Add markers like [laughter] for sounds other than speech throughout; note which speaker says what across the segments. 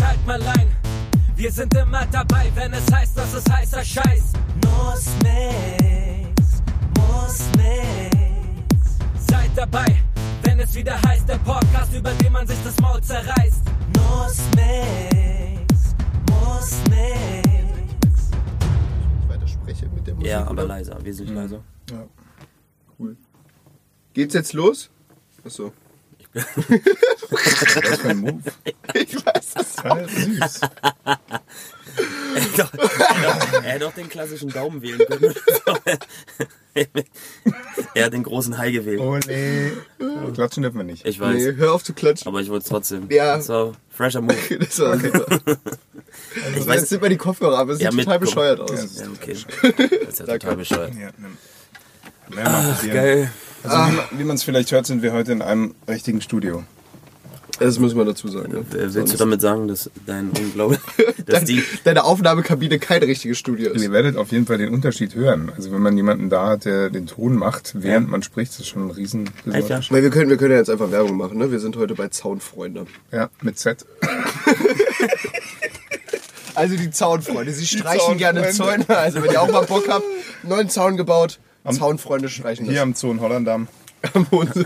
Speaker 1: halt mal ein. Wir sind immer dabei, wenn es heißt, dass es heißer Scheiß.
Speaker 2: Muss nix, muss nix,
Speaker 1: Seid dabei, wenn es wieder heißt, der Podcast, über den man sich das Maul zerreißt.
Speaker 2: muss nix, muss nix.
Speaker 3: Ich weiterspreche mit der Musik.
Speaker 4: Ja, aber
Speaker 3: oder?
Speaker 4: leiser, wesentlich leiser.
Speaker 3: Ja. Cool. Geht's jetzt los? Achso.
Speaker 5: Was für ein Move.
Speaker 3: Ich weiß es.
Speaker 5: Geil, süß.
Speaker 4: Doch, er, er hätte auch den klassischen Daumen wählen
Speaker 1: [laughs]
Speaker 4: können. [laughs] er hat den großen Hai gewählt.
Speaker 5: Ole. Aber Klatschen dürfen wir nicht.
Speaker 4: Ich weiß.
Speaker 3: Nee, hör auf
Speaker 4: [laughs]
Speaker 3: zu klatschen.
Speaker 4: Aber ich wollte es trotzdem.
Speaker 3: Ja.
Speaker 4: Das war fresher Move.
Speaker 3: [laughs] Das war super.
Speaker 4: Ich
Speaker 3: Jetzt
Speaker 4: weiß,
Speaker 3: sind wir die Kopfhörer, aber es sieht
Speaker 4: Ja, mit-
Speaker 3: total bescheuert
Speaker 5: Ja,
Speaker 3: aus.
Speaker 5: das
Speaker 4: ja,
Speaker 5: ist
Speaker 4: okay. Das ist ja total bescheuert.
Speaker 5: ja, nimm. Mehr mal probieren.
Speaker 4: Geil.
Speaker 5: Also, wie man- wie man es vielleicht hört, sind wir heute in einem richtigen Studio.
Speaker 3: Das muss man dazu sagen. ne?
Speaker 4: Äh, Willst du damit sagen, dass dein Unglaube,
Speaker 3: [laughs]
Speaker 4: dass
Speaker 3: Dein,
Speaker 4: die,
Speaker 3: deine Aufnahmekabine kein richtiges Studio ist.
Speaker 5: Ihr werdet auf jeden Fall den Unterschied hören. Also wenn man jemanden da hat, der den Ton macht, während man spricht, ist das schon ein riesen
Speaker 4: Echt, ja?
Speaker 3: Weil wir können, wir können ja jetzt einfach Werbung machen, ne? Wir sind heute bei Zaunfreunde.
Speaker 5: ja, mit Z.
Speaker 3: Also die Zaunfreunde, sie streichen gerne
Speaker 5: Zaunfreunde.
Speaker 3: Zäune. Also wenn ihr auch mal Bock habt, neuen Zaun gebaut, Zaunfreunde streichen
Speaker 5: Hier am Zoo in Hollandam.
Speaker 3: das. Am Hose.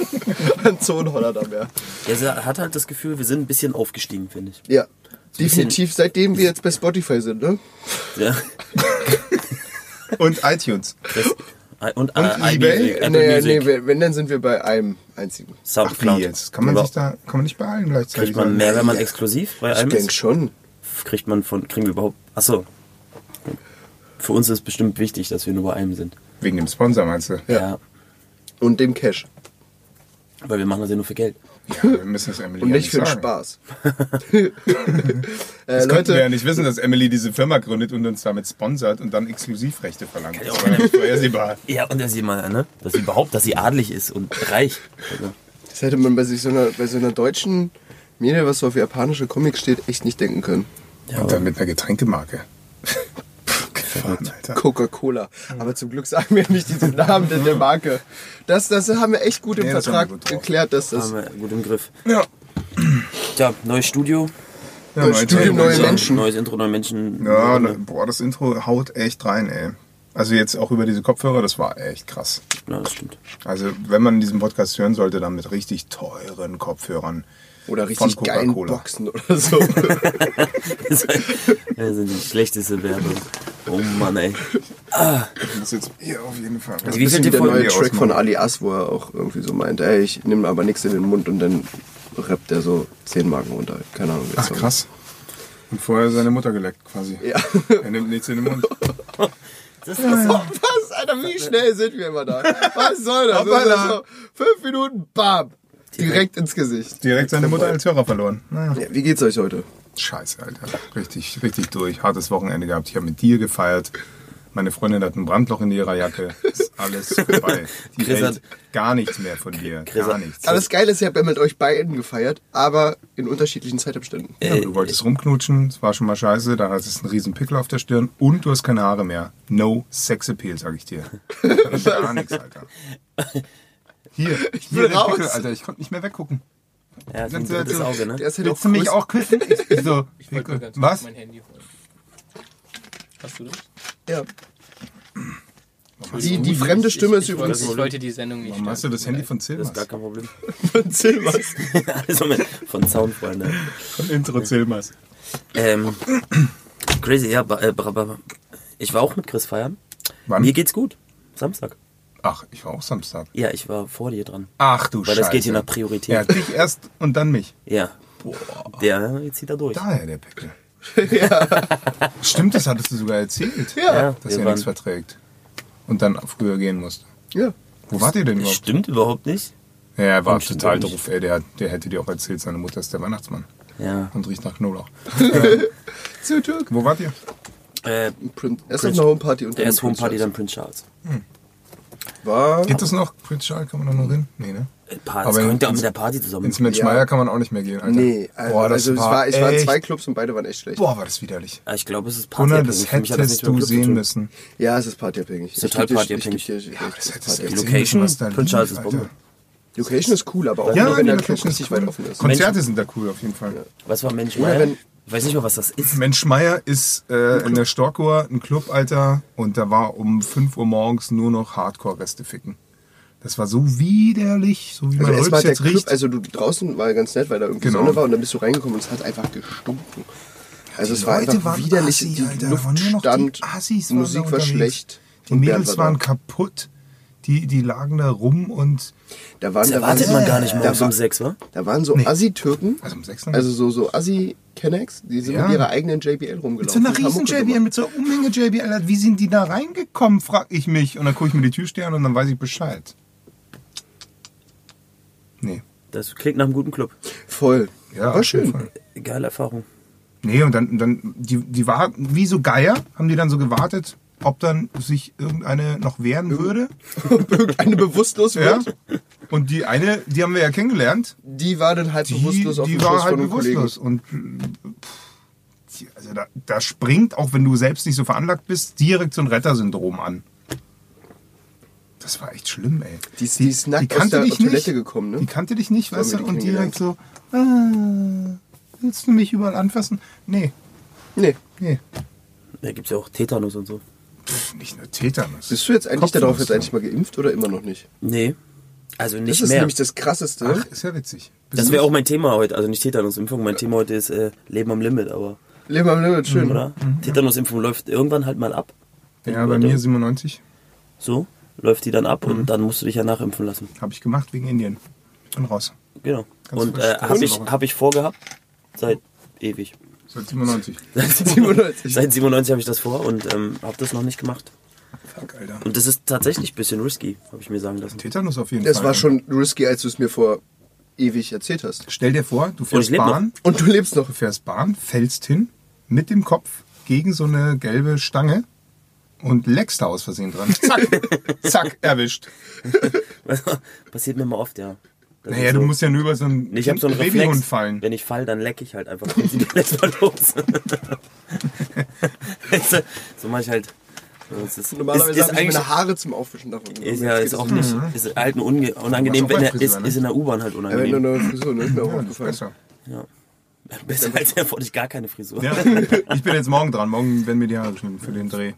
Speaker 3: [laughs] An Zonholler am Meer.
Speaker 4: ja, sie hat halt das Gefühl, wir sind ein bisschen aufgestiegen, finde ich.
Speaker 3: Ja. Definitiv, seitdem wir jetzt bei Spotify sind, ne?
Speaker 4: Ja.
Speaker 5: Und iTunes.
Speaker 4: Das, und, äh,
Speaker 5: eBay?
Speaker 4: Music, Apple
Speaker 3: nee,
Speaker 4: Music,
Speaker 3: nee, wenn, dann sind wir bei einem einzigen.
Speaker 5: Ach wie
Speaker 4: Soundcloud.
Speaker 5: jetzt? Kann man
Speaker 4: Über-
Speaker 5: sich da, kann man nicht bei allen gleichzeitig
Speaker 4: Genau. Kriegt man
Speaker 5: sein?
Speaker 4: mehr, wenn man exklusiv bei einem
Speaker 3: Ich denke
Speaker 4: ist?
Speaker 3: schon.
Speaker 4: Kriegt man von, kriegen wir überhaupt, achso. Für uns ist bestimmt wichtig, dass wir nur bei einem sind.
Speaker 5: Wegen dem Sponsor meinst du?
Speaker 3: Ja.
Speaker 4: Ja.
Speaker 3: Und dem Cash.
Speaker 4: Weil wir machen das ja nur für Geld.
Speaker 5: Ja, wir müssen es Emily
Speaker 3: Und
Speaker 5: ja
Speaker 3: nicht für den
Speaker 5: sagen. [laughs]
Speaker 3: Spaß. äh,
Speaker 5: Das könnten wir ja
Speaker 3: Leute,
Speaker 5: nicht wissen, dass Emily diese Firma gründet und uns damit sponsert und dann Exklusivrechte verlangt.
Speaker 4: ja
Speaker 5: Das
Speaker 4: auch
Speaker 5: war ja nicht vorhersehbar.
Speaker 4: Ja, und dass sie mal, ne? Dass sie überhaupt, dass sie adelig ist und reich. Also,
Speaker 3: das hätte man bei, sich so einer, bei so einer deutschen Medie, was so auf japanische Comics steht, echt nicht denken können.
Speaker 4: ja,
Speaker 5: Und
Speaker 4: aber-
Speaker 5: dann mit einer [laughs] Getränkemarke. Gefahren, Alter.
Speaker 3: Coca-Cola.
Speaker 5: Mhm.
Speaker 3: Aber zum Glück sagen wir nicht diesen Namen der- der Marke. Das, das haben wir echt gut im
Speaker 5: Nee, das
Speaker 3: Vertrag
Speaker 5: haben wir gut drauf.
Speaker 3: geklärt, dass das
Speaker 4: haben wir gut im Griff.
Speaker 5: Ja.
Speaker 4: Tja, neues Studio.
Speaker 5: Ja,
Speaker 3: Studio, neue
Speaker 4: So,
Speaker 3: Menschen.
Speaker 4: Neues Intro, neue Menschen.
Speaker 5: Ja, ne, boah, das Intro haut echt rein, ey. Also jetzt auch über diese Kopfhörer, das war echt krass.
Speaker 4: Ja, das stimmt.
Speaker 5: Also wenn man diesen Podcast hören sollte, dann mit richtig teuren Kopfhörern.
Speaker 3: oder richtig
Speaker 5: von
Speaker 3: geilen
Speaker 5: Coca-Cola.
Speaker 3: Boxen oder so.
Speaker 4: Das sind die schlechteste Werbung. Oh Mann, ey.
Speaker 5: Das ist jetzt hier auf jeden Fall.
Speaker 4: Also Wie
Speaker 3: Das
Speaker 4: viel
Speaker 3: ist der
Speaker 4: Folgen
Speaker 3: neue
Speaker 5: wir
Speaker 3: Track
Speaker 5: ausmachen.
Speaker 3: von Ali As, wo er auch irgendwie so meint, ey, ich nehme aber nichts in den Mund und dann rappt er so 10 Marken runter. Keine Ahnung. wie der
Speaker 5: Ach
Speaker 3: Song
Speaker 5: krass. Und vorher seine Mutter geleckt quasi.
Speaker 3: ist. Ja.
Speaker 5: Er nimmt nichts in den Mund.
Speaker 4: Das ist
Speaker 3: [laughs] Was, Alter, wie schnell sind wir immer da? Was soll das?
Speaker 5: Hoppala.
Speaker 3: Das ist so fünf Minuten, bam, direkt ins Gesicht.
Speaker 4: [laughs]
Speaker 5: Direkt seine Mutter als Hörer verloren. Naja.
Speaker 3: Ja, wie geht's euch heute?
Speaker 5: Scheiße, Alter. Richtig, richtig durch. Hartes Wochenende gehabt. Ich habe mit dir gefeiert. Meine Freundin hat ein Brandloch in ihrer Jacke. Ist alles vorbei. Die
Speaker 4: Chris
Speaker 5: hält
Speaker 4: hat-
Speaker 5: gar nichts mehr von dir.
Speaker 4: Chris
Speaker 5: Gar
Speaker 4: hat-
Speaker 5: nichts.
Speaker 3: Aber das Geile ist, ihr habt ja mit euch beiden gefeiert, aber in unterschiedlichen Zeitabständen.
Speaker 5: Ja, aber du wolltest rumknutschen, das war schon mal scheiße, dann hattest du einen riesen Pickel auf der Stirn und du hast keine Haare mehr. No Sex Appeal, sag ich dir. Also Gar nichts, Alter. Hier, ich
Speaker 3: will
Speaker 5: hier der
Speaker 3: raus.
Speaker 5: Pickel, Alter, ich konnte nicht mehr weggucken.
Speaker 4: ja, das ist ein drittes Auge, ne?
Speaker 3: Der ist halt
Speaker 5: Willst du mich auch küssen? Ich bin so,
Speaker 6: wollte nur ganz kurz
Speaker 5: was?
Speaker 6: mein Handy holen. Hast du das?
Speaker 3: Ja. Die, die fremde Stimme ist
Speaker 6: Ich
Speaker 3: übrigens
Speaker 6: wollte, ich wollte die Sendung nicht
Speaker 5: Warum hast du
Speaker 6: stören.
Speaker 5: das Handy von
Speaker 4: Das ist gar
Speaker 5: Zilmas?
Speaker 4: kein Problem. [laughs]
Speaker 3: von Silvers.
Speaker 4: Also mit, von Soundfreunde.
Speaker 5: Von Intro Zilmas.
Speaker 4: Ähm, crazy, ja. ba- Äh, ba- ba- ich war auch mit Chris feiern.
Speaker 5: Wann?
Speaker 4: Mir geht's gut. Samstag.
Speaker 5: Ach, ich war auch Samstag.
Speaker 4: Ja, ich war vor dir dran.
Speaker 5: Ach du
Speaker 4: Weil
Speaker 5: Scheiße.
Speaker 4: das geht hier nach Priorität.
Speaker 5: Ja, dich erst und dann mich.
Speaker 4: Ja. Der äh, zieht da durch.
Speaker 5: Daher
Speaker 3: [laughs]
Speaker 5: der Pickel. Stimmt, das hattest du sogar erzählt.
Speaker 4: Ja,
Speaker 5: Dass
Speaker 4: wir
Speaker 5: ihr
Speaker 4: waren-
Speaker 5: nichts verträgt. Und dann früher gehen musste.
Speaker 3: [laughs] Ja.
Speaker 5: Wo wart ihr denn
Speaker 4: Das
Speaker 5: überhaupt?
Speaker 4: stimmt überhaupt nicht.
Speaker 5: Ja, er war
Speaker 4: Stimmt
Speaker 5: total
Speaker 4: nicht.
Speaker 5: doof. Ey, der, hat- der hätte dir auch erzählt, seine Mutter ist der Weihnachtsmann.
Speaker 4: Ja.
Speaker 5: Und riecht nach
Speaker 3: [laughs]
Speaker 5: Knoblauch.
Speaker 3: Zu Türk.
Speaker 5: Wo wart ihr?
Speaker 4: Äh,
Speaker 3: Prin- Erst auf einer Homeparty und
Speaker 4: der
Speaker 3: dann
Speaker 4: ist Home Party,
Speaker 3: Prinz
Speaker 4: dann Prince Charles.
Speaker 3: Charles. War.
Speaker 5: Geht das noch? Prinz Charles kann man da noch hin? Nee, ne?
Speaker 4: Äh, Paar,
Speaker 5: Aber
Speaker 4: das hängt ja auch
Speaker 5: ins-
Speaker 4: mit der Party zusammen.
Speaker 5: Ins Mensch
Speaker 3: Ja.
Speaker 5: Meier kann man auch nicht mehr gehen, Alter.
Speaker 3: Nee, also,
Speaker 5: Boah, das
Speaker 3: also es
Speaker 5: war
Speaker 3: war, ich war in
Speaker 5: echt-
Speaker 3: zwei Clubs und beide waren echt schlecht.
Speaker 5: Boah, war das widerlich.
Speaker 4: Ah, Ich glaube, es ist
Speaker 5: Gunnar,
Speaker 4: Partyabhängig.
Speaker 5: das
Speaker 4: Für mich hat das
Speaker 5: hättest
Speaker 4: nicht mit
Speaker 5: du
Speaker 4: dem Club zu
Speaker 5: sehen
Speaker 4: tun.
Speaker 5: müssen.
Speaker 3: Ja, es ist partyabhängig.
Speaker 4: Total
Speaker 3: Ich geb dir-
Speaker 4: partyabhängig.
Speaker 3: Ich geb dir, ich,
Speaker 5: Das
Speaker 3: das
Speaker 5: hättest du
Speaker 4: Die
Speaker 5: erzählen
Speaker 4: Location,
Speaker 5: müssen, was da
Speaker 4: Prinz Charles
Speaker 5: lief,
Speaker 4: ist Bombe.
Speaker 5: Alter.
Speaker 3: Location ist cool, aber auch
Speaker 5: Ja,
Speaker 3: Also nur, wenn
Speaker 5: die
Speaker 3: der Club
Speaker 5: Location ist
Speaker 3: richtig
Speaker 5: cool.
Speaker 3: weit offen ist.
Speaker 5: Konzerte sind da cool auf jeden Fall.
Speaker 4: Was war Mensch
Speaker 3: Oder
Speaker 4: Meier?
Speaker 3: wenn-
Speaker 4: Ich weiß nicht mal, was das ist.
Speaker 5: Mensch Meier ist äh, in der Storkower ein Club, Alter, und da war um 5 Uhr morgens nur noch Hardcore-Reste ficken. Das war so widerlich, so wie
Speaker 3: Also erstmal
Speaker 5: man Holz
Speaker 3: hat der
Speaker 5: jetzt
Speaker 3: Club,
Speaker 5: riecht.
Speaker 3: also du draußen war ganz nett, weil da irgendwie
Speaker 5: Genau.
Speaker 3: Sonne war und dann bist du reingekommen und es hat einfach gestunken. Also es war
Speaker 5: Leute
Speaker 3: einfach
Speaker 5: waren
Speaker 3: widerlich,
Speaker 5: assi,
Speaker 3: die
Speaker 5: Alter. Da waren
Speaker 3: Luft
Speaker 5: nur noch die
Speaker 3: stand,
Speaker 5: Assis waren da
Speaker 3: Musik war
Speaker 5: unterwegs.
Speaker 3: schlecht.
Speaker 5: die
Speaker 3: und
Speaker 5: Mädels
Speaker 3: Bernd
Speaker 5: waren
Speaker 3: da.
Speaker 5: kaputt, die, die lagen da rum und
Speaker 3: Da waren,
Speaker 4: Das
Speaker 3: da
Speaker 4: erwartet
Speaker 3: waren,
Speaker 4: man gar nicht
Speaker 3: da
Speaker 4: morgens
Speaker 3: war-
Speaker 4: um sechs, wa?
Speaker 3: Da waren so Assi-Türken,
Speaker 5: also um 6
Speaker 3: also so, so Assi-Kennex, die sind
Speaker 5: Ja.
Speaker 3: mit ihrer eigenen JBL
Speaker 5: Mit so
Speaker 3: rumgelaufen.
Speaker 5: einer
Speaker 3: und haben
Speaker 5: riesen
Speaker 3: Mucke
Speaker 5: JBL,
Speaker 3: gemacht.
Speaker 5: mit so einer Umhänge JBL, Alter, wie sind die da reingekommen, frag ich mich. Und dann gucke ich mir die Türsteher an und dann weiß ich Bescheid. Nee.
Speaker 4: Das klingt nach einem guten Club.
Speaker 3: Voll.
Speaker 5: Ja,
Speaker 3: war
Speaker 5: auf jeden
Speaker 3: schön.
Speaker 5: Fall.
Speaker 4: Geile Erfahrung.
Speaker 5: Nee, und dann, dann die, die war wie so Geier, haben die dann so gewartet, ob dann sich irgendeine noch wehren würde.
Speaker 3: Ob [laughs] irgendeine bewusstlos
Speaker 5: Ja.
Speaker 3: wird,
Speaker 5: Und die eine, die haben wir ja kennengelernt,
Speaker 3: die war dann halt
Speaker 5: die,
Speaker 3: bewusstlos auf
Speaker 5: die
Speaker 3: dem
Speaker 5: war
Speaker 3: Schoß
Speaker 5: halt
Speaker 3: von einem Kollegen.
Speaker 5: bewusstlos. Und äh, pff, die- also da, da springt, auch wenn du selbst nicht so veranlagt bist, direkt so ein Rettersyndrom an. Das war echt schlimm, ey.
Speaker 3: Die ist, die ist
Speaker 5: Die
Speaker 3: nackt aus
Speaker 5: kannte
Speaker 3: der
Speaker 5: dich
Speaker 3: Toilette
Speaker 5: nicht.
Speaker 3: gekommen, ne?
Speaker 5: Die kannte dich nicht,
Speaker 3: So
Speaker 5: weißt
Speaker 3: haben
Speaker 5: du,
Speaker 3: wir
Speaker 5: und
Speaker 3: die
Speaker 5: direkt so, ah, willst du mich überall anfassen? Nee,
Speaker 3: Nee.
Speaker 5: nee.
Speaker 4: Da gibt's ja auch Tetanus und so.
Speaker 5: Pff, nicht nur Tetanus.
Speaker 3: Bist du jetzt eigentlich
Speaker 5: Kopfnuss,
Speaker 3: darauf jetzt
Speaker 5: ja.
Speaker 3: eigentlich mal geimpft oder immer noch nicht?
Speaker 4: Nee. Also nicht
Speaker 3: Das ist
Speaker 4: mehr.
Speaker 3: nämlich das Krasseste.
Speaker 5: Ach, ist ja witzig. Bist
Speaker 4: Das
Speaker 5: du-
Speaker 4: wäre auch mein Thema heute. Also nicht Tetanusimpfung. Mein Thema heute ist äh, Leben am Limit, aber.
Speaker 3: Leben am Limit, schön.
Speaker 4: Hm,
Speaker 3: [laughs]
Speaker 4: Oder? Tetanusimpfung läuft irgendwann halt mal ab. Wenn
Speaker 5: Mhm. Ja,
Speaker 4: du
Speaker 5: bei
Speaker 4: heute-
Speaker 5: mir Mhm. 97.
Speaker 4: So, läuft die dann ab und dann musst du dich ja nachimpfen lassen.
Speaker 5: Habe ich gemacht wegen Indien. Bin raus.
Speaker 4: Genau.
Speaker 5: Ganz
Speaker 4: und
Speaker 5: frisch,
Speaker 4: äh,
Speaker 5: ganz
Speaker 4: habe ich,
Speaker 5: frisch.
Speaker 4: hab ich vorgehabt, seit ewig.
Speaker 3: [laughs]
Speaker 5: Seit 97.
Speaker 4: Seit
Speaker 3: 97.
Speaker 4: 97, [laughs] seit 97 habe ich das vor und ähm, habe das noch nicht gemacht.
Speaker 5: Fuck, Alter.
Speaker 4: Und das ist tatsächlich ein bisschen risky, habe ich mir sagen lassen.
Speaker 5: Tetanus auf jeden
Speaker 3: Das
Speaker 5: Fall.
Speaker 3: war schon risky, als du es mir vor ewig erzählt hast.
Speaker 5: Stell dir vor, du
Speaker 4: ich
Speaker 5: fährst
Speaker 4: leb noch.
Speaker 5: Bahn,
Speaker 3: Und du lebst noch.
Speaker 5: du fährst Bahn, fällst hin mit dem Kopf gegen so eine gelbe Stange und leckst da aus
Speaker 4: [laughs]
Speaker 5: Versehen dran. Zack, zack, erwischt.
Speaker 4: [laughs] Passiert mir mal oft, ja. Das
Speaker 5: Naja,
Speaker 4: ist
Speaker 5: du
Speaker 4: so-
Speaker 5: musst ja nur über so einen,
Speaker 4: Nee, ich habe so einen
Speaker 5: Babyhund
Speaker 4: Reflex.
Speaker 5: fallen.
Speaker 4: Wenn ich fall, dann leck ich halt einfach prinzipiell erstmal
Speaker 5: [laughs]
Speaker 4: los. [laughs] Weißt du, so mache ich halt. Das ist,
Speaker 3: Normalerweise
Speaker 4: ist,
Speaker 3: habe
Speaker 4: ist
Speaker 3: ich meine
Speaker 4: eigentlich
Speaker 3: Haare zum Aufwischen davon genommen.
Speaker 4: ist ja
Speaker 3: Jetzt
Speaker 4: ist
Speaker 3: geht
Speaker 4: auch
Speaker 3: es
Speaker 4: nicht ist halt ein unge unangenehm,
Speaker 5: Mhm. auch bei
Speaker 4: wenn er
Speaker 5: Friseur,
Speaker 4: ist,
Speaker 5: ne?
Speaker 4: ist in der U-Bahn halt
Speaker 3: Ja, wenn du
Speaker 4: unangenehm.
Speaker 3: eine neue Frisur, ne? Ist mir auch
Speaker 5: Ja, das ist
Speaker 3: aufgefallen.
Speaker 5: besser.
Speaker 4: [laughs] Besser als er wollte ich gar keine Frisur.
Speaker 5: Ja. Ich bin jetzt morgen dran. Morgen werden mir die Haare geschnitten für den Dreh.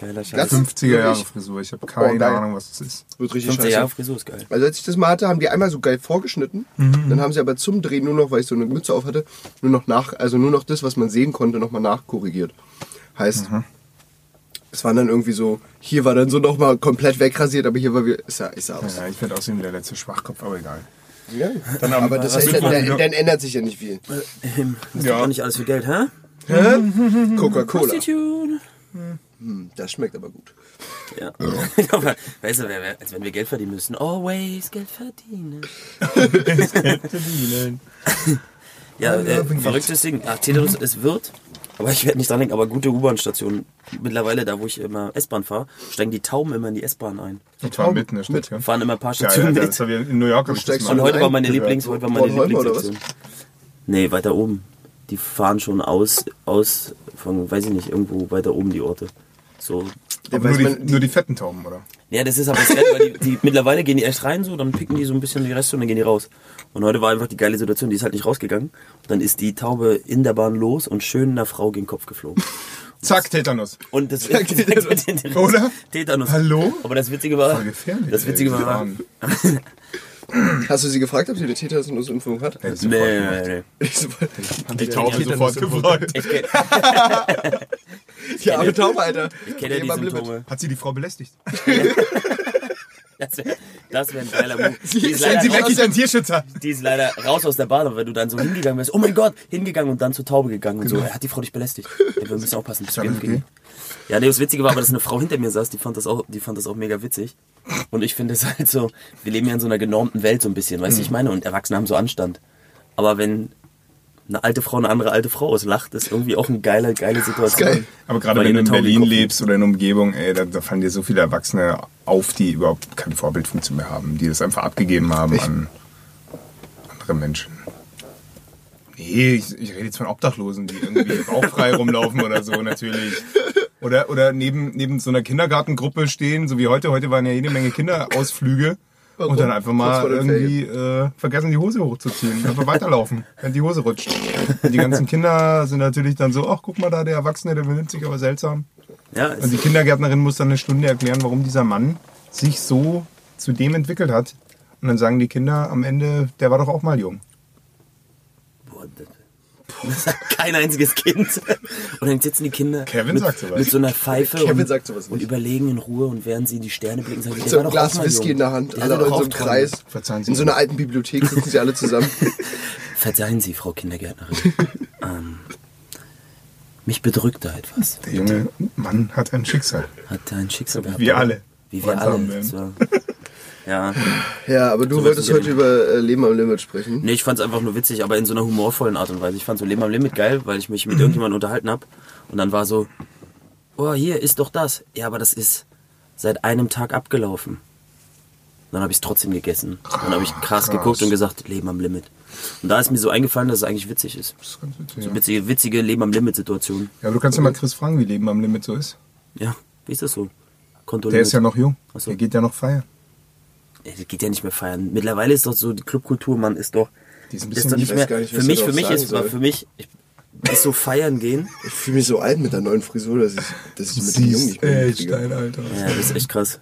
Speaker 4: Geiler
Speaker 3: Das-
Speaker 4: Scheiß.
Speaker 5: 50er Jahre
Speaker 3: Ich-
Speaker 5: Frisur. Ich habe keine
Speaker 3: Oh, geil.
Speaker 5: Ahnung, was das ist.
Speaker 3: Wird richtig
Speaker 4: 50
Speaker 3: scheiße.
Speaker 4: Jahre Frisur ist [laughs] geil.
Speaker 3: Also als ich das mal hatte, haben die einmal so geil vorgeschnitten. Dann haben sie aber zum Drehen nur noch, weil ich so eine Mütze auf hatte, nur noch nach, also nur noch das, was man sehen konnte, nochmal nachkorrigiert. Heißt, es waren dann irgendwie so, hier war dann so nochmal komplett wegrasiert, aber hier war wir, ist ja, ist ja aus.
Speaker 5: Ja, ich werde aussehen wie der letzte Schwachkopf, aber egal.
Speaker 3: Ja. aber das heißt,
Speaker 5: sieht
Speaker 3: dann,
Speaker 5: man
Speaker 3: dann,
Speaker 5: wieder?
Speaker 3: dann ändert sich ja nicht viel.
Speaker 4: Das
Speaker 5: Ja.
Speaker 4: ja. doch nicht alles für Geld, hä?
Speaker 3: Coca-Cola.
Speaker 4: Tune.
Speaker 3: Das schmeckt aber gut.
Speaker 4: Ja. [laughs] Aber, weißt du, wer- wer- als wenn wir Geld verdienen müssen. Always Geld verdienen. Ja, äh,
Speaker 5: Unabhängig.
Speaker 4: verrücktes Ding. Ach, Tetanus,
Speaker 5: Mhm.
Speaker 4: es wird. Aber ich werde nicht dran denken, aber gute U-Bahn-Stationen. Mittlerweile, da wo ich immer S-Bahn fahre, steigen die Tauben immer in die S-Bahn ein.
Speaker 5: Ich war mitten in der Stadt, ja.
Speaker 4: Fahren immer ein paar
Speaker 5: Ja,
Speaker 4: Stationen
Speaker 5: ja,
Speaker 4: mit.
Speaker 5: das hab ich in New York hab ich das
Speaker 3: steigst
Speaker 5: mal
Speaker 3: du
Speaker 4: Und heute war meine
Speaker 5: gehört.
Speaker 4: Lieblings, heute war meine
Speaker 3: Bornholm oder was?
Speaker 4: Lieblingsstation. Nee, weiter oben. Die fahren schon aus, aus von, weiß ich nicht, irgendwo weiter oben die Orte. So.
Speaker 5: Aber
Speaker 3: weiß
Speaker 5: nur, die,
Speaker 3: man-
Speaker 5: nur die fetten Tauben, oder?
Speaker 4: Ja, das ist aber das Geile, weil die, die mittlerweile gehen die erst rein so, dann picken die so ein bisschen die Reste und dann gehen die raus. Und heute war einfach die geile Situation, die ist halt nicht rausgegangen. Und dann ist die Taube in der Bahn los und schön einer Frau gegen den Kopf geflogen.
Speaker 5: Zack, Tetanus.
Speaker 4: Und
Speaker 5: [laughs]
Speaker 4: das [laughs]
Speaker 3: Tetanus.
Speaker 5: Oder?
Speaker 4: Tetanus.
Speaker 5: Hallo?
Speaker 4: Aber das Witzige war,
Speaker 5: Voll gefährlich,
Speaker 4: das
Speaker 5: ey,
Speaker 4: Witzige
Speaker 5: diese
Speaker 4: war,
Speaker 5: Bahn.
Speaker 3: Hast du sie gefragt, ob sie eine Tetanusimpfung hat? [laughs]
Speaker 5: Hätte ich
Speaker 4: nee,
Speaker 5: sofort
Speaker 4: nee,
Speaker 5: gemacht.
Speaker 4: nee, nee.
Speaker 5: Die Taube sofort gefreut.
Speaker 4: Ich kenn-
Speaker 3: Die arme Taube, Alter. Ich
Speaker 4: kennt ja die Symptome.
Speaker 5: Hat sie die Frau belästigt?
Speaker 4: Das wäre das wär ein geiler Move. Die ist,
Speaker 5: Stellen
Speaker 4: leider
Speaker 5: [laughs] Sie weg,
Speaker 4: raus,
Speaker 5: ich bin Tierschützer.
Speaker 4: die ist leider raus aus der Bahn, aber wenn du dann so hingegangen wärst, oh mein Gott, hingegangen und dann zur Taube gegangen und
Speaker 5: Genau.
Speaker 4: so, hat die Frau dich
Speaker 5: [laughs]
Speaker 4: belästigt. Ja, wir müssen aufpassen, bis wir
Speaker 5: alles
Speaker 4: gehen. Ja, nee, das Witzige war aber, dass eine Frau hinter mir saß, die fand das auch, die fand das auch mega witzig. Und ich finde es halt so, wir leben ja in so einer genormten Welt so ein bisschen, weißt du, ich
Speaker 5: Mhm.
Speaker 4: meine, und Erwachsene haben so Anstand. Aber wenn eine alte Frau eine andere alte Frau auslacht, ist irgendwie auch eine geile, geile Situation.
Speaker 3: geil.
Speaker 5: Aber gerade
Speaker 4: Weil
Speaker 5: wenn
Speaker 4: die
Speaker 5: du in
Speaker 4: Taube
Speaker 5: Berlin
Speaker 4: gucken.
Speaker 5: lebst oder in der Umgebung, ey, da, da fallen dir so viele Erwachsene auf, die überhaupt keine Vorbildfunktion mehr haben, die das einfach abgegeben haben an andere Menschen. Nee, ich, ich rede jetzt von Obdachlosen, die irgendwie [laughs] rauchfrei rumlaufen oder so, natürlich. Oder, oder neben, neben so einer Kindergartengruppe stehen, so wie heute. Heute waren ja jede Menge Kinderausflüge.
Speaker 3: Balkon.
Speaker 5: Und dann einfach
Speaker 3: Oh kurz
Speaker 5: mal
Speaker 3: vor den Ferien.
Speaker 5: irgendwie äh, vergessen, die Hose hochzuziehen. Einfach weiterlaufen, [laughs] wenn die Hose rutscht. Und die ganzen Kinder sind natürlich dann so, ach guck mal da, der Erwachsene, der benimmt sich aber seltsam.
Speaker 4: Ja,
Speaker 5: Und
Speaker 4: ist,
Speaker 5: die Kindergärtnerin muss dann eine Stunde erklären, warum dieser Mann sich so zu dem entwickelt hat. Und dann sagen die Kinder am Ende, der war doch auch mal jung.
Speaker 4: boah, das, das [laughs] hat kein einziges Kind. Und dann sitzen die Kinder
Speaker 5: Kevin
Speaker 4: mit,
Speaker 5: sagt sowas.
Speaker 4: mit so einer Pfeife
Speaker 3: Äh, Kevin
Speaker 4: und,
Speaker 3: sagt sowas
Speaker 4: und
Speaker 3: nicht.
Speaker 4: überlegen in Ruhe und während sie in die Sterne blicken, sagen sie,
Speaker 3: so ein Glas Whisky in der Hand, alle in so einem Kreis.
Speaker 5: Verzeihen Sie.
Speaker 3: In so einer alten Bibliothek sitzen sie alle [laughs] zusammen.
Speaker 4: Verzeihen Sie, Frau Kindergärtnerin.
Speaker 3: [laughs]
Speaker 4: ähm, mich bedrückt da
Speaker 3: [laughs]
Speaker 4: etwas.
Speaker 5: Der junge Mann hat ein Schicksal.
Speaker 4: Hat da ein Schicksal gehabt.
Speaker 5: Wir alle.
Speaker 4: Wie wir
Speaker 5: Wollen
Speaker 4: alle.
Speaker 5: haben wir.
Speaker 4: So. Ja.
Speaker 3: ja, aber du
Speaker 4: So
Speaker 3: wolltest
Speaker 4: wissen
Speaker 3: heute
Speaker 4: wir
Speaker 3: über äh, Leben am Limit sprechen.
Speaker 4: Nee, ich fand's einfach nur witzig, aber in so einer humorvollen Art und Weise. Ich fand so Leben am Limit geil, weil ich mich
Speaker 5: Mhm.
Speaker 4: mit irgendjemandem unterhalten hab und dann war so, oh, hier ist doch das. Ja, aber das ist seit einem Tag abgelaufen. Dann habe ich es trotzdem gegessen. Dann habe ich krass,
Speaker 5: Krass.
Speaker 4: geguckt und gesagt, Leben am Limit. Und da ist mir so eingefallen, dass es eigentlich witzig ist.
Speaker 5: Das ist ganz witzig. Ja,
Speaker 4: Witzige, witzige Leben am Limit-Situation.
Speaker 5: Ja, aber du kannst ja mal Chris fragen, wie Leben am Limit so ist.
Speaker 4: Ja, wie ist das so?
Speaker 5: Der
Speaker 4: Kontrolliert.
Speaker 5: ist ja noch jung.
Speaker 4: Ach so.
Speaker 5: Der geht ja noch feiern.
Speaker 4: Ey, das geht ja nicht mehr feiern. Mittlerweile ist doch so, die Clubkultur, man ist doch.
Speaker 5: Die ist ein
Speaker 4: Ist
Speaker 5: bisschen
Speaker 4: doch nicht
Speaker 3: weiß
Speaker 4: mehr.
Speaker 3: gar nicht,
Speaker 4: für
Speaker 3: was
Speaker 4: mich, für
Speaker 3: ich darauf
Speaker 4: mich
Speaker 3: sagen
Speaker 4: ist,
Speaker 3: soll.
Speaker 4: für mich, ich, ist so feiern gehen.
Speaker 3: Ich fühle mich so alt mit der neuen Frisur, dass ich, dass ich mit dem Jungen nicht
Speaker 5: Siehst
Speaker 3: mehr
Speaker 5: echt
Speaker 3: mitkriege.
Speaker 5: dein Alter.
Speaker 4: Ja, das ist echt krass.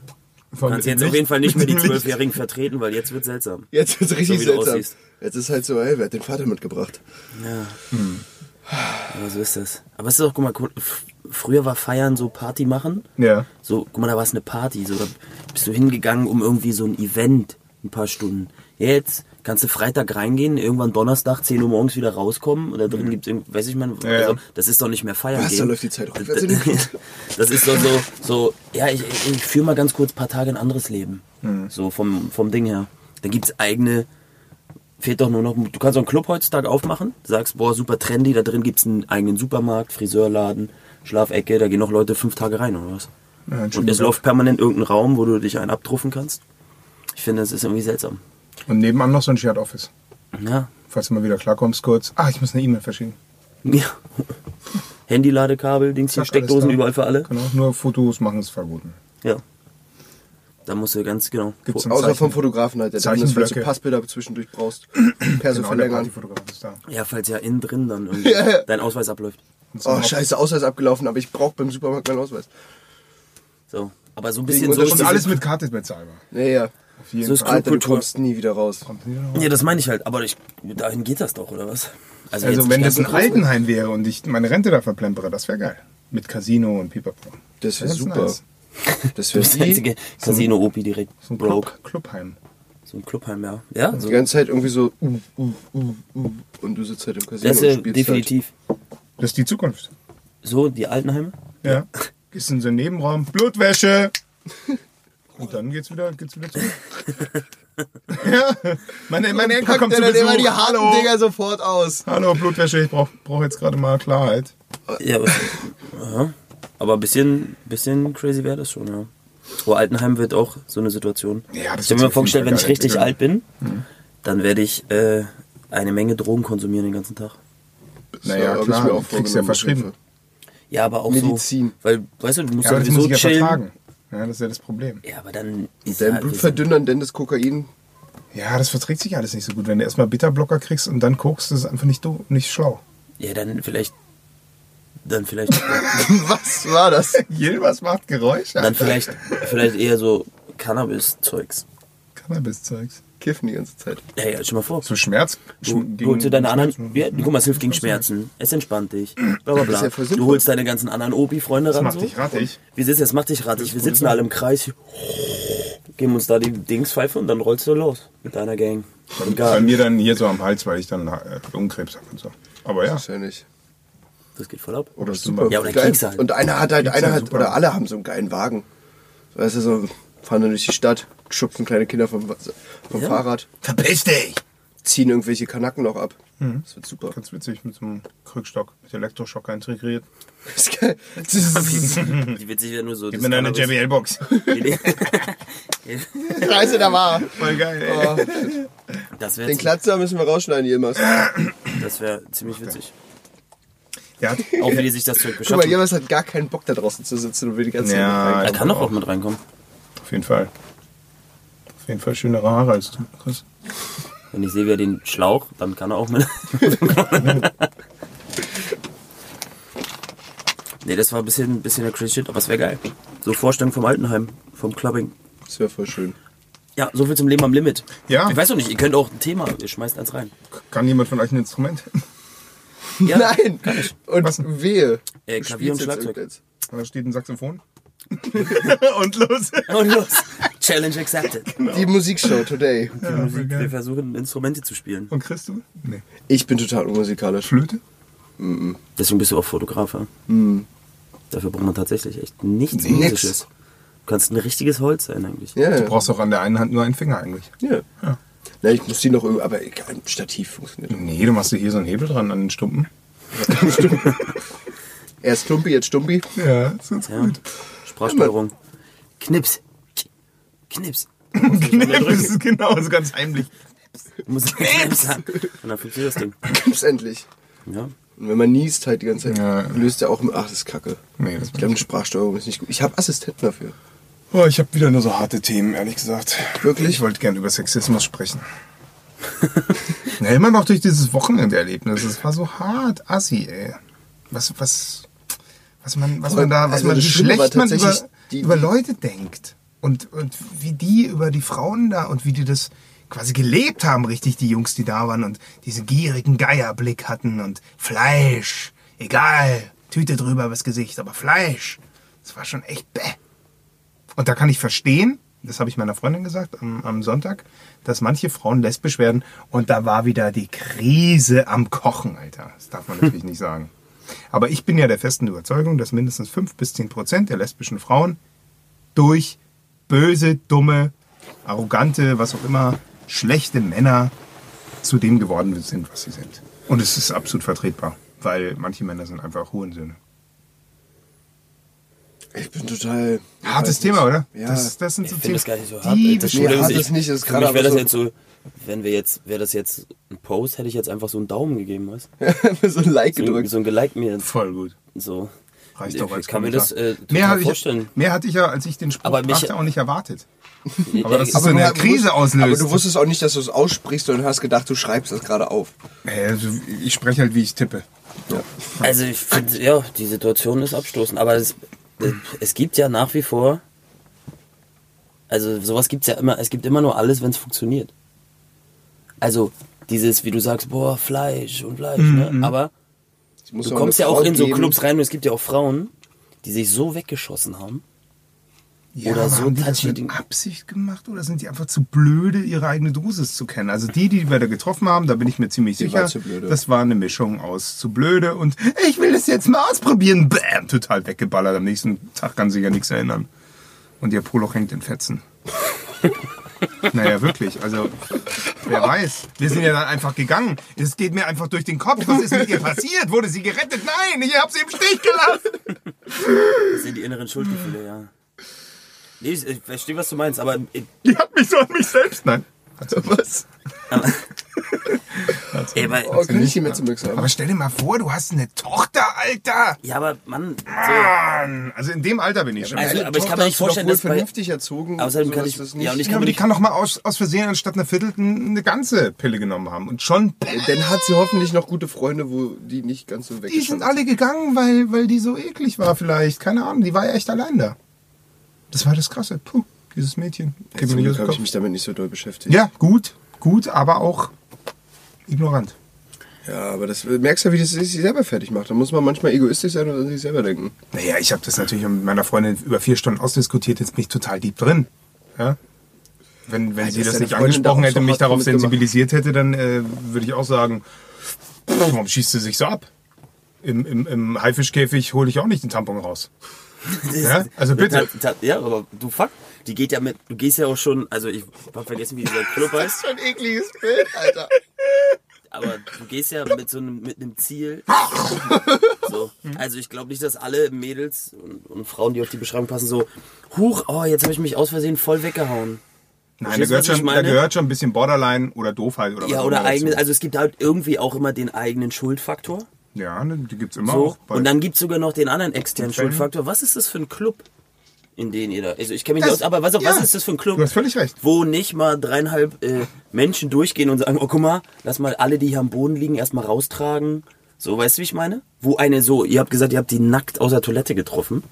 Speaker 5: Vor
Speaker 4: Du
Speaker 5: allem
Speaker 4: kannst jetzt
Speaker 5: mit dem
Speaker 4: auf jeden
Speaker 5: Licht.
Speaker 4: Fall [laughs] nicht mehr
Speaker 5: Mit
Speaker 4: die
Speaker 5: dem Licht.
Speaker 4: Zwölfjährigen vertreten, weil jetzt wird seltsam.
Speaker 3: Jetzt ist richtig
Speaker 4: So wie du
Speaker 3: seltsam.
Speaker 4: aussiehst.
Speaker 3: Jetzt ist halt so, ey, wer hat den Vater mitgebracht?
Speaker 4: Ja. Aber so ist das. Aber es ist auch, guck mal, guck- f- früher war Feiern so Party machen.
Speaker 5: Ja.
Speaker 4: So, guck mal, da war es eine Party. So, da bist du hingegangen, um irgendwie so ein Event, ein paar Stunden. Jetzt kannst du Freitag reingehen, irgendwann Donnerstag, 10 Uhr morgens wieder rauskommen. Und da drin gibt's irgend, weiß ich mal,
Speaker 5: Ja, ja.
Speaker 4: also, das ist doch nicht mehr Feiern.
Speaker 3: Mhm. Was, da
Speaker 4: gehen.
Speaker 3: läuft die Zeit auch rückwärts in den Kopf.
Speaker 4: [laughs] Das ist doch so, so ja, ich, ich, ich führe mal ganz kurz ein paar Tage ein anderes Leben.
Speaker 3: Mhm.
Speaker 4: So vom, vom Ding her. Dann gibt's eigene fehlt doch nur noch, du kannst auch einen Club heutzutage aufmachen, sagst, boah, super trendy, da drin gibt's einen eigenen Supermarkt, Friseurladen, Schlafecke, da gehen noch Leute fünf Tage rein oder was.
Speaker 5: Ja,
Speaker 4: und es läuft permanent irgendein Raum, wo du dich einen abtruffen kannst. Ich finde, das ist irgendwie seltsam.
Speaker 5: Und nebenan noch so ein Shared Office.
Speaker 4: Ja.
Speaker 5: Falls du mal wieder klarkommst kurz. Ah, ich muss eine E-Mail verschicken.
Speaker 4: ja. [laughs] Handyladekabel, Dings hier,
Speaker 5: Zack, alles
Speaker 4: Steckdosen
Speaker 5: da.
Speaker 4: überall für alle.
Speaker 5: Genau, nur Fotos machen ist verboten.
Speaker 4: Ja. Da musst du ganz genau.
Speaker 5: Gibt's ein
Speaker 3: Außer
Speaker 5: Zeichen?
Speaker 3: vom Fotografen halt, der dann ist, falls du
Speaker 5: Zeichenblöcke.
Speaker 3: Passbilder zwischendurch brauchst,
Speaker 5: [clears throat]
Speaker 3: Perso
Speaker 5: Genau, der
Speaker 3: verlängern.
Speaker 5: Partyfotograf ist da.
Speaker 4: Ja, falls ja innen drin
Speaker 5: [laughs]
Speaker 4: dann irgendwie
Speaker 3: Ja, ja.
Speaker 4: dein Ausweis abläuft.
Speaker 3: Oh, scheiße, Ausweis abgelaufen, aber ich brauche beim Supermarkt meinen Ausweis.
Speaker 4: So. Aber so ein bisschen
Speaker 3: Und
Speaker 4: so [laughs]
Speaker 3: das
Speaker 4: ist,
Speaker 5: Und
Speaker 4: diese-
Speaker 5: alles mit Karte bezahlbar.
Speaker 3: Naja,
Speaker 5: Auf jeden
Speaker 4: So ist
Speaker 5: Fall.
Speaker 3: Alter, du
Speaker 4: Clubkultur.
Speaker 3: kommst nie wieder raus.
Speaker 4: Ja, das meine ich halt, aber ich, dahin geht das doch, oder was? jetzt
Speaker 5: Also
Speaker 4: nicht
Speaker 5: wenn
Speaker 4: ganz
Speaker 5: das ein
Speaker 4: so groß.
Speaker 5: Altenheim wäre und ich meine Rente da verplempere, das wäre geil. Mit Casino und Pipapo.
Speaker 3: Das wäre
Speaker 5: Das ist
Speaker 3: super.
Speaker 5: nice.
Speaker 3: Das
Speaker 5: [laughs]
Speaker 4: Du
Speaker 3: wäre
Speaker 4: bist der einzige Casino-Opi direkt.
Speaker 5: So ein
Speaker 4: broke.
Speaker 5: Club, Also Clubheim.
Speaker 4: So ein Clubheim, ja. Ja, so.
Speaker 3: die ganze Zeit irgendwie so uh, uh, uh, uh, und du sitzt halt im Casino
Speaker 4: das ist
Speaker 3: und
Speaker 4: ja
Speaker 3: spielst
Speaker 4: definitiv.
Speaker 5: Das ist die Zukunft.
Speaker 4: So, die Altenheime.
Speaker 5: Ja. Gehst in so einen Nebenraum, Blutwäsche. Und dann geht's wieder, geht's wieder
Speaker 3: [laughs]
Speaker 5: zurück. ja. Meine, meine
Speaker 3: Halt.
Speaker 5: Enkel
Speaker 3: Packt
Speaker 5: kommen
Speaker 3: der
Speaker 5: zu
Speaker 3: dann immer die
Speaker 5: Besuch.
Speaker 3: harten
Speaker 5: Hallo.
Speaker 3: Dinger sofort aus.
Speaker 5: Hallo, Blutwäsche, ich brauch, brauch jetzt gerade mal Klarheit.
Speaker 4: Ja, aber, ja. aber ein bisschen, bisschen crazy wäre das schon, ja. Aber Altenheim wird auch so eine Situation.
Speaker 5: Ja, das
Speaker 4: ich habe
Speaker 5: wird
Speaker 4: mir
Speaker 5: auf
Speaker 4: vorgestellt,
Speaker 5: jeden
Speaker 4: wenn ich
Speaker 5: Fall
Speaker 4: richtig
Speaker 5: geil. Mhm.
Speaker 4: alt bin, dann werde ich äh, eine Menge Drogen konsumieren den ganzen Tag.
Speaker 5: Naja,
Speaker 3: hab ich
Speaker 5: klar,
Speaker 3: mir auch
Speaker 5: kriegst ja
Speaker 3: vorgenommen,
Speaker 5: verschrieben.
Speaker 3: auf
Speaker 4: Ja, aber auch
Speaker 3: Medizin.
Speaker 4: so. Weil, weißt du, du musst
Speaker 5: Ja,
Speaker 4: ja,
Speaker 5: aber das muss
Speaker 4: sowieso
Speaker 5: ich ja
Speaker 4: chillen.
Speaker 5: vertragen. Ja, das ist ja das Problem.
Speaker 4: Ja, aber dann ist
Speaker 3: Dein
Speaker 4: ja-
Speaker 3: Blutverdünnern, denn das Kokain.
Speaker 5: [laughs] Ja, das verträgt sich alles nicht so gut. Wenn du erstmal Bitterblocker kriegst und dann guckst, das ist einfach nicht, do- nicht schlau.
Speaker 4: Ja, dann vielleicht. Dann vielleicht.
Speaker 3: Was war das?
Speaker 5: Jilbers macht Geräusche. [laughs]
Speaker 4: dann vielleicht, vielleicht eher so Cannabis-Zeugs.
Speaker 5: Cannabis-Zeugs.
Speaker 3: Kiffen die ganze Zeit.
Speaker 4: Ja, ja, stell mal vor.
Speaker 5: So Schmerz.
Speaker 4: Du,
Speaker 5: Schm-
Speaker 4: du holst dir deine anderen.
Speaker 5: Schmerzen.
Speaker 4: Ja, guck mal, es hilft gegen Schmerzen. Es entspannt dich. Bla, bla,
Speaker 3: Das ist
Speaker 4: bla.
Speaker 3: ja voll
Speaker 4: du
Speaker 3: sinnvoll.
Speaker 4: holst deine ganzen anderen Obi-Freunde ran.
Speaker 5: macht
Speaker 4: so.
Speaker 5: dich rattig.
Speaker 4: Wir sitzen, das macht dich rattig. Wir sitzen alle im Kreis. Geben uns da die Dingspfeife und dann rollst du los mit deiner Gang. Und
Speaker 5: Bei
Speaker 4: gar,
Speaker 5: mir dann hier so am Hals, weil ich dann äh, Lungenkrebs habe und so. Aber ja.
Speaker 3: Wahrscheinlich.
Speaker 4: das geht voll ab.
Speaker 5: Oder
Speaker 3: Super.
Speaker 5: Ja,
Speaker 4: Ja, oder
Speaker 3: geil.
Speaker 4: Keks halt.
Speaker 3: Und einer hat halt,
Speaker 5: Keks
Speaker 3: einer
Speaker 5: ja
Speaker 3: hat,
Speaker 5: super.
Speaker 3: oder alle haben so einen geilen Wagen. Weißt du, so fahren dann durch die Stadt, schupfen kleine Kinder vom, vom
Speaker 4: Ja.
Speaker 3: Fahrrad,
Speaker 5: Verpiss dich!
Speaker 3: ziehen irgendwelche Kanacken noch ab.
Speaker 5: Mhm.
Speaker 3: Das wird super.
Speaker 5: Ganz witzig, mit so einem Krückstock, mit Elektroschocker integriert.
Speaker 3: [laughs] Das ist geil. Das
Speaker 5: [laughs]
Speaker 3: ist-
Speaker 4: Die wird sich ja nur so.
Speaker 5: Gib mir deine [laughs] JBL-Box.
Speaker 3: Scheiße, da war.
Speaker 5: Voll geil, ey.
Speaker 3: Oh,
Speaker 4: [laughs] Das
Speaker 3: den
Speaker 4: wäre
Speaker 3: Klatzer müssen wir rausschneiden, Jilmas.
Speaker 4: wär ziemlich witzig.
Speaker 5: Der hat,
Speaker 4: Auch wie die sich das Zeug
Speaker 3: Guck mal,
Speaker 4: beschaffen.
Speaker 3: Jilmas hat gar keinen Bock da draußen zu sitzen und will die ganze
Speaker 5: Ja.
Speaker 3: Zeit.
Speaker 4: Er kann doch auch mit reinkommen.
Speaker 5: auf jeden Fall. Auf jeden Fall schönere Haare als du, Chris.
Speaker 4: Wenn ich sehe, wie er den Schlauch, dann kann er auch mit. [laughs] nee, das war ein bisschen, ein bisschen der crazy shit, aber es wäre geil. So Vorstellung vom Altenheim, vom Clubbing.
Speaker 3: Das wäre voll schön.
Speaker 4: Ja, so viel zum Leben am Limit.
Speaker 5: Ja.
Speaker 4: Ich weiß doch nicht, ihr könnt auch ein Thema, ihr schmeißt eins rein.
Speaker 5: Kann jemand von euch ein Instrument? [laughs]
Speaker 4: Ja,
Speaker 3: Nein! Und
Speaker 5: Was
Speaker 3: wehe.
Speaker 4: Äh,
Speaker 3: Du
Speaker 4: Klavier und
Speaker 3: spielst jetzt
Speaker 4: Schlagzeug.
Speaker 3: irgendwas.
Speaker 5: Da steht ein Saxophon. [laughs] Und los.
Speaker 4: Und los. Challenge accepted.
Speaker 3: Die Musikshow today.
Speaker 4: Wir versuchen Instrumente zu spielen.
Speaker 5: Und Chris, du? Nee.
Speaker 3: Ich bin total unmusikalisch.
Speaker 5: Flöte?
Speaker 4: Deswegen bist du auch Fotograf, ja? Dafür braucht man tatsächlich echt nichts
Speaker 3: Nix.
Speaker 4: Musisches. Du kannst ein richtiges Holz sein eigentlich.
Speaker 3: Ja,
Speaker 5: Du brauchst auch an der einen Hand nur einen Finger eigentlich.
Speaker 3: ja. ja. Na, ich muss die noch irgendwie, aber egal, ein Stativ funktioniert.
Speaker 5: Nee, du machst dir hier so einen Hebel dran an den Stumpen.
Speaker 3: Erst Stumpi, jetzt Stumpi.
Speaker 5: Ja, das ist ganz
Speaker 4: Ja. Sprachsteuerung. Knips. K- Knips.
Speaker 5: [laughs] Das ist genau, so ganz heimlich.
Speaker 4: Du musst Knips haben. Und dann funktioniert das Ding.
Speaker 3: Gibt's endlich.
Speaker 4: Ja.
Speaker 3: Und wenn man niest halt die ganze Zeit,
Speaker 5: Ja.
Speaker 3: löst er auch mit. Ach, das ist kacke.
Speaker 5: Nee, das
Speaker 3: ich glaube, eine Sprachsteuerung ist nicht gut. Ich habe Assistenten dafür.
Speaker 5: Oh, ich habe wieder nur so harte Themen, ehrlich gesagt.
Speaker 3: Wirklich?
Speaker 5: Ich wollte gern über Sexismus [laughs] sprechen. Na, immer noch durch dieses Wochenenderlebnis. Es war so hart, assi, ey. Was, was, was man, was
Speaker 3: Aber,
Speaker 5: man da, was
Speaker 3: also
Speaker 5: man, wie
Speaker 3: das Schlimme war
Speaker 5: schlecht man über,
Speaker 3: tatsächlich die-
Speaker 5: über
Speaker 3: die-
Speaker 5: Leute denkt. Und, und wie die über die Frauen da und wie die das quasi gelebt haben, richtig, die Jungs, die da waren und diesen gierigen Geierblick hatten und Fleisch. Egal. Tüte drüber übers Gesicht, aber Fleisch. Das war schon echt bäh. Und da kann ich verstehen, das habe ich meiner Freundin gesagt am, am Sonntag, dass manche Frauen lesbisch werden. Und da war wieder die Krise am Kochen, Alter.
Speaker 3: [laughs]
Speaker 5: Das darf man natürlich nicht sagen. Aber ich bin ja der festen Überzeugung, dass mindestens 5 bis 10 Prozent der lesbischen Frauen durch böse, dumme, arrogante, was auch immer, schlechte Männer zu dem geworden sind, was sie sind. Und es ist absolut vertretbar, weil manche Männer sind einfach Hurensöhne.
Speaker 3: Ich bin total.
Speaker 5: Hartes
Speaker 3: ich weiß nicht.
Speaker 5: Thema, oder?
Speaker 3: Ja.
Speaker 5: Das,
Speaker 3: [laughs]
Speaker 5: das sind so
Speaker 4: Ich finde das gar nicht so hart.
Speaker 5: die
Speaker 4: Das
Speaker 3: Nee,
Speaker 4: Schlimme
Speaker 3: hart
Speaker 4: ich-
Speaker 3: ist nicht, ist
Speaker 4: für
Speaker 3: gerade
Speaker 4: mich wäre
Speaker 3: aber
Speaker 4: das
Speaker 3: so-
Speaker 4: jetzt so, wenn wir jetzt, wäre das jetzt ein Post, hätte ich jetzt einfach so einen Daumen gegeben, weißt du?
Speaker 3: so ein Like
Speaker 4: So,
Speaker 3: gedrückt.
Speaker 4: so ein Geliked mir jetzt.
Speaker 5: Voll gut.
Speaker 4: So.
Speaker 5: Reicht
Speaker 4: Ich
Speaker 5: doch als
Speaker 4: kann mir das
Speaker 5: Kommentar.
Speaker 4: äh, total
Speaker 5: mehr, hatte
Speaker 4: vorstellen.
Speaker 5: ich, mehr hatte ich ja, als ich den Spruch
Speaker 4: Aber mich-
Speaker 5: brachte, auch nicht erwartet.
Speaker 4: Ja,
Speaker 5: Aber das ist
Speaker 4: aber
Speaker 5: so eine
Speaker 3: du- du
Speaker 5: Krise
Speaker 3: wusst- Aber
Speaker 5: auslöst.
Speaker 3: du wusstest auch nicht, dass du es aussprichst, sondern hast gedacht, du schreibst das gerade auf.
Speaker 5: Hey, also ich spreche halt, wie ich tippe.
Speaker 4: Also ich finde, ja, die Situation ist abstoßend, aber es, äh, es gibt ja nach wie vor, also sowas gibt es ja immer, es gibt immer nur alles, wenn es funktioniert. Also dieses, wie du sagst, boah, Fleisch und Fleisch, ne? aber
Speaker 3: Es muss
Speaker 4: du
Speaker 3: auch
Speaker 4: kommst
Speaker 3: eine
Speaker 4: ja auch
Speaker 3: Frau
Speaker 4: in so
Speaker 3: geben.
Speaker 4: Clubs rein und es gibt ja auch Frauen, die sich so weggeschossen haben.
Speaker 5: Ja,
Speaker 4: Oder
Speaker 5: aber
Speaker 4: so
Speaker 5: haben die das
Speaker 4: touchy
Speaker 5: mit
Speaker 4: Ding.
Speaker 5: Absicht gemacht oder sind die einfach zu blöde, ihre eigene Dosis zu kennen? Also die, die wir da getroffen haben, da bin ich mir ziemlich
Speaker 3: waren
Speaker 5: sicher,
Speaker 3: zu blöde.
Speaker 5: das war eine Mischung aus zu blöde und ich will das jetzt mal ausprobieren. Bam, total weggeballert. Am nächsten Tag kann sich ja nichts erinnern. Und ihr Poloch hängt in Fetzen. [laughs] naja, wirklich. Also, wer weiß. Wir sind ja dann einfach gegangen. Es geht mir einfach durch den Kopf. Was ist mit ihr passiert? Wurde sie gerettet? Nein, ich hab sie im Stich gelassen.
Speaker 4: Das sind die inneren Schuldgefühle, ja. Nee, ich, ich verstehe, was du meinst, aber äh, ich,
Speaker 5: Die hat mich so an mich selbst. Nein. Was?
Speaker 4: ey, aber,
Speaker 3: Oh, kann ich nicht mehr zum Glück sagen.
Speaker 5: Aber stell dir mal vor, du hast eine Tochter, Alter!
Speaker 4: ja, aber Mann, so,
Speaker 5: Mann! Also in dem Alter bin ich schon.
Speaker 4: also,
Speaker 5: Ja,
Speaker 4: aber ich kann mir nicht vorstellen,
Speaker 3: wohl
Speaker 4: dass bei,
Speaker 3: vernünftig erzogen.
Speaker 4: Außerdem
Speaker 3: so,
Speaker 4: kann
Speaker 3: dass
Speaker 4: ich-
Speaker 3: das
Speaker 4: ja, und ich
Speaker 5: aber die kann doch mal aus, aus Versehen anstatt einer Viertel eine ganze Pille genommen haben. Und schon,
Speaker 3: Dann hat sie hoffentlich noch gute Freunde, wo die nicht ganz so weg
Speaker 5: die sind alle gegangen, weil, weil die so eklig war vielleicht. Keine Ahnung, die war ja echt allein da. Das war das Krasse. Puh, dieses Mädchen. Geht mir
Speaker 3: Zum
Speaker 5: nicht
Speaker 3: Glück
Speaker 5: aus dem
Speaker 3: habe ich
Speaker 5: Kopf.
Speaker 3: mich damit nicht so doll beschäftigt.
Speaker 5: Ja, gut, gut, aber auch ignorant.
Speaker 3: Ja, aber das merkst du, wie das sich selber fertig macht. Da muss man manchmal egoistisch sein und an sich selber denken.
Speaker 5: Naja, ich habe das natürlich mit meiner Freundin über vier Stunden ausdiskutiert, jetzt bin ich total deep drin. Ja? Wenn, wenn
Speaker 3: Also
Speaker 5: sie
Speaker 3: ist
Speaker 5: das
Speaker 3: deine
Speaker 5: nicht
Speaker 3: Freundin
Speaker 5: angesprochen
Speaker 3: da auch
Speaker 5: hätte
Speaker 3: so
Speaker 5: und mich
Speaker 3: hart
Speaker 5: darauf
Speaker 3: mitgemacht?
Speaker 5: sensibilisiert hätte, dann äh, würde ich auch sagen, pff, warum schießt sie sich so ab? Im, im, im Haifischkäfig hole ich auch nicht den Tampon raus. Ja? Also bitte.
Speaker 4: Ta- ta- ja, aber du fuck. Die geht ja mit, du gehst ja auch schon, also ich hab vergessen, wie dieser Club heißt,
Speaker 3: Ein ekliges Bild, Alter.
Speaker 4: aber du gehst ja mit so einem, mit einem Ziel. So. Also ich glaube nicht, dass alle Mädels und, und Frauen, die auf die Beschreibung passen, so, huch, oh, jetzt habe ich mich aus Versehen voll weggehauen.
Speaker 5: Nein, da
Speaker 4: Verstehst du,
Speaker 5: gehört,
Speaker 4: was ich
Speaker 5: schon, da
Speaker 4: meine?
Speaker 5: gehört schon ein bisschen Borderline oder Doofheit oder
Speaker 4: Ja,
Speaker 5: was auch
Speaker 4: oder
Speaker 5: immer dazu.
Speaker 4: eigene, also es gibt halt irgendwie auch immer den eigenen Schuldfaktor.
Speaker 5: Ja, ne, die gibt's immer
Speaker 4: So.
Speaker 5: auch. bei-
Speaker 4: Und dann gibt's sogar noch den anderen externen
Speaker 5: Fällen.
Speaker 4: Schuldfaktor. Was ist das für ein Club? in denen ihr da. Also ich kenne mich nicht
Speaker 5: Das-
Speaker 4: aus, aber was,
Speaker 5: ja.
Speaker 4: was ist das für ein Club?
Speaker 5: Du hast völlig recht.
Speaker 4: Wo nicht mal dreieinhalb äh, Menschen durchgehen und sagen, oh guck mal, lass mal alle, die hier am Boden liegen, erstmal raustragen. So, weißt du, wie ich meine? Wo eine so, ihr habt gesagt, ihr habt die nackt aus der Toilette getroffen.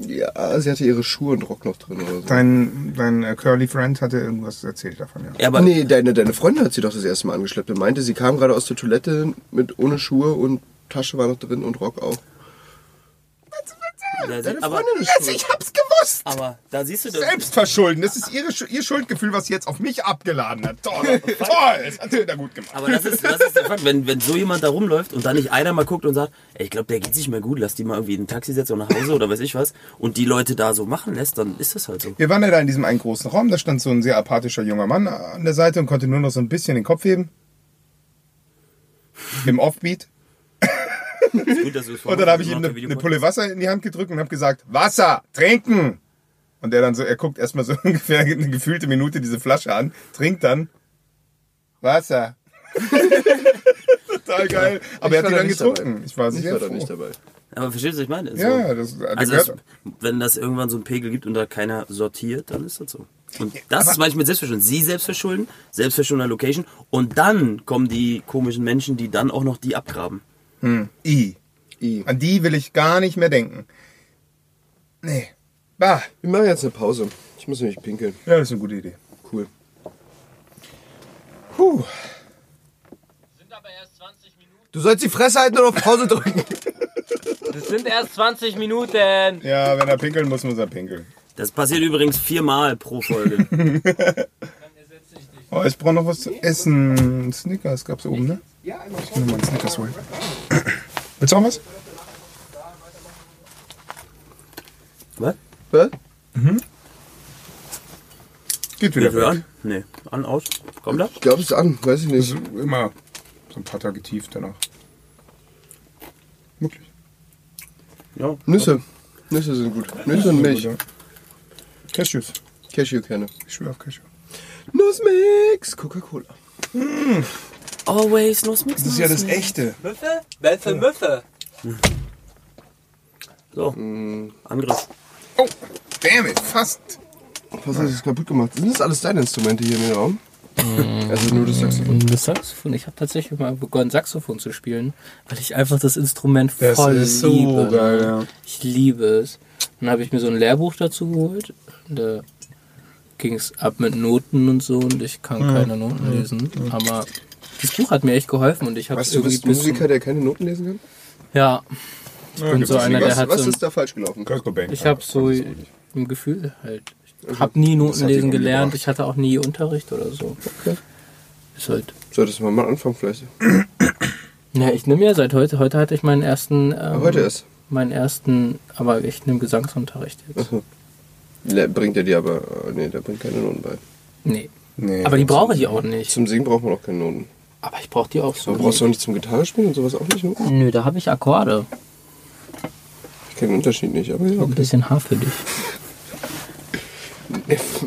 Speaker 3: Ja, sie hatte ihre Schuhe und Rock noch drin oder so.
Speaker 5: Dein, dein äh, Curly Friend hatte irgendwas erzählt davon, ja.
Speaker 4: Ja, aber
Speaker 3: nee, deine, deine Freundin hat sie doch das erste Mal angeschleppt und meinte, sie kam gerade aus der Toilette mit ohne Schuhe und Tasche war noch drin und Rock auch.
Speaker 4: da,
Speaker 3: Deine
Speaker 4: aber,
Speaker 3: Freundin ist schuld.
Speaker 5: Ich hab's gewusst!
Speaker 4: aber da siehst du das.
Speaker 5: Selbstverschulden. Das ist ihre, Schu- ihr Schuldgefühl, was sie jetzt auf mich abgeladen hat. Toll, toll. Das hat sie wieder gut gemacht.
Speaker 4: Aber das ist, das ist der Fakt, wenn, wenn so jemand da rumläuft und dann nicht einer mal guckt und sagt, ey, ich glaube, der geht sich mal gut, lass die mal irgendwie in ein Taxi setzen oder nach Hause oder weiß ich was und die Leute da so machen lässt, dann ist das halt so.
Speaker 5: Wir waren ja da in diesem einen großen Raum. Da stand so ein sehr apathischer junger Mann an der Seite und konnte nur noch so ein bisschen den Kopf heben. Im Offbeat.
Speaker 4: Ist gut, dass du es
Speaker 5: Und dann habe ich ihm eine, eine Pulle Wasser in die Hand gedrückt und habe gesagt, Wasser, trinken! Und er dann so, er guckt erstmal so [laughs] ungefähr eine gefühlte Minute diese Flasche an, trinkt dann Wasser. [laughs] Total geil. Aber er
Speaker 3: war
Speaker 5: hat die
Speaker 3: da
Speaker 5: dann
Speaker 3: nicht
Speaker 5: getrunken. Ich war
Speaker 3: Ich
Speaker 5: sehr
Speaker 3: war
Speaker 5: froh.
Speaker 3: da nicht dabei.
Speaker 4: Aber verstehst du, was ich meine? So.
Speaker 5: Ja, das- das
Speaker 4: also es,
Speaker 5: gehört-
Speaker 4: wenn das irgendwann so einen Pegel gibt und da keiner sortiert, dann ist das so. Und das ist manchmal Selbstverschulden. Sie selbstverschulden, selbstverschulden an Location und dann kommen die komischen Menschen, die dann auch noch die abgraben.
Speaker 5: I.
Speaker 3: I.
Speaker 5: An die will ich gar nicht mehr denken. Nee. Bah.
Speaker 3: Wir machen jetzt eine Pause. Ich muss nämlich pinkeln.
Speaker 5: Ja, das ist eine gute Idee.
Speaker 3: Cool.
Speaker 5: Puh.
Speaker 3: Du sollst die Fresse halten und auf Pause [laughs] drücken.
Speaker 6: Das sind erst 20 Minuten.
Speaker 5: Ja, wenn er pinkeln muss, muss er pinkeln.
Speaker 4: Das passiert übrigens viermal pro
Speaker 5: [laughs]
Speaker 4: Folge.
Speaker 5: Oh, ich brauche noch was zu essen. Snickers gab's oben, ne? Ja, ich will mal einen Snickers holen. [coughs] Willst du auch was?
Speaker 4: was?
Speaker 3: Was?
Speaker 5: Geht wieder.
Speaker 4: Geht wieder
Speaker 5: weg.
Speaker 4: an? Nee. An, aus. Kommt da?
Speaker 3: Ich glaube, es ist an. Weiß ich
Speaker 5: Das
Speaker 3: nicht.
Speaker 5: ist immer so ein paar Tage tief danach. Wirklich.
Speaker 4: Ja.
Speaker 3: Nüsse. Nüsse sind gut. Nüsse und Milch.
Speaker 5: Cashews.
Speaker 3: Cashewkerne.
Speaker 5: Ich schwöre auf Cashew.
Speaker 3: Nussmix. Coca-Cola.
Speaker 4: Always Nuss mix.
Speaker 5: Das ist ja das Echte.
Speaker 6: Müffe? Welche Müffe?
Speaker 4: So. Angriff.
Speaker 5: Oh, damn it, fast.
Speaker 3: Was hast du jetzt kaputt gemacht? Sind das alles deine Instrumente hier im Raum?
Speaker 5: Mhm.
Speaker 3: Also nur das Saxophon.
Speaker 6: Das Saxophon. Ich habe tatsächlich mal begonnen, Saxophon zu spielen, weil ich einfach das Instrument
Speaker 5: Das
Speaker 6: voll
Speaker 5: ist so
Speaker 6: liebe.
Speaker 5: geil, ja.
Speaker 6: Ich liebe es. Dann habe ich mir so ein Lehrbuch dazu geholt. Da ging es ab mit Noten und so und ich kann keine Noten lesen. Aber das Buch hat mir echt geholfen und ich habe
Speaker 3: Was,
Speaker 6: es
Speaker 3: du
Speaker 6: irgendwie
Speaker 3: bist
Speaker 6: bisschen,
Speaker 3: Musiker, der keine Noten lesen kann?
Speaker 6: Ja, ich bin
Speaker 5: gibt's
Speaker 6: so einer, der
Speaker 3: Was,
Speaker 6: hat
Speaker 3: was
Speaker 6: so.
Speaker 3: ist da falsch gelaufen?
Speaker 5: Kurt Cobain.
Speaker 6: Ich habe so ein Gefühl halt.
Speaker 3: Also,
Speaker 6: Ich habe nie Noten
Speaker 5: hat dich
Speaker 6: lesen gelernt.
Speaker 5: umgebracht.
Speaker 6: Ich hatte auch nie Unterricht oder so.
Speaker 3: Okay.
Speaker 6: Ist halt.
Speaker 3: Solltest du mal mal anfangen vielleicht.
Speaker 6: Ja, ich nehme ja seit heute. Heute hatte ich meinen ersten. Ähm,
Speaker 3: Heute ist.
Speaker 6: Meinen ersten, aber ich nehme Gesangsunterricht jetzt.
Speaker 3: Ne, bringt er dir aber. äh, Nee, der bringt keine Noten bei.
Speaker 6: Nee.
Speaker 5: Nee,
Speaker 6: Aber die
Speaker 5: das-
Speaker 6: brauche ich auch nicht.
Speaker 3: Zum Singen braucht man auch keine Noten.
Speaker 6: Aber ich brauche die auch so.
Speaker 3: Aber brauchst du auch nicht zum Gitarre spielen und sowas auch nicht ne? Noten?
Speaker 6: Nö, da habe ich Akkorde.
Speaker 3: Ich kenne den Unterschied nicht, aber ja, [laughs]
Speaker 6: Ein
Speaker 3: okay.
Speaker 6: bisschen Haar für dich.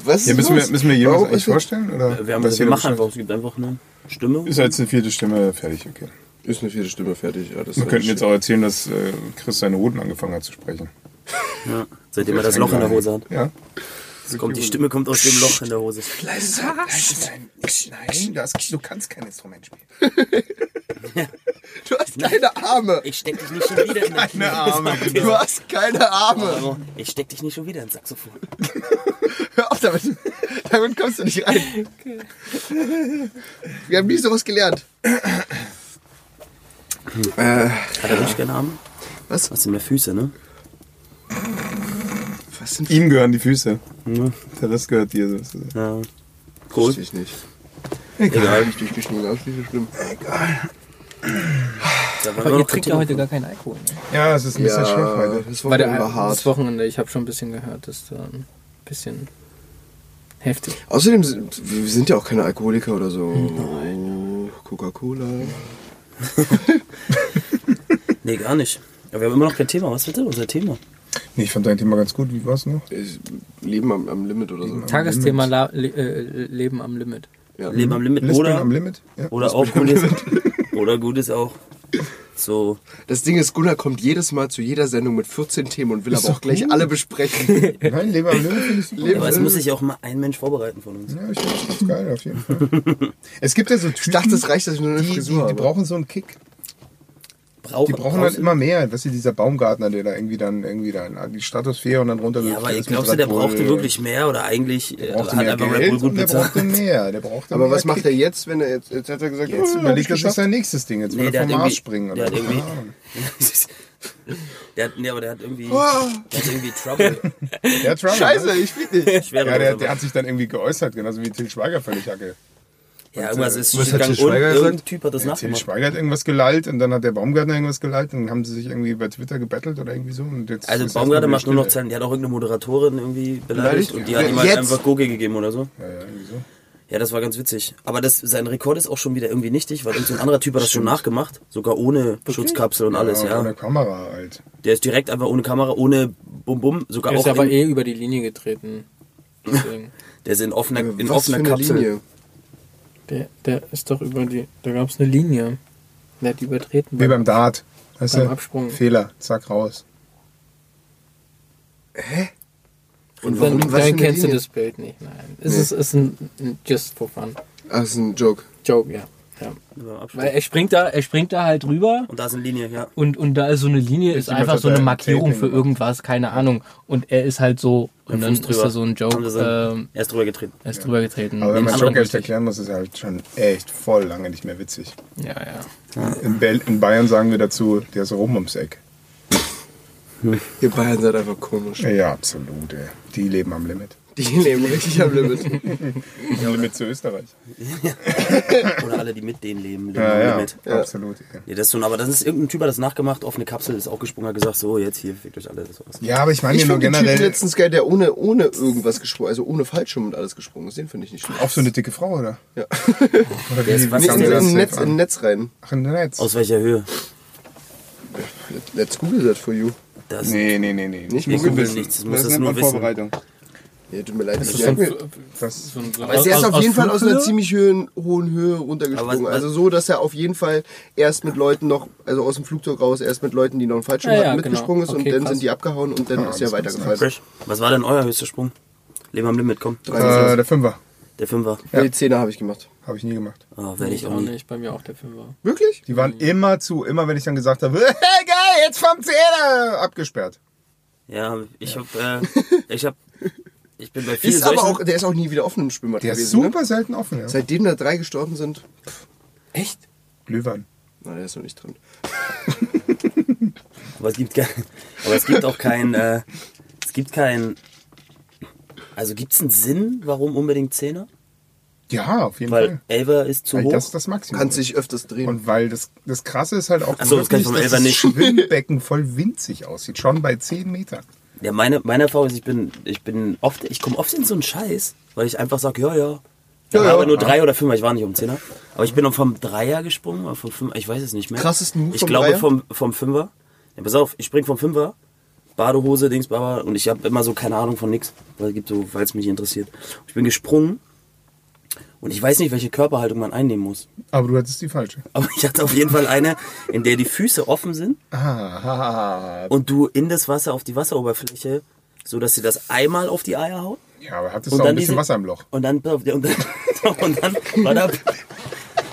Speaker 3: Was ist
Speaker 5: Ja, müssen wir,
Speaker 3: los?
Speaker 5: müssen wir jedem
Speaker 3: Warum
Speaker 5: das eigentlich
Speaker 3: ist jetzt-
Speaker 5: vorstellen? Oder?
Speaker 4: Äh, Wir, haben,
Speaker 5: Dass
Speaker 4: wir
Speaker 5: jeder
Speaker 4: machen
Speaker 5: Bescheid-
Speaker 4: einfach, es gibt einfach eine Stimme.
Speaker 5: Ist jetzt eine vierte Stimme fertig, okay.
Speaker 3: Ist eine vierte Stimme fertig. Ja, das
Speaker 5: Wir könnten jetzt auch erzählen, dass äh, Chris seine Hoden angefangen hat zu sprechen.
Speaker 4: Ja. Seitdem er das Loch in der Hose hat.
Speaker 5: Ja.
Speaker 4: Es kommt, die Stimme kommt aus dem Loch in der Hose.
Speaker 5: Nein, nein das, du kannst kein Instrument spielen. [laughs]
Speaker 3: Du hast keine Arme.
Speaker 4: Ich steck dich nicht schon wieder in den Knie.
Speaker 5: Arme,
Speaker 3: Du hast keine Arme.
Speaker 4: So, Ich steck dich nicht schon wieder ins Saxophon.
Speaker 3: Hör auf
Speaker 5: [laughs]
Speaker 3: damit. Damit kommst du nicht rein. Wir haben nie sowas gelernt.
Speaker 4: Hat er richtig gerne Arme?
Speaker 3: Was?
Speaker 4: Was sind mehr Füße, ne?
Speaker 3: Was sind
Speaker 5: Ihm gehören die Füße. Der Rest gehört dir. Das ist-
Speaker 4: Ja.
Speaker 3: Cool. Ich nicht. Egal. Ich durchgeschnitten, das ist nicht so schlimm.
Speaker 4: Da
Speaker 6: Aber ihr trinkt ja heute gar keinen Alkohol. Ne?
Speaker 5: Ja, es ist ein bisschen schwach heute.
Speaker 3: das
Speaker 6: War
Speaker 3: war
Speaker 6: der
Speaker 3: immer
Speaker 6: das
Speaker 3: hart.
Speaker 6: Wochenende, ich habe schon ein bisschen gehört, dass da ein bisschen heftig.
Speaker 3: Außerdem, sind- wir sind ja auch keine Alkoholiker oder so. Oh, Coca-Cola.
Speaker 4: Nee, gar nicht. Aber wir haben immer noch kein Thema. Was ist denn unser Thema?
Speaker 5: Nee, ich fand dein Thema ganz gut. Wie war's noch?
Speaker 3: Ich- Leben am, am Limit oder so.
Speaker 6: Tagesthema La Le äh, Leben am Limit.
Speaker 3: Ja.
Speaker 4: Leben am Limit
Speaker 5: Lispeln
Speaker 4: oder,
Speaker 5: am Limit? Ja.
Speaker 4: oder auch Gutes. Oder Gutes auch. so.
Speaker 3: Das Ding ist, Gunnar kommt jedes Mal zu jeder Sendung mit 14 Themen und will aber auch gleich alle
Speaker 5: [laughs]
Speaker 3: besprechen.
Speaker 5: Nein, Leber am Löwen finde ich super.
Speaker 3: Leber-
Speaker 4: Aber es muss sich auch mal ein Mensch vorbereiten von uns.
Speaker 5: Ja, ich finde das ganz geil auf jeden Fall.
Speaker 3: [laughs]
Speaker 5: Es gibt ja so Typen,
Speaker 3: Ich dachte, es reicht, dass ich nur eine
Speaker 5: die, die,
Speaker 3: Frisur
Speaker 5: die
Speaker 3: habe.
Speaker 5: brauchen so einen Kick.
Speaker 4: Brauch,
Speaker 5: Die brauchen halt dann immer mehr. Weißt du, dieser Baumgartner, der da irgendwie dann irgendwie dann an die Stratosphäre und dann runter
Speaker 4: Ja, aber glaubst du, der brauchte wirklich mehr oder eigentlich äh,
Speaker 5: brauchte
Speaker 4: hat
Speaker 5: mehr
Speaker 4: einfach Red Bull
Speaker 5: Geld
Speaker 4: gut
Speaker 5: und der
Speaker 4: bezahlt?
Speaker 5: brauchte mehr. Der brauchte
Speaker 3: Aber
Speaker 5: mehr
Speaker 3: was macht er jetzt, wenn er jetzt, jetzt hat er gesagt,
Speaker 5: Jetzt
Speaker 3: oh,
Speaker 5: überlegt er
Speaker 3: das
Speaker 5: sich
Speaker 3: ist
Speaker 5: sein nächstes Ding. Jetzt will er
Speaker 4: der hat
Speaker 5: vom Mars
Speaker 4: irgendwie- Der
Speaker 5: springen. Oder?
Speaker 4: hat irgendwie.
Speaker 5: Keine Ahnung.
Speaker 4: [laughs] der hat, nee, aber der hat irgendwie.
Speaker 5: Ah.
Speaker 4: Der hat irgendwie Trouble.
Speaker 5: [laughs] Der hat Trouble,
Speaker 3: Scheiße,
Speaker 5: ne?
Speaker 3: ich will nicht.
Speaker 4: Schwere
Speaker 5: [laughs] Ja, der,
Speaker 4: Trouble.
Speaker 5: der hat sich dann irgendwie geäußert, genauso wie Til Schweiger völlig hacke.
Speaker 4: ja, irgendwas ist
Speaker 7: Was hat
Speaker 4: schiefgegangen
Speaker 7: Til
Speaker 4: und
Speaker 7: Schweiger
Speaker 4: irgendein
Speaker 7: gesagt?
Speaker 4: Typ hat das
Speaker 5: Ja, Till
Speaker 4: nachgemacht.
Speaker 5: Schweiger hat irgendwas gelallt und dann hat der Baumgartner irgendwas gelallt und dann haben sie sich irgendwie über Twitter gebettelt oder irgendwie so. Und jetzt
Speaker 4: Also
Speaker 5: ist
Speaker 4: Baumgartner macht nur
Speaker 5: erstmal
Speaker 4: noch Zellen. Die hat auch irgendeine Moderatorin irgendwie beleidigt
Speaker 3: Beleidigt?
Speaker 4: und die hat
Speaker 3: Ja,
Speaker 4: ihm halt
Speaker 3: jetzt?
Speaker 4: einfach Gurke gegeben oder so.
Speaker 5: Stille. Ja, ja, irgendwie so.
Speaker 4: Ja, das war ganz witzig. Aber das, sein Rekord ist auch schon wieder irgendwie nichtig, weil irgendein anderer Typ hat das schon nachgemacht. Sogar ohne Schutzkapsel und alles,
Speaker 5: Von
Speaker 4: ja.
Speaker 5: der Kamera halt.
Speaker 4: Der ist direkt einfach ohne Kamera, ohne Bum Bum, sogar
Speaker 6: Der
Speaker 4: auch
Speaker 6: ist aber
Speaker 4: in,
Speaker 6: eh über die Linie getreten. Deswegen.
Speaker 4: der ist in offener, in
Speaker 3: Was für
Speaker 4: offener
Speaker 3: eine
Speaker 4: Kapsel.
Speaker 3: Linie?
Speaker 6: [laughs] Der, der ist doch über die. Da gab es eine Linie. Der hat die übertreten.
Speaker 5: Wie beim Dart. Weißt
Speaker 6: Beim
Speaker 5: du?
Speaker 6: Absprung.
Speaker 5: Fehler, zack, raus.
Speaker 3: Und
Speaker 6: dann
Speaker 3: warum? Was für
Speaker 6: dann
Speaker 3: eine
Speaker 6: kennst du
Speaker 3: Linie?
Speaker 6: das Bild nicht. Nein. Es ist, ist ein, ein just for fun.
Speaker 3: Ah, das ist ein Joke.
Speaker 6: Joke, ja. ja.
Speaker 4: Über Abstand.
Speaker 6: Weil er springt da, er springt da halt rüber
Speaker 4: Und da ist eine Linie, ja.
Speaker 6: und, und da ist so eine Linie, ist
Speaker 5: die
Speaker 6: einfach
Speaker 5: hat
Speaker 6: so
Speaker 5: er
Speaker 6: eine
Speaker 5: da
Speaker 6: Markierung
Speaker 5: Taping
Speaker 6: für
Speaker 5: gemacht.
Speaker 6: irgendwas, keine Ahnung. Und er ist halt so, und dann
Speaker 4: Fuß
Speaker 6: ist
Speaker 4: drüber.
Speaker 6: da so ein Joke,
Speaker 4: Haben sie so-
Speaker 6: ähm,
Speaker 4: Er ist drüber getreten.
Speaker 6: er ist drüber getreten.
Speaker 5: Aber wenn
Speaker 6: Den
Speaker 5: man
Speaker 6: anderen
Speaker 5: Joker echt
Speaker 6: richtig-
Speaker 5: erklären muss, ist er halt schon echt voll lange nicht mehr witzig.
Speaker 6: Ja, ja.
Speaker 5: In, Bel in Bayern sagen wir dazu, der ist rum ums Eck.
Speaker 3: Ihr Bayern seid einfach komisch.
Speaker 5: Ja, absolut, ey. Die leben am Limit.
Speaker 3: Die leben richtig am Limit.
Speaker 5: Am Limit zu Österreich.
Speaker 4: Oder alle, die mit denen leben, leben
Speaker 5: Ja,
Speaker 4: ja,
Speaker 5: ja,
Speaker 4: mit.
Speaker 5: absolut. ey.
Speaker 4: Ja, das schon, aber das ist irgendein Typ, hat das nachgemacht, offene Kapsel, ist auch gesprungen, hat gesagt, so, jetzt hier, fickt euch alle, das war's.
Speaker 5: Ja, aber ich meine
Speaker 3: Ich
Speaker 5: ja nur
Speaker 3: fand den
Speaker 5: generell...
Speaker 3: Typen letztens geil, der ohne, ohne irgendwas gesprungen, also ohne Fallschirm und alles gesprungen ist. Den finde ich nicht schlimm.
Speaker 5: Auch so eine dicke Frau, oder?
Speaker 3: Ja. [laughs]
Speaker 5: Oder
Speaker 4: Der ist was
Speaker 5: wie
Speaker 3: In,
Speaker 5: kam
Speaker 4: am
Speaker 5: das
Speaker 3: in,
Speaker 5: denn
Speaker 3: Netz,
Speaker 5: an?
Speaker 3: in Netz rein.
Speaker 5: Ach, in Netz.
Speaker 4: Aus welcher Höhe?
Speaker 3: Let's Google that for you.
Speaker 4: Das
Speaker 5: nee, nee, nee, nee.
Speaker 3: Nicht
Speaker 4: Wir
Speaker 3: googeln.
Speaker 4: googeln nichts, das muss das
Speaker 5: nennt
Speaker 4: nur
Speaker 5: man
Speaker 4: wissen.
Speaker 5: Vorbereitung.
Speaker 3: Ja, tut mir leid.
Speaker 6: Das
Speaker 3: Ich
Speaker 6: ist so
Speaker 3: merk mir,
Speaker 6: ein,
Speaker 5: Das,
Speaker 6: so ein, so ein,
Speaker 3: also er ist auf jeden Fall aus einer
Speaker 6: Flughöhe?
Speaker 3: ziemlich höhen, hohen Höhe runtergesprungen.
Speaker 4: Aber was-
Speaker 3: also so, dass er auf jeden Fall erst mit Leuten noch, also aus dem Flugzeug raus, erst mit Leuten, die noch einen Fallschirm
Speaker 6: Ja,
Speaker 3: hatten,
Speaker 6: ja,
Speaker 3: mitgesprungen
Speaker 6: genau.
Speaker 3: ist
Speaker 6: Okay,
Speaker 3: und dann
Speaker 6: krass.
Speaker 3: sind die abgehauen und dann ist er
Speaker 5: das ist
Speaker 3: weitergefallen.
Speaker 4: Fresh. Was war denn euer höchster Sprung? Leben am Limit, komm.
Speaker 5: äh, der Fünfer.
Speaker 4: Der Fünfer.
Speaker 3: Ja. Die Zähne habe ich gemacht.
Speaker 5: Habe ich nie gemacht.
Speaker 4: Oh, werde ich
Speaker 6: Ich
Speaker 4: auch
Speaker 6: auch
Speaker 4: nie.
Speaker 6: nicht, bei mir auch der Film war.
Speaker 3: Wirklich?
Speaker 5: Die waren immer zu, immer wenn ich dann gesagt habe, [laughs] hey, geil, jetzt vom Zähler, abgesperrt.
Speaker 4: Ja, ich hab, äh, ich hab, ich bin bei vielen
Speaker 3: Ist aber
Speaker 4: solchen,
Speaker 3: auch, der ist auch nie wieder offen im Schwimmbad
Speaker 5: Der ist
Speaker 3: gewesen.
Speaker 5: super
Speaker 3: Ne?
Speaker 5: selten offen, ja.
Speaker 3: Seitdem da drei gestorben sind,
Speaker 6: Echt?
Speaker 5: Glühwein.
Speaker 3: na, der ist noch nicht drin.
Speaker 4: aber es gibt kein, aber es gibt auch kein, äh, es gibt kein, also gibt's einen Sinn, warum unbedingt Zehner?
Speaker 5: Ja, auf jeden
Speaker 4: Weil
Speaker 5: Fall.
Speaker 4: Elfer ist zu
Speaker 5: Weil
Speaker 4: hoch.
Speaker 5: das das Maximum
Speaker 3: Kannst
Speaker 5: ist.
Speaker 3: dich öfters drehen.
Speaker 5: Und weil das, das Krasse ist halt auch,
Speaker 4: Ach so, das kann ich vom
Speaker 5: dass
Speaker 4: Elfer
Speaker 5: das
Speaker 4: nicht.
Speaker 5: Schwimmbecken voll winzig aussieht, schon bei 10 Metern.
Speaker 4: Ja, meine, meine Erfahrung ist, ich bin, ich bin oft, ich komme oft in so einen Scheiß, weil ich einfach sage, ja, ja. Ich
Speaker 3: Ja,
Speaker 4: war
Speaker 3: ja.
Speaker 4: aber nur drei oder fünf, ich war nicht um Zehner. Aber ich bin auch vom Dreier gesprungen, oder vom Fünfer, ich weiß es nicht mehr.
Speaker 3: Krassesten Move
Speaker 4: Ich
Speaker 3: vom
Speaker 4: glaube
Speaker 3: Dreier?
Speaker 4: vom, vom Fünfer. Ja, pass auf, ich spring vom Fünfer, Badehose, Dings, Baba, und ich habe immer so keine Ahnung von nix, weil es gibt so, weil es mich interessiert. Ich bin gesprungen und ich weiß nicht, welche Körperhaltung man einnehmen muss. [laughs]
Speaker 5: Aber du hattest die falsche.
Speaker 4: Aber ich hatte auf jeden Fall eine, in der die Füße offen sind
Speaker 5: Ah,
Speaker 4: und du in das Wasser auf die Wasseroberfläche, so dass sie das einmal auf die Eier haut.
Speaker 5: ja, aber hattest du auch ein bisschen
Speaker 4: diese-
Speaker 5: Wasser im Loch.
Speaker 4: Und dann, [laughs] pass auf, und dann, und dann war da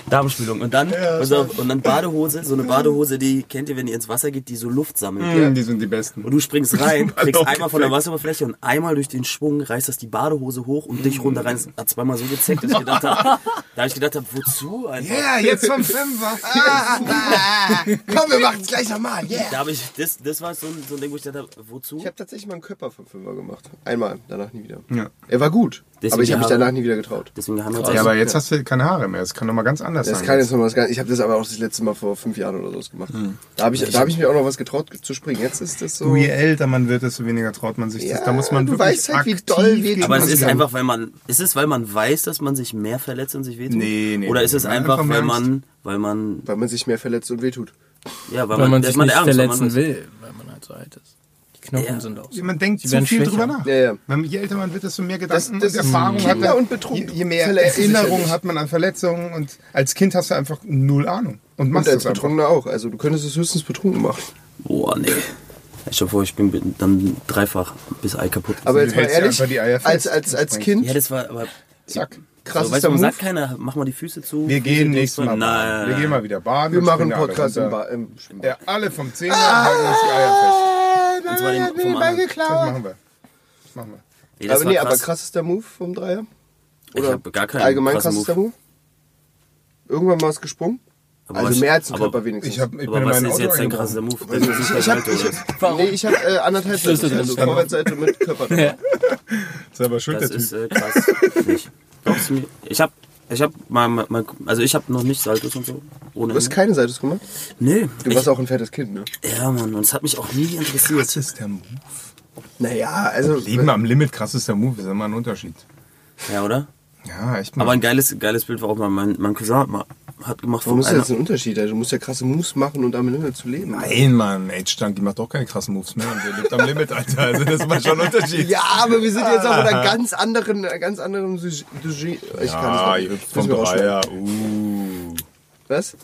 Speaker 4: Darmspülung. Und dann, pass auf, und dann Badehose, so eine Badehose, die kennt ihr, wenn ihr ins Wasser geht, die so Luft sammelt.
Speaker 5: Mhm. Ja. Die sind die besten.
Speaker 4: Und du springst
Speaker 5: [laughs]
Speaker 4: rein, kriegst
Speaker 5: auch
Speaker 4: einmal von der
Speaker 5: perfekt.
Speaker 4: Wasseroberfläche und einmal durch den Schwung reißt das die Badehose hoch und dich runter rein. Das hat zweimal so gezeckt, dass ich gedacht habe, da ich gedacht habe, wozu einfach?
Speaker 5: [laughs] Ja, jetzt vom Fünfer.
Speaker 3: Komm, wir machen es gleich nochmal.
Speaker 4: Da hab ich, das, das war so ein, so ein Ding, wo ich gedacht habe, wozu?
Speaker 3: Ich habe tatsächlich mal einen Körper vom Fünfer gemacht. Einmal, danach nie wieder.
Speaker 5: Ja.
Speaker 3: Er war gut,
Speaker 4: Deswegen
Speaker 3: aber ich habe mich
Speaker 4: die Haare.
Speaker 3: danach nie wieder getraut.
Speaker 4: Deswegen haben wir uns also
Speaker 5: Ja,
Speaker 4: erst-
Speaker 5: aber jetzt hast du keine Haare mehr. Das kann doch mal ganz anders
Speaker 3: Das
Speaker 5: sein.
Speaker 3: kann jetzt noch was ganz. Ich habe das aber auch das letzte Mal vor fünf Jahren oder so gemacht.
Speaker 5: Hm.
Speaker 3: Da habe ich, da hab ich mir auch noch was getraut zu springen. Jetzt ist das so.
Speaker 5: Du, je älter man wird, desto weniger traut man sich das. Da muss man
Speaker 3: du
Speaker 5: wirklich
Speaker 3: weißt halt, wie
Speaker 5: aktiv
Speaker 3: doll weh
Speaker 5: gegen
Speaker 4: Aber es
Speaker 5: was
Speaker 4: ist
Speaker 5: tun.
Speaker 4: einfach, weil man. Ist es, weil man weiß, dass man sich mehr verletzt und sich wehtut?
Speaker 5: Nee, nee,
Speaker 4: Oder
Speaker 5: nee,
Speaker 4: ist es
Speaker 5: nee,
Speaker 4: einfach,
Speaker 5: einfach
Speaker 4: weil
Speaker 5: Angst.
Speaker 4: man. Weil man.
Speaker 3: Weil man sich mehr verletzt und wehtut.
Speaker 4: Ja, weil,
Speaker 6: Weil man
Speaker 4: dass
Speaker 6: sich nicht
Speaker 4: der Angst, weil
Speaker 6: verletzen
Speaker 4: man-
Speaker 6: will, weil man halt so alt ist. Die Knochen
Speaker 4: Ja.
Speaker 6: sind aus.
Speaker 5: Also Man denkt zu
Speaker 6: werden
Speaker 5: viel
Speaker 6: schwächer.
Speaker 5: drüber nach.
Speaker 3: Ja, ja.
Speaker 5: Wenn man- je älter man wird, desto mehr Gedanken
Speaker 3: Das- das
Speaker 5: und Erfahrungen hat
Speaker 3: Kinder
Speaker 5: man.
Speaker 3: und Betrug-
Speaker 5: Je, je mehr
Speaker 3: Fälle existieren
Speaker 5: Erinnerungen
Speaker 3: nicht.
Speaker 5: hat man an Verletzungen. Und als Kind hast du einfach null Ahnung. Und
Speaker 3: Und
Speaker 5: machst
Speaker 3: als
Speaker 5: das einfach. Also
Speaker 3: Betrunkener auch. Also du könntest es höchstens betrunken machen.
Speaker 4: Boah, Oh, nee. Ich stell dir vor, ich bin dann dreifach bis Ei kaputt.
Speaker 3: Aber
Speaker 5: Du
Speaker 3: jetzt mal
Speaker 5: hältst ja
Speaker 3: ehrlich,
Speaker 5: einfach die Eier fest.
Speaker 3: als, als, als Kind,
Speaker 4: ja, das war aber.
Speaker 5: Zack.
Speaker 3: krass
Speaker 4: so,
Speaker 3: ist
Speaker 4: weißt
Speaker 3: der
Speaker 4: du, man
Speaker 3: Move.
Speaker 4: sagt keiner, mach mal die Füße zu.
Speaker 5: Wir gehen
Speaker 4: Füße
Speaker 5: nächstes Mal
Speaker 4: Nein,
Speaker 5: baden.
Speaker 4: nein,
Speaker 5: Wir
Speaker 4: nein.
Speaker 5: gehen mal wieder baden.
Speaker 3: wir
Speaker 5: und
Speaker 3: machen
Speaker 5: springen
Speaker 3: einen
Speaker 5: alle
Speaker 3: Podcast im,
Speaker 5: runter.
Speaker 3: Bar, im Schwimmbad.
Speaker 5: Ja, alle vom Zehner halten uns die Eier fest.
Speaker 4: Und zwar den, vom anderen.
Speaker 5: Das machen wir. Das machen wir.
Speaker 4: Nee, das
Speaker 3: Aber
Speaker 4: war
Speaker 3: nee, aber krass ist der Move vom Dreier.
Speaker 4: ich hab gar keinen
Speaker 3: Allgemein krass
Speaker 4: krassen
Speaker 3: ist der
Speaker 4: Move.
Speaker 3: Move. Irgendwann mal ist gesprungen.
Speaker 4: Aber
Speaker 3: also
Speaker 4: was-
Speaker 3: mehr als ein
Speaker 4: aber-
Speaker 3: Körper wenigstens.
Speaker 5: Ich, hab, ich bin
Speaker 4: Aber
Speaker 5: in
Speaker 4: was
Speaker 5: meinen
Speaker 4: ist
Speaker 5: Auto
Speaker 4: jetzt dein
Speaker 5: eingebrochen.
Speaker 4: krasser Move? Das ist nicht Seite, oder? was?
Speaker 3: Nee, ich hab äh, anderthalb Seiten. Also Vorwärtsseite mit Körper.
Speaker 5: Das ist aber schuld,
Speaker 4: Das
Speaker 5: der
Speaker 4: ist
Speaker 5: Typ.
Speaker 4: äh, krass. Nicht. Glaubst du mir? Ich hab, ich hab mal, mal, mal also ich hab noch nicht Saltos und so. Ohne.
Speaker 3: Du hast keine Seite gemacht?
Speaker 4: nee.
Speaker 3: Du warst auch ein fettes Kind, ne?
Speaker 4: ich, ja, Mann, und es hat mich auch nie interessiert.
Speaker 5: Das ist der Move.
Speaker 3: Naja, also.
Speaker 5: Leben am Limit, krassester Move, ist immer ein Unterschied.
Speaker 4: Ja, oder?
Speaker 5: Ja, echt mal.
Speaker 4: Aber ein geiles, geiles Bild war auch mal, mein, mein Cousin hat, mal, hat gemacht von
Speaker 3: Warum ist das
Speaker 4: einer,
Speaker 3: jetzt ein Unterschied? Also, Du musst ja krasse Moves machen und am Himmel zu leben.
Speaker 5: Nein, Mann, Age Tank, die macht doch keine krassen Moves mehr und der lebt am Limit, Alter. Also das war schon ein Unterschied.
Speaker 3: Ja, aber wir sind jetzt auch in [laughs] einer ganz anderen, einer ganz anderen Sujet. Sujet- Ich
Speaker 5: ah,
Speaker 3: nicht.
Speaker 5: ihr
Speaker 3: Müssen
Speaker 5: hüpft vom
Speaker 3: wir rausschneiden.
Speaker 5: Dreier. Uh.
Speaker 3: Was?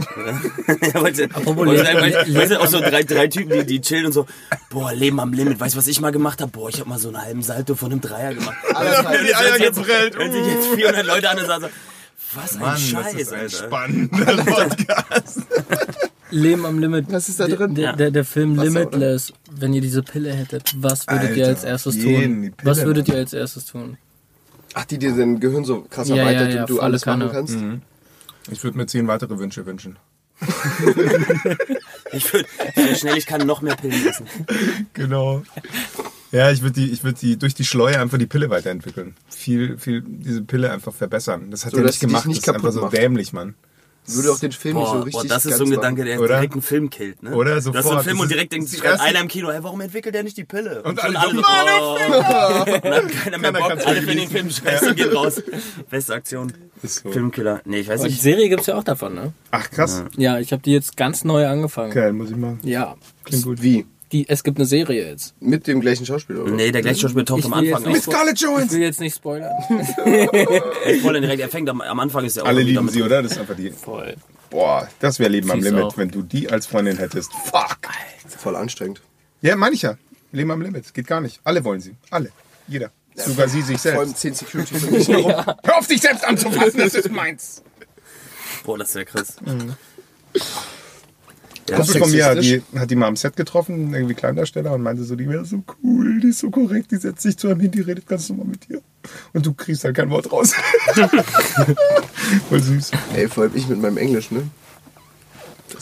Speaker 4: [laughs] Ja, wollte, wollte, wollte, wollte auch so drei, drei Typen, die, die chillen und so, boah, Leben am Limit. Weißt du, was ich mal gemacht habe? Boah, ich habe mal so einen halben Salto von einem Dreier
Speaker 5: [laughs]
Speaker 4: gemacht.
Speaker 3: Anderthalb.
Speaker 5: Die Eier
Speaker 4: jetzt,
Speaker 5: geprellt.
Speaker 4: Wenn sich jetzt 400 Leute an und sagen so, was ein
Speaker 5: Mann,
Speaker 4: Scheiß,
Speaker 5: das ist ein
Speaker 4: Alter.
Speaker 3: [laughs]
Speaker 5: spannender Podcast.
Speaker 6: Leben am Limit.
Speaker 3: Was ist da
Speaker 6: Der-
Speaker 3: drin?
Speaker 6: Der,
Speaker 4: Ja.
Speaker 6: der, der Film
Speaker 3: Wasser,
Speaker 6: Limitless. Wenn ihr diese Pille hättet, was würdet ihr
Speaker 5: Alter,
Speaker 6: als erstes
Speaker 5: auf jeden, die
Speaker 6: tun?
Speaker 5: Pille,
Speaker 6: Was würdet
Speaker 5: Mann.
Speaker 6: ihr als erstes tun?
Speaker 3: Ach, die dir dein Gehirn so krass
Speaker 6: Ja,
Speaker 3: erweitert
Speaker 6: ja, ja,
Speaker 3: und du
Speaker 6: volle
Speaker 3: alles machen
Speaker 6: Kanne.
Speaker 3: kannst.
Speaker 5: Ich würde mir zehn weitere Wünsche wünschen.
Speaker 4: Ich würde, so schnell ich kann, noch mehr Pillen essen.
Speaker 5: Genau. Ja, ich würde die, ich würd die durch die Schleue einfach die Pille weiterentwickeln. Viel, viel diese Pille einfach verbessern. Das hat
Speaker 3: So,
Speaker 5: er
Speaker 3: dass
Speaker 5: nicht
Speaker 3: die dich
Speaker 5: gemacht.
Speaker 3: nicht
Speaker 5: das ist einfach
Speaker 3: kaputt
Speaker 5: so
Speaker 3: macht.
Speaker 5: dämlich, Mann.
Speaker 3: Würde auch den Film nicht so
Speaker 4: Boah,
Speaker 3: richtig
Speaker 4: boah, das ist so ein
Speaker 3: ganz
Speaker 4: Gedanke, der
Speaker 5: machen, oder?
Speaker 4: direkt einen Film killt, ne?
Speaker 5: Oder
Speaker 4: Du hast einen
Speaker 5: sofort.
Speaker 4: Film und
Speaker 5: Das ist
Speaker 4: direkt denkt
Speaker 5: das
Speaker 4: sich
Speaker 5: erste-
Speaker 4: einer im Kino, hey, warum entwickelt der nicht die Pille?
Speaker 5: Und alle
Speaker 4: so,
Speaker 5: so,
Speaker 4: oh. Und dann hat keiner mehr
Speaker 5: Keiner
Speaker 4: Bock,
Speaker 5: kann's
Speaker 4: alle
Speaker 5: mehr
Speaker 4: finden den Film scheiße, geht raus. Beste Aktion.
Speaker 5: Ist so.
Speaker 4: Filmkiller. Nee, ich weiß
Speaker 6: Aber Also die
Speaker 4: nicht.
Speaker 6: Serie gibt's ja auch davon, ne?
Speaker 5: Ach, krass.
Speaker 6: Ja, ich habe die jetzt ganz neu angefangen.
Speaker 5: Geil, muss ich mal.
Speaker 6: Ja.
Speaker 5: Klingt
Speaker 3: Gut,
Speaker 5: gut.
Speaker 3: wie?
Speaker 6: Die, es gibt eine Serie jetzt.
Speaker 3: Mit dem gleichen Schauspieler, oder?
Speaker 4: Nee, der gleiche Schauspieler taucht am Anfang auf.
Speaker 6: jetzt nicht,
Speaker 5: Scarlett
Speaker 6: spo- ich
Speaker 5: Johansson!
Speaker 6: will jetzt nicht spoilern.
Speaker 3: [laughs]
Speaker 4: Voll in direkt. Er fängt am, am Anfang ist er auch
Speaker 5: Alle
Speaker 4: irgendwie
Speaker 5: lieben
Speaker 4: damit-
Speaker 5: sie, oder? Das ist einfach die.
Speaker 6: [laughs] Voll.
Speaker 5: Boah, das wäre Leben am
Speaker 6: Fies
Speaker 5: Limit,
Speaker 6: auch.
Speaker 5: wenn du die als Freundin hättest. Fuck!
Speaker 3: Voll anstrengend.
Speaker 5: Ja, meine ich ja. Leben am Limit. Geht gar nicht. Alle wollen sie. Alle. Jeder. Sogar sie sich
Speaker 3: Vor allem
Speaker 5: selbst.
Speaker 3: 10 Security für mich
Speaker 4: [laughs]
Speaker 3: herum.
Speaker 5: Hör auf, dich selbst anzufassen, das ist meins.
Speaker 4: Boah, das ist ja krass.
Speaker 5: Kumpel von mir hat die,
Speaker 3: sexistisch.
Speaker 5: hat die mal am Set getroffen, irgendwie Kleindarsteller, und meinte so, die wäre so cool, die ist so korrekt, die setzt sich zu einem hin, die redet ganz normal mit dir. Und du kriegst halt kein Wort
Speaker 4: [laughs]
Speaker 5: raus. Voll süß.
Speaker 3: Ey, vor allem ich mit meinem Englisch, ne?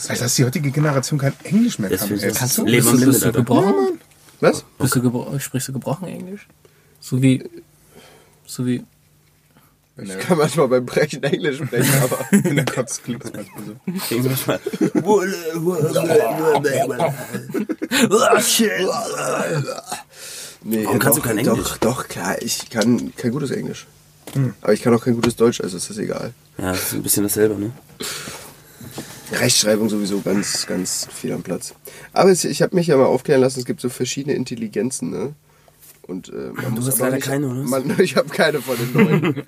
Speaker 5: Alter, dass die heutige Generation kein Englisch mehr
Speaker 4: Das
Speaker 5: kann.
Speaker 4: ist-
Speaker 5: ey, das ist so-
Speaker 4: Leben am
Speaker 6: Bist du-
Speaker 4: Limit,
Speaker 6: Bist du
Speaker 4: Alter.
Speaker 6: gebrochen?
Speaker 3: Was?
Speaker 6: Bist du gebrochen? Sprichst du gebrochen Englisch? So wie. So wie.
Speaker 3: Ich kann manchmal beim Brechen Englisch sprechen,
Speaker 4: [laughs]
Speaker 3: aber.
Speaker 5: In der Kotz klingt das manchmal so.
Speaker 4: Klingt so manchmal. Oh, shit.
Speaker 3: Nee,
Speaker 4: Warum kannst
Speaker 3: doch,
Speaker 4: du kein Englisch? Hm.
Speaker 3: Doch, doch, klar, ich kann kein gutes Englisch. Aber ich kann auch kein gutes Deutsch, also ist das egal.
Speaker 4: Ja, das ist ein bisschen dasselbe, ne?
Speaker 3: Rechtschreibung sowieso ganz, ganz viel am Platz. Aber es, ich habe mich ja mal aufklären lassen, es gibt so verschiedene Intelligenzen, ne? Und, äh, man muss
Speaker 4: hast
Speaker 3: aber
Speaker 4: leider
Speaker 3: nicht,
Speaker 4: keine, oder was?
Speaker 3: Man, [laughs] ich habe keine von den neun.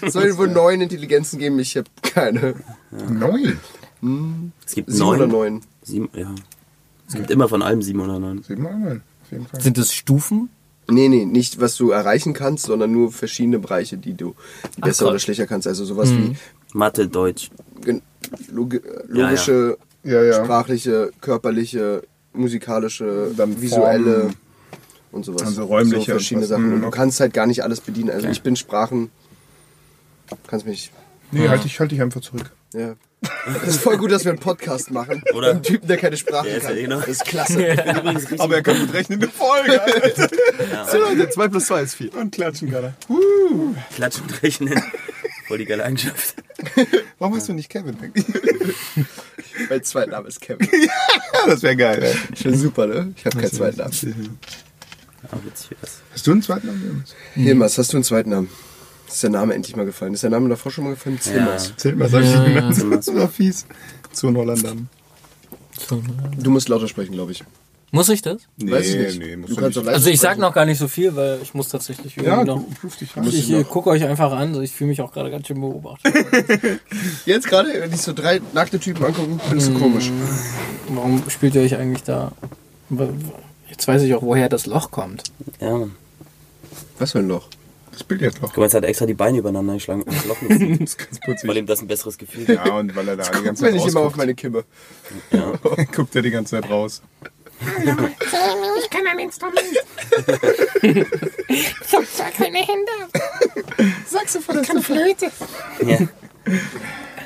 Speaker 3: es soll wohl neun Intelligenzen geben, ich habe keine.
Speaker 5: Neun.
Speaker 4: Es gibt
Speaker 3: Sieben oder
Speaker 4: neun.
Speaker 3: neun?
Speaker 4: Sieben, ja. Es gibt immer von allem sieben oder neun.
Speaker 5: Sieben mal neun. Auf jeden Fall.
Speaker 6: Sind das Stufen?
Speaker 3: Nee, nee, nicht was du erreichen kannst, sondern nur verschiedene Bereiche, die du besser
Speaker 6: Gott.
Speaker 3: oder schlechter kannst. Also sowas
Speaker 4: Mathe, Deutsch.
Speaker 3: wie gen- logi- äh,
Speaker 4: Hm. Ja, ja.
Speaker 3: logische,
Speaker 5: Ja, ja.
Speaker 3: sprachliche, körperliche, musikalische,
Speaker 5: Dann
Speaker 3: visuelle
Speaker 5: Formen.
Speaker 3: und sowas.
Speaker 5: Also
Speaker 3: So
Speaker 5: räumliche
Speaker 3: verschiedene
Speaker 5: und was.
Speaker 3: Sachen. Und
Speaker 5: Mhm.
Speaker 3: du kannst halt gar nicht alles bedienen. Also ich bin Sprachen. Kannst mich.
Speaker 5: Nee, halt dich, halt dich einfach zurück.
Speaker 3: Ja. [laughs] Es ist voll gut, dass wir einen Podcast machen.
Speaker 4: Oder?
Speaker 3: Ein Typen, der keine Sprache
Speaker 4: Ja, ist ja
Speaker 3: kann.
Speaker 4: genau.
Speaker 3: Das ist klasse.
Speaker 5: Aber er kann gut rechnen, eine Folge. [laughs] Alter.
Speaker 3: So, Leute, 2 plus 2 ist 4.
Speaker 5: Und klatschen gerade.
Speaker 4: Klatsch und
Speaker 5: [laughs]
Speaker 4: Rechnen. Voll die geile Eigenschaft.
Speaker 5: Warum hast du nicht Kevin?
Speaker 3: Mein zweiter Name ist Kevin.
Speaker 5: [laughs] ja, das wäre geil. Ey.
Speaker 3: Schon super, ne? Ich habe keinen zweiten Namen.
Speaker 4: Ah, witzig wäre das.
Speaker 5: Hast du einen zweiten Namen? Jonas?
Speaker 3: Hilmers, hast du einen zweiten Namen? Ist der Name endlich mal gefallen? Ist der Name davor schon mal gefallen? Hilmers.
Speaker 5: Zählt mal, sag ich nicht [laughs] mehr. Das war fies. Zu Hollandern.
Speaker 3: Du musst lauter sprechen, glaube ich.
Speaker 6: Muss ich das?
Speaker 5: Nee,
Speaker 3: Weiß ich nicht.
Speaker 5: nee, musst
Speaker 3: du
Speaker 5: du
Speaker 3: kannst
Speaker 5: nicht.
Speaker 3: alleine
Speaker 6: Also ich sag
Speaker 3: sprechen.
Speaker 6: noch gar nicht so viel, weil ich muss tatsächlich irgendwie
Speaker 5: Ja,
Speaker 6: noch.
Speaker 5: gu- ruf dich an.
Speaker 6: Ich, ich gucke euch einfach an, so ich fühle mich auch gerade ganz schön beobachtet.
Speaker 3: Jetzt gerade, wenn ich so drei nackte Typen angucken, findest du komisch.
Speaker 6: Warum spielt ihr euch eigentlich da? Jetzt weiß ich auch, woher das Loch kommt.
Speaker 4: Ja. Guck
Speaker 3: Was für ein Loch?
Speaker 5: Das Bild jetzt noch.
Speaker 4: mal, jetzt hat er extra die Beine übereinander geschlagen, um das Loch nicht
Speaker 3: [laughs]
Speaker 4: zu sehen.
Speaker 5: Das ist ganz
Speaker 4: weil
Speaker 5: putzig.
Speaker 4: ihm das ein besseres Gefühl gibt.
Speaker 5: Ja, und weil er da die ganze
Speaker 3: Wenn
Speaker 5: Zeit
Speaker 3: ich immer auf
Speaker 5: rausguckt.
Speaker 3: meine Kimme.
Speaker 5: [laughs] Guckt er die ganze Zeit raus.
Speaker 7: Ich kann ein Instrument. Ich hab zwar keine Hände. Saxophon. Ich kann Flöte.
Speaker 4: Ja.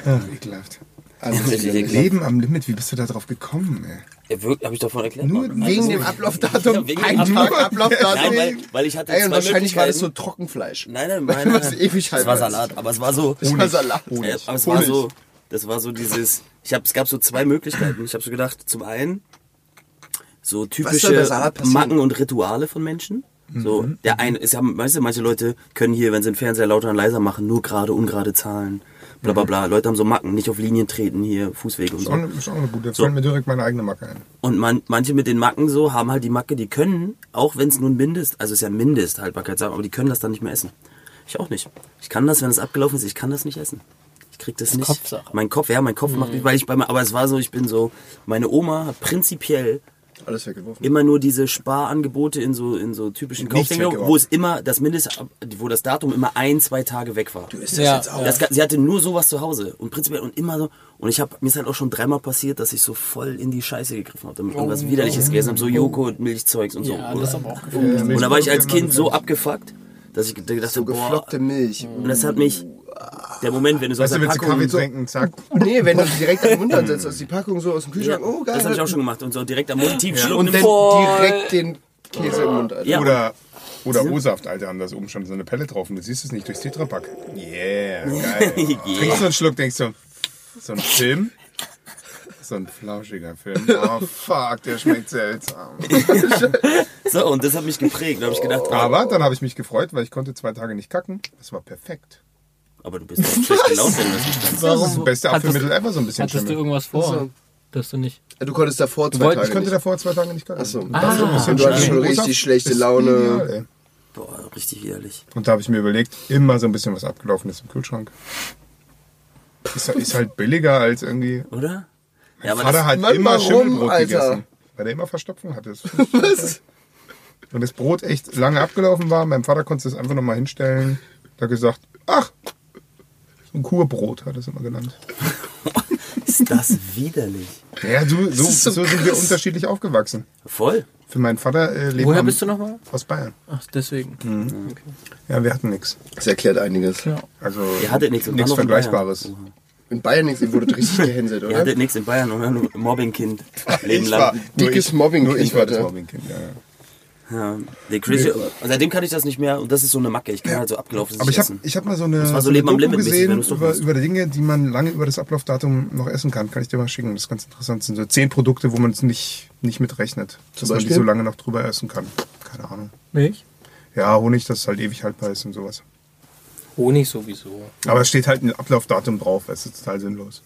Speaker 5: Ach, ekelhaft.
Speaker 3: Alles
Speaker 4: Richtig
Speaker 3: wieder-
Speaker 4: ekelhaft.
Speaker 5: Leben am Limit, wie bist du da drauf gekommen, ey?
Speaker 4: Er wirkt, habe ich davon erklärt.
Speaker 5: Nur
Speaker 4: Mann.
Speaker 3: Wegen
Speaker 4: Also-
Speaker 3: dem Ablaufdatum.
Speaker 4: Ja, wegen dem
Speaker 3: ein Tag
Speaker 4: Ablauf-
Speaker 3: Ablaufdatum.
Speaker 4: Nein, weil, weil ich hatte
Speaker 3: Ey, und
Speaker 4: zwei
Speaker 3: wahrscheinlich war das so
Speaker 4: Möglichkeiten.
Speaker 3: Trockenfleisch.
Speaker 4: Nein, nein, nein. nein.
Speaker 3: [laughs] Was ewig
Speaker 4: Es
Speaker 3: haltbar
Speaker 4: war
Speaker 3: ist.
Speaker 4: Salat, aber es war so.
Speaker 3: Das war Salat.
Speaker 4: Ja, aber es war so, das war so dieses, ich hab, es gab so zwei Möglichkeiten. Ich habe so gedacht, zum einen so
Speaker 3: soll bei
Speaker 4: typische
Speaker 3: Salat passieren? Mhm.
Speaker 4: Macken und Rituale von Menschen. So, der eine, es haben, weißt du, manche Leute können hier, wenn sie den Fernseher lauter und leiser machen, nur gerade, ungerade Zahlen, bla bla bla. Leute haben so Macken, nicht auf Linien treten hier, Fußwege und
Speaker 5: Ist
Speaker 4: so.
Speaker 5: auch eine, ist auch eine gute. Da fallen mir direkt meine eigene Macke ein. Äh,
Speaker 4: Und man, manche mit den Macken so haben halt die Macke, die können, auch wenn es nun Mindest, also ist ja Mindesthaltbarkeitssache, aber die können das dann nicht mehr essen. Ich auch nicht. Ich kann das, wenn es abgelaufen ist, ich kann das nicht essen. Ich krieg das nicht.
Speaker 6: Kopfsache. Mhm.
Speaker 4: Mein Kopf, ja, mein Kopf macht mich, weil ich bei mir, aber es war so, ich bin so, meine Oma hat prinzipiell
Speaker 3: Alles weggeworfen.
Speaker 4: immer nur diese Sparangebote in so, in so typischen Kaufdingern,
Speaker 5: weggeworfen.
Speaker 4: wo es immer das Mindest, wo das Datum immer ein, zwei Tage weg war.
Speaker 3: Ist
Speaker 6: Ja,
Speaker 4: Das, ga- sie hatte nur sowas zu Hause und prinzipiell und immer so. Und ich habe mir ist halt auch schon dreimal passiert, dass ich so voll in die Scheiße gegriffen habe, damit irgendwas Widerliches gegessen habe, so Joghurt, Milchzeugs und so.
Speaker 6: Ja,
Speaker 4: Oder-
Speaker 6: das ist aber auch gefährlich.
Speaker 4: und da war ich als Kind so abgefuckt, dass ich gedacht habe,
Speaker 3: So
Speaker 4: boah.
Speaker 3: geflockte Milch.
Speaker 4: Und das hat mich der Moment, wenn du so aus
Speaker 5: Weißt
Speaker 4: der
Speaker 5: du, willst du
Speaker 4: Packung
Speaker 5: Kaffee
Speaker 4: so,
Speaker 5: trinken, zack.
Speaker 3: Nee, wenn du sie direkt am Mund ansetzt, aus die Packung so aus dem Kühlschrank. Oh, geil.
Speaker 4: das habe ich auch schon gemacht und so direkt am Mund tief schlucken.
Speaker 3: Und dann direkt den Käse im Mund, Alter.
Speaker 4: ja, [laughs]
Speaker 5: Oder, oder O-Saft, Alter, haben das oben schon so eine Pelle drauf und du siehst es nicht durchs Tetrapack. Yeah, geil. Trinkst du einen Schluck, denkst du, so ein Film? So ein flauschiger Film. Oh, fuck, der schmeckt seltsam.
Speaker 4: so und das hat mich geprägt. Da habe ich gedacht, oh, aber,
Speaker 5: Aber dann habe ich mich gefreut, weil ich konnte zwei Tage nicht kacken. Das war perfekt.
Speaker 4: aber du bist doch schlecht gelaunt, wenn du das nicht kannst.
Speaker 5: Das ist das beste
Speaker 6: Hattest-
Speaker 5: Apfelmittel ever, so ein bisschen
Speaker 6: Hattest du
Speaker 5: Schimmel.
Speaker 6: irgendwas vor?
Speaker 3: Also-
Speaker 6: Dass du nicht.
Speaker 3: Du konntest davor zwei
Speaker 6: wolltest-
Speaker 3: Tage
Speaker 5: Ich konnte
Speaker 3: nicht.
Speaker 5: davor zwei Tage nicht kacken.
Speaker 3: Achso.
Speaker 5: Das
Speaker 6: Ah.
Speaker 5: ist ein bisschen
Speaker 3: Du hattest schon
Speaker 5: schlimm.
Speaker 3: richtig
Speaker 5: O-Saft
Speaker 3: schlechte
Speaker 5: ist
Speaker 3: Laune.
Speaker 5: Ideal, ey.
Speaker 4: Boah, richtig widerlich.
Speaker 5: Und da habe ich mir überlegt, immer so ein bisschen was abgelaufenes im Kühlschrank. Ist, ist halt billiger als irgendwie.
Speaker 4: Oder?
Speaker 5: Ja, Vater halt. hat
Speaker 3: Mann,
Speaker 5: immer
Speaker 3: warum,
Speaker 5: Schimmelbrot
Speaker 3: Alter?
Speaker 5: gegessen. Weil er immer Verstopfung hatte. Das [laughs] finde ich scheiße. Wenn das Brot echt lange abgelaufen war, meinem Vater konntest du es einfach nochmal hinstellen. Da gesagt, ach, so ein Kurbrot hat er es immer genannt.
Speaker 4: ist das widerlich.
Speaker 5: Ja, so, so,
Speaker 3: ist so
Speaker 5: so, sind wir unterschiedlich aufgewachsen.
Speaker 4: Voll.
Speaker 5: Für meinen Vater äh, lebt
Speaker 6: Woher
Speaker 5: man
Speaker 6: bist du nochmal?
Speaker 5: aus Bayern.
Speaker 6: Ach, deswegen. Mhm.
Speaker 5: Ja, wir hatten nichts.
Speaker 3: Das erklärt einiges.
Speaker 6: Ja.
Speaker 5: Also
Speaker 4: Ihr hattet nichts und
Speaker 5: nichts
Speaker 4: waren noch in
Speaker 5: Vergleichbares.
Speaker 4: Bayern.
Speaker 3: In Bayern nichts, ihr
Speaker 4: [laughs]
Speaker 3: wurdet richtig gehänselt,
Speaker 4: Ihr
Speaker 3: oder?
Speaker 4: hattet nichts in Bayern, oder? Nur
Speaker 5: [laughs]
Speaker 4: Mobbingkind. Leben
Speaker 5: Ich war
Speaker 4: lang.
Speaker 3: Dickes
Speaker 5: nur ich-
Speaker 3: Mobbing,
Speaker 5: Nur ich war das
Speaker 3: Alter.
Speaker 5: Mobbingkind, ja. ja.
Speaker 4: Ja, der crazy. Und seitdem kann ich das nicht mehr und das ist so eine Macke. Ich kann halt so abgelaufen
Speaker 5: Aber ich habe
Speaker 4: essen.
Speaker 5: ich hab mal so eine,
Speaker 4: war so
Speaker 5: eine
Speaker 4: Leben am Limit mäßig, wenn
Speaker 5: gesehen
Speaker 4: du's doch
Speaker 5: über,
Speaker 4: machst.
Speaker 5: über die Dinge, die man lange über das Ablaufdatum noch essen kann. Kann ich dir mal schicken. Das ist ganz interessant. Das sind so zehn Produkte, wo man es nicht, nicht mitrechnet. Dass man die
Speaker 3: Beispiel?
Speaker 5: so lange noch drüber essen kann. Keine Ahnung.
Speaker 6: Milch?
Speaker 5: Ja, Honig, das ist halt ewig haltbar ist und sowas.
Speaker 6: Honig sowieso.
Speaker 5: Aber es steht halt ein Ablaufdatum drauf. Es ist total sinnlos.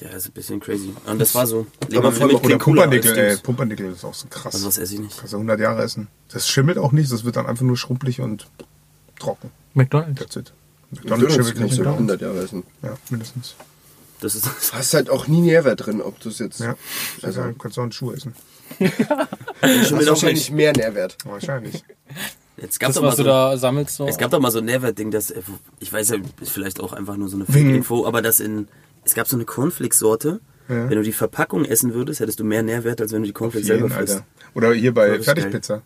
Speaker 4: ja, ist ein bisschen crazy. Und das war so. Leben
Speaker 3: Aber
Speaker 4: am Limit
Speaker 5: Oder
Speaker 4: klingt cooler als
Speaker 5: Pumpernickel, ey.
Speaker 4: Dings.
Speaker 5: Pumpernickel ist auch so krass.
Speaker 4: Also das esse ich nicht.
Speaker 5: Kannst du 100 Jahre essen. Das schimmelt auch nicht. Das wird dann einfach nur schrumpelig und trocken.
Speaker 6: McDonalds.
Speaker 5: That's it.
Speaker 3: McDonald's
Speaker 5: schimmelt
Speaker 3: kannst du
Speaker 5: nicht.
Speaker 3: 100 Jahre essen.
Speaker 5: Ja, mindestens.
Speaker 4: Das ist
Speaker 3: Hast halt auch nie Nährwert drin, ob du es jetzt.
Speaker 5: Ja. Also,
Speaker 3: Also-
Speaker 5: kannst du auch einen Schuh essen.
Speaker 3: Das ist wahrscheinlich mehr Nährwert.
Speaker 5: [laughs] Wahrscheinlich.
Speaker 4: Jetzt gab's
Speaker 6: Das,
Speaker 4: doch mal
Speaker 6: was du
Speaker 4: so,
Speaker 6: da sammelst, so.
Speaker 4: Es gab doch mal so ein Nährwertding, das äh, ich weiß ja, ist vielleicht auch einfach nur so eine
Speaker 5: Wegen-
Speaker 4: Info, aber das in es gab so eine Cornflakes-Sorte. Wenn du die Verpackung essen würdest, hättest du mehr Nährwert, als wenn du die Cornflakes selber
Speaker 5: Jeden,
Speaker 4: frisst.
Speaker 5: Alter. Oder hier bei
Speaker 4: ist
Speaker 5: Fertigpizza.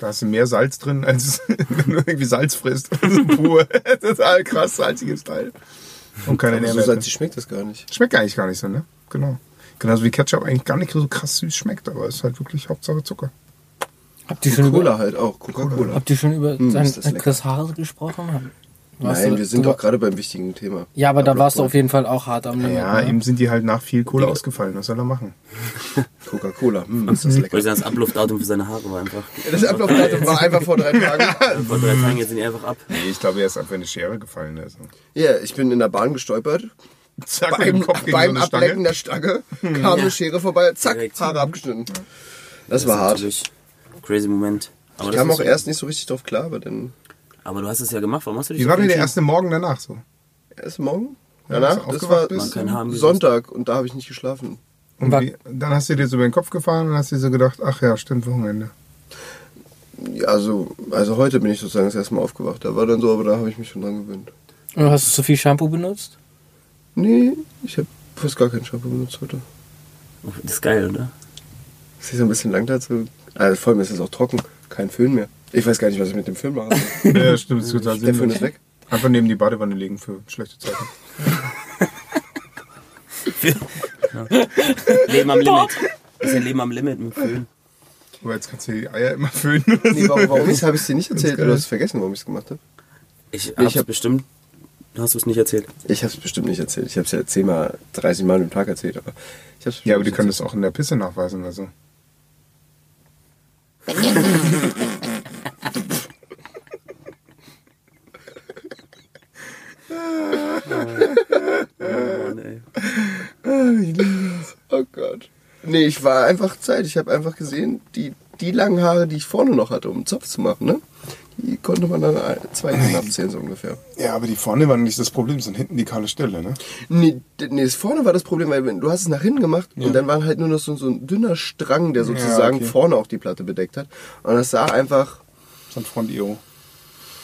Speaker 5: Da hast du mehr Salz drin, als [laughs] wenn du irgendwie Salz frisst. [laughs] Also pur. Total krass salziges Teil. Und
Speaker 3: Aber Also
Speaker 5: keine
Speaker 3: so
Speaker 5: Nährwerte.
Speaker 3: salzig schmeckt das gar nicht.
Speaker 5: schmeckt eigentlich gar nicht so, ne? Genau. Genauso wie Ketchup eigentlich gar nicht so krass süß schmeckt, aber es ist halt wirklich Hauptsache Zucker.
Speaker 6: Habt ihr schon über,
Speaker 3: Cola halt auch, Coca-Cola.
Speaker 6: habt ihr schon über sein,
Speaker 3: ist das lecker.
Speaker 6: Chris Haare gesprochen? Warst
Speaker 3: Nein,
Speaker 6: du-
Speaker 3: wir sind
Speaker 6: du-
Speaker 3: doch gerade beim wichtigen Thema.
Speaker 6: Ja, aber da warst du auf jeden Fall auch hart am Limit.
Speaker 5: Ja,
Speaker 6: ne?
Speaker 5: eben sind die halt nach viel Kohle ausgefallen. Was soll er machen?
Speaker 3: Coca-Cola, hm, ist das
Speaker 4: Weil
Speaker 3: lecker.
Speaker 4: ich sagen, das Abluftdatum für seine Haare war einfach.
Speaker 3: Das Ablaufdatum war einfach vor drei Tagen.
Speaker 4: Vor drei Tagen jetzt sind die einfach ab.
Speaker 5: Nee, ich glaube, er ist einfach in eine Schere gefallen. Also.
Speaker 3: Ja, ich bin in der Bahn gestolpert
Speaker 5: Zack, mit
Speaker 3: beim,
Speaker 5: dem Kopf gegen
Speaker 3: beim
Speaker 5: so eine
Speaker 3: Ablecken
Speaker 5: Stange.
Speaker 3: der
Speaker 5: Hm.
Speaker 3: Stange kam eine Schere vorbei, zack,
Speaker 4: Direkt.
Speaker 3: Haare abgeschnitten. Das war hart.
Speaker 4: Natürlich crazy Moment. Aber
Speaker 3: Ich
Speaker 4: das
Speaker 3: kam
Speaker 4: ist-
Speaker 3: auch erst nicht so richtig drauf klar, aber dann
Speaker 4: Aber du hast es ja gemacht, warum hast du dich
Speaker 5: Wie war denn der
Speaker 4: entschieden?
Speaker 5: erste Morgen danach so?
Speaker 3: erst morgen.
Speaker 5: Ja,
Speaker 3: Danach,
Speaker 5: als du
Speaker 3: das war
Speaker 5: aufgewacht bist,
Speaker 4: Man kann haben gesetzt.
Speaker 3: Sonntag und da habe ich nicht geschlafen.
Speaker 5: Und
Speaker 6: War-
Speaker 5: wie, dann hast du dir so über den Kopf gefahren und hast dir so gedacht, ach ja, stimmt, Wochenende.
Speaker 3: Ja, also, also heute bin ich sozusagen das erste Mal aufgewacht. Da war dann so, aber da habe ich mich schon dran gewöhnt.
Speaker 6: Und hast du zu viel Shampoo benutzt?
Speaker 3: Nee, ich habe fast gar keinen Shampoo benutzt heute.
Speaker 4: Oh, Das ist geil,
Speaker 3: [laughs]
Speaker 4: oder?
Speaker 3: Es ist ein bisschen lang dazu. Also vor allem ist es auch trocken. Kein Föhn mehr. Ich weiß gar nicht, was ich mit dem Föhn [laughs] mache.
Speaker 5: [laughs] Ja, stimmt, das Äh, ist total
Speaker 3: Der Föhn
Speaker 5: sinnlos.
Speaker 3: ist weg.
Speaker 5: Einfach neben die Badewanne legen für schlechte Zeiten.
Speaker 4: Leben am Limit. Bisschen Leben am Limit mit Föhn.
Speaker 5: Aber jetzt kannst du die Eier immer föhnen. oder
Speaker 3: Nee,
Speaker 5: so.
Speaker 3: warum, warum habe ich es dir nicht erzählt?
Speaker 5: geil.
Speaker 3: Du hast vergessen, warum ich es gemacht habe.
Speaker 4: Ich hab's
Speaker 3: hab-
Speaker 4: bestimmt. Hast du es nicht erzählt?
Speaker 3: Ich habe es bestimmt nicht erzählt. Ich habe es ja zehnmal, 30 Mal im Tag erzählt. Aber ich hab's
Speaker 5: Ja,
Speaker 3: bestimmt
Speaker 5: aber die
Speaker 3: nicht
Speaker 5: können das auch in der Pisse nachweisen oder so.
Speaker 3: Äh.
Speaker 4: Mann, ey.
Speaker 3: erzählt. Oh Gott. Nee, ich war einfach Zeit. Ich habe einfach gesehen, die, die langen Haare, die ich vorne noch hatte, um einen Zopf zu machen, ne? die konnte man dann ein- zwei Hände abzählen, so ungefähr.
Speaker 5: Ja, aber die vorne waren nicht das Problem, sondern hinten die kahle Stelle, ne?
Speaker 3: Nee, d- nee, das vorne war das Problem, weil wenn- du hast es nach hinten gemacht und dann war halt nur noch so, so ein dünner Strang, der sozusagen
Speaker 5: okay.
Speaker 3: vorne auch die Platte bedeckt hat. Und das sah einfach,
Speaker 5: So ein Front-Iro.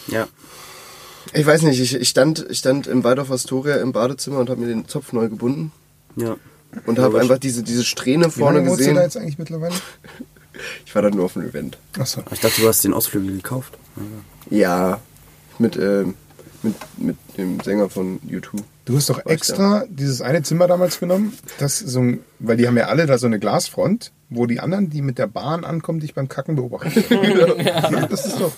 Speaker 4: Ja.
Speaker 3: ich weiß nicht, ich, ich, stand, ich stand im Waldorf Astoria im Badezimmer und habe mir den Zopf neu gebunden
Speaker 4: Ja.
Speaker 3: und habe einfach diese, diese Strähne vorne
Speaker 5: du da
Speaker 3: gesehen.
Speaker 5: jetzt eigentlich mittlerweile?
Speaker 3: Ich war dann nur auf dem Event.
Speaker 5: Achso.
Speaker 4: Ich dachte, du hast den Ausflügel gekauft.
Speaker 3: Ja, mit, ähm, mit, mit dem Sänger von U2.
Speaker 5: Du hast doch extra dieses eine Zimmer damals genommen, das so ein, weil die haben ja alle da so eine Glasfront, wo die anderen, die mit der Bahn ankommen, dich beim Kacken [laughs] beobachten. ja, das ist doch.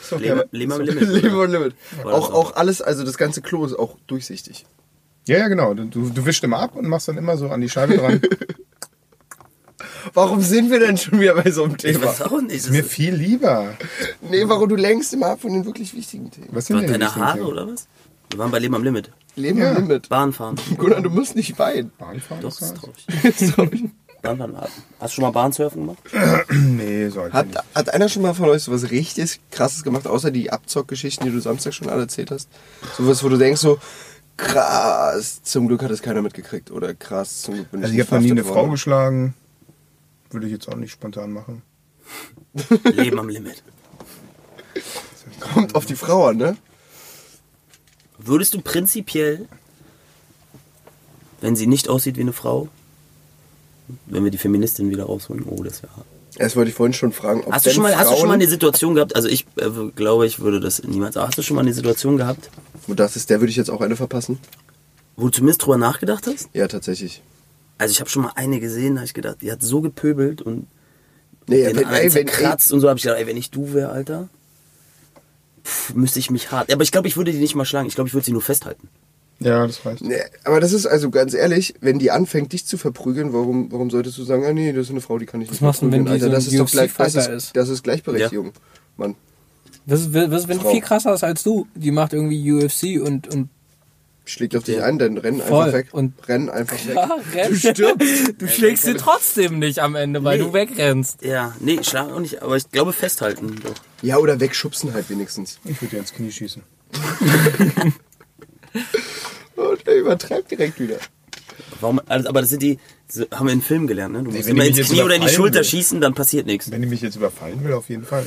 Speaker 5: Ist doch
Speaker 4: Leben,
Speaker 5: der,
Speaker 4: Leben am Limit.
Speaker 3: Leben
Speaker 4: Oder?
Speaker 3: und Limit.
Speaker 4: War das
Speaker 3: Auch,
Speaker 4: auch?
Speaker 3: auch alles, also das ganze Klo ist auch durchsichtig.
Speaker 5: ja, ja, genau. Du, du du wischst immer ab und machst dann immer so an die Scheibe [laughs] dran.
Speaker 3: Warum sind wir denn schon wieder bei so einem
Speaker 4: Ich
Speaker 3: Thema?
Speaker 4: weiß auch nicht.
Speaker 5: Mir
Speaker 4: Das
Speaker 5: viel lieber.
Speaker 3: Nee, warum du lenkst immer ab von den wirklich wichtigen Themen.
Speaker 5: Was sind
Speaker 4: war
Speaker 5: denn die
Speaker 4: deine
Speaker 5: wichtigen
Speaker 4: Haare
Speaker 5: Themen?
Speaker 4: oder was? Wir waren bei Leben am Limit.
Speaker 3: Leben
Speaker 5: Ja.
Speaker 3: am Limit.
Speaker 4: Bahnfahren.
Speaker 3: Gunnar, du musst nicht weinen.
Speaker 5: Bahnfahren?
Speaker 4: Doch,
Speaker 5: das
Speaker 4: das ist
Speaker 5: war's?
Speaker 4: traurig.
Speaker 3: [laughs]
Speaker 4: Bahnfahren. Hast du schon mal Bahnsurfen gemacht?
Speaker 5: Nee, sollte
Speaker 3: Hat,
Speaker 5: nicht.
Speaker 3: hat einer schon mal von euch sowas richtig krasses gemacht, außer die Abzockgeschichten, die du Samstag schon alle erzählt hast? Sowas, wo du denkst so, krass, zum Glück hat es keiner mitgekriegt. Oder krass, zum Glück bin ich
Speaker 5: Also ich
Speaker 3: nicht
Speaker 5: habe noch nie eine
Speaker 3: verhaftet
Speaker 5: Frau
Speaker 3: worden.
Speaker 5: geschlagen. Würde ich jetzt auch nicht spontan machen.
Speaker 4: Leben am Limit.
Speaker 3: Kommt auf die Frau an, ne?
Speaker 4: Würdest du prinzipiell, wenn sie nicht aussieht wie eine Frau, wenn wir die Feministin wieder rausholen, oh, das wäre hart.
Speaker 3: Erst wollte ich vorhin schon fragen, ob
Speaker 4: Hast du,
Speaker 3: denn
Speaker 4: schon mal,
Speaker 3: Frauen,
Speaker 4: hast du schon mal eine Situation gehabt, also ich äh, glaube, ich würde das niemals, aber hast du schon mal eine Situation gehabt,
Speaker 3: Und das ist, der würde ich jetzt auch eine verpassen?
Speaker 4: wo du zumindest drüber nachgedacht hast?
Speaker 3: Ja, tatsächlich.
Speaker 4: Also ich habe schon mal eine gesehen, habe ich gedacht, die hat so gepöbelt und
Speaker 3: Nee,
Speaker 4: den anderen zerkratzt und so, habe ich gedacht, ey, wenn ich du wäre, Alter, pff, müsste ich mich hart, aber ich glaube, ich würde die nicht mal schlagen, ich glaube, ich würde sie nur festhalten.
Speaker 5: Ja, das reicht.
Speaker 3: Nee, aber das ist also ganz ehrlich, wenn die anfängt, dich zu verprügeln, warum, warum solltest du sagen, ah nee, das ist eine Frau, die kann ich nicht
Speaker 6: machst du, wenn
Speaker 3: verprügeln.
Speaker 6: die
Speaker 3: Alter, das
Speaker 6: so ein
Speaker 3: ist doch gleich, das ist,
Speaker 6: UFC-Fighter ist?
Speaker 3: das ist Gleichberechtigung, Mann.
Speaker 6: Was, ist- was ist, wenn die
Speaker 3: Frau.
Speaker 6: viel krasser ist als du? Die macht irgendwie UFC und, und
Speaker 3: Schlägt auf dich ein, dann renn
Speaker 6: Voll.
Speaker 3: einfach weg.
Speaker 6: Und-
Speaker 3: renn einfach weg.
Speaker 6: Ja, renn. [laughs] Du schlägst sie trotzdem nicht am Ende, weil
Speaker 4: Nee.
Speaker 6: du wegrennst.
Speaker 4: Ja, nee, schlagen auch nicht, aber ich glaube, festhalten doch.
Speaker 3: Ja, oder wegschubsen halt wenigstens.
Speaker 5: Ich würde dir ins Knie schießen.
Speaker 3: Und er übertreibt direkt wieder.
Speaker 4: Warum, also, aber das sind die, so, haben wir in Film gelernt, ne? Du musst
Speaker 5: wenn
Speaker 4: immer
Speaker 5: die
Speaker 4: ins
Speaker 5: mich jetzt
Speaker 4: Knie oder in die
Speaker 5: überfallen
Speaker 4: Schulter
Speaker 5: will.
Speaker 4: schießen, dann passiert nichts.
Speaker 5: Wenn die mich jetzt überfallen will, auf jeden Fall.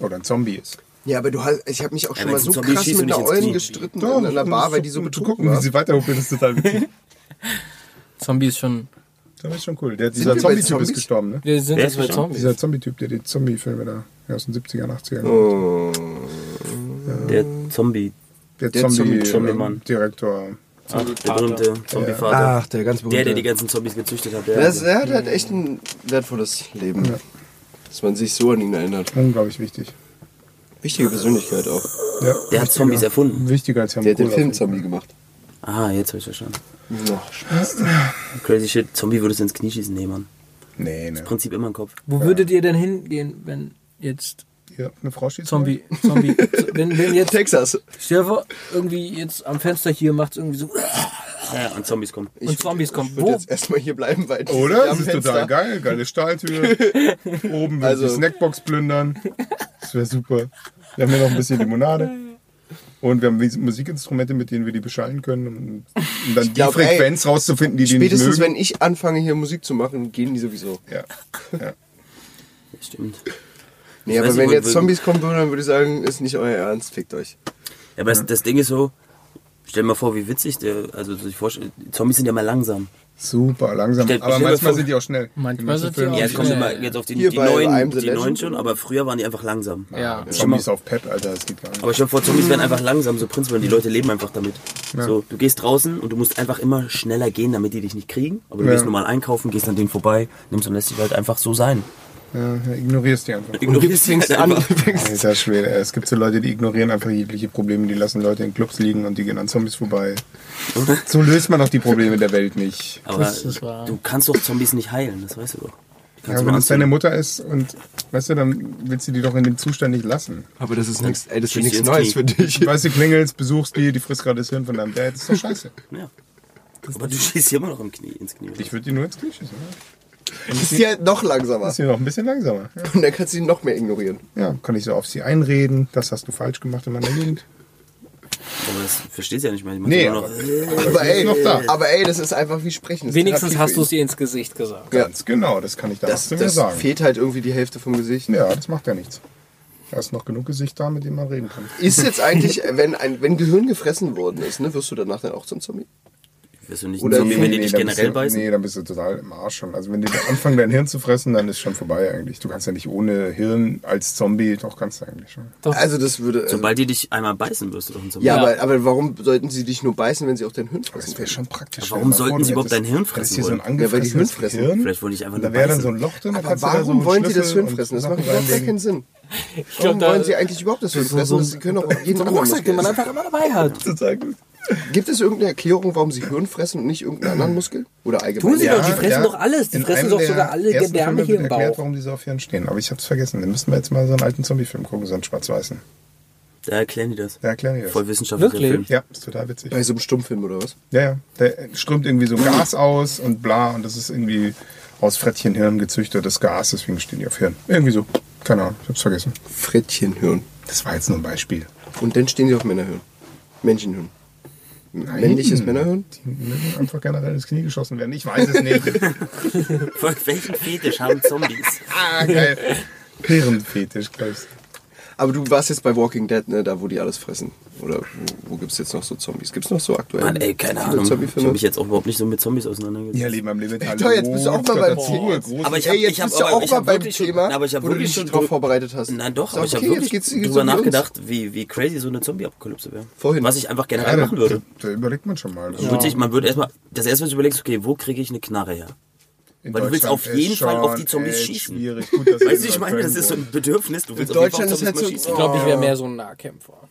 Speaker 5: Oder ein Zombie ist.
Speaker 3: Ja, aber du hast, ich habe mich auch schon
Speaker 4: wenn
Speaker 3: mal
Speaker 4: es
Speaker 3: so
Speaker 4: ein Zombie
Speaker 3: krass
Speaker 4: schießt und
Speaker 3: mit
Speaker 4: nicht
Speaker 3: einer
Speaker 4: ins Knie.
Speaker 3: Eulen gestritten in einer Bar, weil die so
Speaker 5: zu
Speaker 3: betrunken
Speaker 5: gucken, wie
Speaker 3: war.
Speaker 5: sie weiterhumpeln, ist total [laughs] witzig.
Speaker 6: Zombie ist schon.
Speaker 5: Das ist schon cool. Der,
Speaker 3: wir
Speaker 5: dieser
Speaker 3: bei
Speaker 5: Zombie-Typ ist
Speaker 3: Zombies?
Speaker 5: gestorben, ne?
Speaker 6: Wir sind
Speaker 4: Wer
Speaker 6: jetzt
Speaker 4: ist
Speaker 6: bei
Speaker 4: schon?
Speaker 6: Zombies.
Speaker 5: Dieser Zombie-Typ, der die Zombie-Filme da ja, aus den 70ern, 80ern.
Speaker 3: Oh.
Speaker 4: Der Zombie,
Speaker 5: Der,
Speaker 3: der
Speaker 5: Zombie- ähm,
Speaker 3: Zombie-
Speaker 4: Zombie-Mann.
Speaker 5: Direktor.
Speaker 4: der berühmte Zombie-Vater.
Speaker 3: Ach, der ganz berühmte.
Speaker 4: Der, der die ganzen Zombies gezüchtet hat. Der
Speaker 3: das, er hat halt echt ein wertvolles Leben. Dass man sich so an ihn erinnert.
Speaker 5: Unglaublich wichtig.
Speaker 3: Wichtige Persönlichkeit auch.
Speaker 5: Ja,
Speaker 4: Der hat Zombies erfunden.
Speaker 5: Wichtiger als Herr
Speaker 3: Der hat den
Speaker 5: Kohl
Speaker 3: Film
Speaker 5: auf jeden
Speaker 3: Zombie gemacht.
Speaker 4: ah, jetzt hab ich verstanden.
Speaker 3: Ja.
Speaker 4: Crazy shit, Zombie würdest du ins Knie schießen, nee, Mann.
Speaker 5: Fall. Nee, nee.
Speaker 4: Prinzip immer im Kopf.
Speaker 6: Wo würdet ihr denn hingehen, wenn jetzt
Speaker 5: Ja, eine Frau schießt.
Speaker 6: [laughs] Zombie. Zombie. wenn, wenn jetzt.
Speaker 3: Texas.
Speaker 6: Stell dir vor, irgendwie jetzt am Fenster hier macht's irgendwie so.
Speaker 4: Ja, und Zombies kommen.
Speaker 6: Und Zombies kommen.
Speaker 3: Ich würde
Speaker 6: Wo?
Speaker 3: jetzt erstmal hier bleiben, weil die am
Speaker 5: Oder? Das ist total
Speaker 3: Fenster-
Speaker 5: geil. Geile
Speaker 3: [laughs]
Speaker 5: Stahltür. Oben will also.
Speaker 3: Also-
Speaker 5: die Snackbox plündern. Das wäre super. Wir haben ja noch ein bisschen Limonade. Und wir haben Mus- Musikinstrumente, mit denen wir die beschallen können, um um dann
Speaker 3: glaub,
Speaker 5: die Frequenz rauszufinden, die die nicht mögen.
Speaker 3: Spätestens wenn ich anfange hier Musik zu machen, gehen die sowieso.
Speaker 5: ja. Ja.
Speaker 4: Stimmt.
Speaker 3: Nee, aber
Speaker 4: weiß
Speaker 3: wenn
Speaker 4: nicht,
Speaker 3: jetzt
Speaker 4: wo-
Speaker 3: Zombies kommen würden, dann würde ich sagen, ist nicht euer Ernst, fickt euch.
Speaker 4: Ja, aber Das, das Ding ist so, stell dir mal vor, wie witzig der, also ich vorstelle, Zombies sind ja mal langsam.
Speaker 5: Super, langsam.
Speaker 4: Stell-
Speaker 5: Aber
Speaker 4: stell dir
Speaker 5: manchmal
Speaker 4: vor-
Speaker 5: sind die auch schnell.
Speaker 6: Manchmal
Speaker 5: In manchen
Speaker 6: sind die
Speaker 5: Filmen
Speaker 4: Ja,
Speaker 6: auch
Speaker 5: sind
Speaker 4: jetzt
Speaker 5: die
Speaker 4: kommen sie
Speaker 6: schnell.
Speaker 4: mal jetzt auf die,
Speaker 3: Hier
Speaker 4: die
Speaker 3: bei I'm
Speaker 4: neuen,
Speaker 3: the
Speaker 4: die
Speaker 3: Legend.
Speaker 4: neuen schon, aber früher waren die einfach langsam.
Speaker 6: Ja.
Speaker 5: Zombies auf Pep, Alter, das geht gar nicht.
Speaker 4: Aber stell dir vor, Zombies werden einfach langsam, so prinzipiell, die Leute leben einfach damit. So, du gehst draußen und du musst einfach immer schneller gehen, damit die dich nicht kriegen. Aber du
Speaker 5: Ja.
Speaker 4: gehst normal einkaufen, gehst an denen vorbei, nimmst und lässt dich halt einfach so sein.
Speaker 5: Ja, ja, ignorierst die einfach.
Speaker 4: Ignorierst die halt einfach.
Speaker 3: [laughs]
Speaker 5: Alter Schwede, ey, es gibt so Leute, die ignorieren einfach jegliche Probleme, die lassen Leute in Clubs liegen und die gehen an Zombies vorbei. So löst man auch die Probleme der Welt nicht.
Speaker 4: Aber
Speaker 6: Das ist wahr.
Speaker 4: du kannst doch Zombies nicht heilen, das weißt du doch. Die kannst
Speaker 5: Ja,
Speaker 4: du
Speaker 5: wenn
Speaker 4: nur
Speaker 5: es deine
Speaker 4: anzünden.
Speaker 5: Mutter ist und, weißt du, dann willst du die doch in dem Zustand nicht [laughs] lassen.
Speaker 3: Aber das ist nichts, ey, das ist
Speaker 4: schießt
Speaker 3: nichts
Speaker 4: ihr ins
Speaker 3: Neues für
Speaker 4: Knie.
Speaker 3: dich.
Speaker 5: Du weißt, du klingelst, besuchst die, die frisst gerade das Hirn von deinem Dad, das ist doch scheiße.
Speaker 4: Ja. Aber du schießt hier immer noch im Knie, ins Knie.
Speaker 5: [laughs] Ich würde die nur ins Knie schießen. oder?
Speaker 3: [laughs] Ist ja noch langsamer.
Speaker 5: Das ist hier noch ein bisschen langsamer. Ja.
Speaker 3: Und dann kannst du ihn noch mehr ignorieren.
Speaker 5: Ja, kann ich so auf sie einreden, das hast du falsch gemacht in meiner Jugend.
Speaker 4: Aber das verstehst du ja nicht mehr. Die macht
Speaker 5: Nee,
Speaker 4: immer noch, äh,
Speaker 5: aber-
Speaker 3: Aber ey,
Speaker 5: noch da.
Speaker 3: aber ey, das ist einfach wie Sprechen. Das ist
Speaker 6: Wenigstens
Speaker 3: Therapie
Speaker 6: hast
Speaker 3: für
Speaker 6: du
Speaker 3: ihn.
Speaker 6: es ihr ins Gesicht gesagt.
Speaker 3: Ja.
Speaker 5: Ganz genau, das kann ich da
Speaker 3: Das,
Speaker 5: zu mir
Speaker 3: das
Speaker 5: sagen.
Speaker 3: fehlt halt irgendwie die Hälfte vom Gesicht.
Speaker 5: Ja, das macht ja nichts. Da ist noch genug Gesicht da, mit dem man reden kann.
Speaker 3: Ist jetzt
Speaker 5: [laughs]
Speaker 3: eigentlich, wenn, ein, wenn Gehirn gefressen worden ist, ne, wirst du danach dann auch zum Zombie?
Speaker 4: Wirst du nicht ein
Speaker 3: Oder-
Speaker 4: Zombie,
Speaker 3: Nee,
Speaker 4: wenn die dich
Speaker 5: dann bist
Speaker 4: generell
Speaker 5: du,
Speaker 4: beißen?
Speaker 5: Nee, dann bist du total im Arsch schon. Also wenn die [laughs] da anfangen, dein Hirn zu fressen, dann ist schon vorbei eigentlich. Du kannst ja nicht ohne Hirn als Zombie, doch kannst du eigentlich schon.
Speaker 3: Also das würde... Also,
Speaker 4: Sobald die dich einmal beißen, wirst du doch ein Zombie.
Speaker 3: ja,
Speaker 6: Ja.
Speaker 3: aber, aber warum sollten sie dich nur beißen, wenn sie auch dein Hirn fressen?
Speaker 5: Das wäre schon praktisch.
Speaker 4: Aber warum
Speaker 5: Stell dir
Speaker 4: sollten
Speaker 5: mal vor,
Speaker 4: sie
Speaker 5: du
Speaker 4: überhaupt
Speaker 5: hättest-
Speaker 4: dein Hirn fressen
Speaker 5: hättest hier so ein
Speaker 4: wollen?
Speaker 3: Ja, weil die Hirn
Speaker 5: angefressenes
Speaker 3: fressen.
Speaker 5: Hirn.
Speaker 4: Vielleicht wollen die dich einfach
Speaker 5: Da
Speaker 4: nur
Speaker 5: wäre dann
Speaker 4: beißen.
Speaker 5: so ein Loch drin. da
Speaker 3: Aber
Speaker 5: kannst du da
Speaker 3: warum
Speaker 5: so einen
Speaker 3: wollen die das
Speaker 5: Also Schlüssel
Speaker 3: Hirn
Speaker 5: und
Speaker 3: fressen? Das
Speaker 5: Sachen
Speaker 3: macht überhaupt gar
Speaker 5: reinlegen.
Speaker 3: keinen Sinn.
Speaker 6: glaub,
Speaker 3: Warum
Speaker 6: da-
Speaker 3: wollen sie eigentlich überhaupt das Hirn fressen? Das- Sie können auch jeden anderen
Speaker 6: Rucksack,
Speaker 3: Muskel
Speaker 6: den man
Speaker 3: essen.
Speaker 6: einfach immer dabei halt. hat.
Speaker 5: Total gut.
Speaker 3: Gibt es irgendeine Erklärung, warum sie Hirn fressen und nicht irgendeinen anderen Muskel? Oder allgemein?
Speaker 6: Tun sie doch, die
Speaker 5: Ja,
Speaker 6: fressen
Speaker 5: ja.
Speaker 6: doch alles. Die
Speaker 5: In
Speaker 6: fressen
Speaker 5: einem
Speaker 6: doch
Speaker 5: der
Speaker 6: sogar alle
Speaker 5: ersten
Speaker 6: Gedärme
Speaker 5: Filme
Speaker 6: hier
Speaker 5: wird
Speaker 6: im
Speaker 5: erklärt,
Speaker 6: Bauch.
Speaker 5: warum die so auf Hirn stehen. Aber ich hab's vergessen. Dann müssen wir jetzt mal so einen alten Zombie-Film gucken, so einen schwarz-weißen.
Speaker 4: Da erklären die das.
Speaker 5: Da erklären die das.
Speaker 4: Voll wissenschaftlicher
Speaker 6: Wirklich?
Speaker 4: Film.
Speaker 5: Ja, ist total witzig.
Speaker 3: Bei so einem Stummfilm oder was?
Speaker 5: Ja, ja. Der strömt irgendwie so Gas aus und bla. Und das ist irgendwie aus Frettchenhirn gezüchtetes Gas. Deswegen stehen die auf Hirn. Irgendwie so. Keine Ahnung. Ich hab's vergessen.
Speaker 3: Frettchenhirn.
Speaker 5: Das war jetzt nur ein Beispiel.
Speaker 3: Und dann stehen sie auf Männerhirn. Menschenhirn. Männliches Männerhirn?
Speaker 5: Die mögen einfach generell ins Knie geschossen werden. Ich weiß es nicht.
Speaker 4: [laughs] Voll- Welchen Fetisch haben
Speaker 5: [laughs]
Speaker 4: Zombies?
Speaker 5: ah, geil. Hirnfetisch, glaubst
Speaker 3: Aber du warst jetzt bei Walking Dead, ne? Da, wo die alles fressen. Oder wo, wo gibt's jetzt noch so Zombies? Gibt's noch so aktuell?
Speaker 4: Mann, ey, keine
Speaker 3: viele
Speaker 4: Ahnung. Ich habe
Speaker 3: Zombie-Filme?
Speaker 4: mich jetzt auch überhaupt nicht so mit Zombies auseinandergesetzt.
Speaker 5: Ja, Leben am Limit.
Speaker 3: Doch, jetzt bist du auch mal beim Ziel.
Speaker 4: Aber ich
Speaker 3: Ey,
Speaker 4: hab-
Speaker 3: jetzt
Speaker 4: ich hab
Speaker 3: bist du
Speaker 4: aber-
Speaker 3: auch
Speaker 4: ich
Speaker 3: mal
Speaker 4: hab
Speaker 3: beim
Speaker 4: wirklich schon-
Speaker 3: Thema,
Speaker 4: na, aber ich hab
Speaker 3: wo du
Speaker 4: wirklich
Speaker 3: dich
Speaker 4: schon
Speaker 3: nicht drauf
Speaker 4: drü-
Speaker 3: vorbereitet hast.
Speaker 4: Nein, doch,
Speaker 3: Ist
Speaker 4: aber ich habe
Speaker 3: okay,
Speaker 4: wirklich
Speaker 3: jetzt geht's- geht's
Speaker 4: drüber
Speaker 3: um uns.
Speaker 4: nachgedacht, wie, wie crazy so eine Zombie-Apokalypse wäre.
Speaker 3: Vorhin.
Speaker 4: Was ich einfach generell
Speaker 5: Ja, da,
Speaker 4: machen würde.
Speaker 5: da überlegt man schon mal. Also
Speaker 4: Würde ich, man würde erstmal, das erste, was du überlegst, okay, wo kriege ich eine Knarre her?
Speaker 5: In
Speaker 4: Weil du willst
Speaker 5: Deutschland
Speaker 4: auf
Speaker 5: ist
Speaker 4: jeden Fall auf die
Speaker 5: schon
Speaker 4: Zombies
Speaker 5: echt
Speaker 4: schießen.
Speaker 5: Schwierig. Gut, dass wir
Speaker 4: Weißt du,
Speaker 5: in
Speaker 4: ich meine, das ist so
Speaker 5: Köln
Speaker 4: ein Bedürfnis. Du willst
Speaker 3: In
Speaker 4: auf jeden Fall
Speaker 3: Deutschland ist
Speaker 4: Zombies
Speaker 3: halt so-
Speaker 4: mal schießen.
Speaker 6: Ich glaube, ich wäre mehr so ein Nahkämpfer.
Speaker 5: wohnen.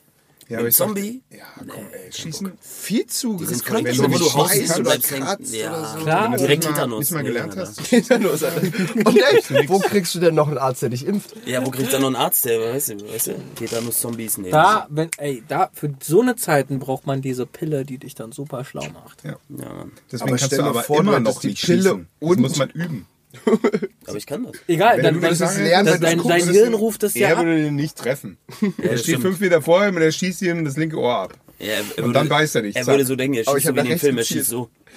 Speaker 5: Ja, aber ich
Speaker 4: Zombie- Oh
Speaker 5: dachte, Ja, komm, ey, schießen.
Speaker 3: Viel zu.
Speaker 4: klein,
Speaker 3: Das kann
Speaker 5: wenn
Speaker 3: ich
Speaker 5: du
Speaker 3: schon mal
Speaker 5: nicht
Speaker 3: du
Speaker 5: schießt,
Speaker 3: haust
Speaker 5: du
Speaker 3: oder
Speaker 4: bleibst hängen.
Speaker 3: [laughs] kratzt
Speaker 4: Ja.
Speaker 3: oder so.
Speaker 6: Klar,
Speaker 5: Wenn du
Speaker 4: Direkt
Speaker 5: nicht mal,
Speaker 4: Tetanus.
Speaker 5: nicht mal
Speaker 4: Nee,
Speaker 5: gelernt
Speaker 4: nee,
Speaker 5: hast.
Speaker 3: Tetanus, Alter. Und [laughs] ey, wo kriegst du denn noch einen Arzt, der dich impft?
Speaker 4: Ja, wo kriegt dann noch einen Arzt her? Weißt du, weißt du? Tetanus-Zombies nehmen.
Speaker 6: Da, wenn, ey, da, für so eine Zeiten braucht man diese Pille, die dich dann super schlau macht.
Speaker 4: Ja, Mann.
Speaker 5: Deswegen
Speaker 3: Aber
Speaker 5: kannst
Speaker 3: stell
Speaker 5: du
Speaker 3: dir
Speaker 5: aber
Speaker 3: vor, du
Speaker 5: immer
Speaker 3: hättest
Speaker 5: noch
Speaker 3: die
Speaker 5: nicht
Speaker 3: Pille
Speaker 5: schießen. Das
Speaker 3: und-
Speaker 5: muss man üben.
Speaker 4: Aber ich kann das.
Speaker 6: Egal,
Speaker 5: Wenn
Speaker 6: dann,
Speaker 5: du
Speaker 6: wenn
Speaker 5: das
Speaker 6: das,
Speaker 5: sagen lernst, wenn
Speaker 6: dein, dein,
Speaker 5: du
Speaker 6: dein
Speaker 5: guckst,
Speaker 6: Hirn ruft das ja
Speaker 5: Er
Speaker 6: ab.
Speaker 5: würde den nicht treffen. [laughs]
Speaker 4: das
Speaker 5: Er steht
Speaker 4: stimmt.
Speaker 5: fünf Meter vor ihm und er schießt ihm das linke Ohr ab.
Speaker 4: Ja, er, er
Speaker 5: Und dann beißt er dich.
Speaker 4: Er
Speaker 5: Zack.
Speaker 4: würde so denken, er schießt
Speaker 3: Aber ich
Speaker 4: so
Speaker 3: hab
Speaker 4: wie in
Speaker 3: nach
Speaker 4: dem
Speaker 3: rechts
Speaker 4: Film, er
Speaker 3: gezielt.
Speaker 4: schießt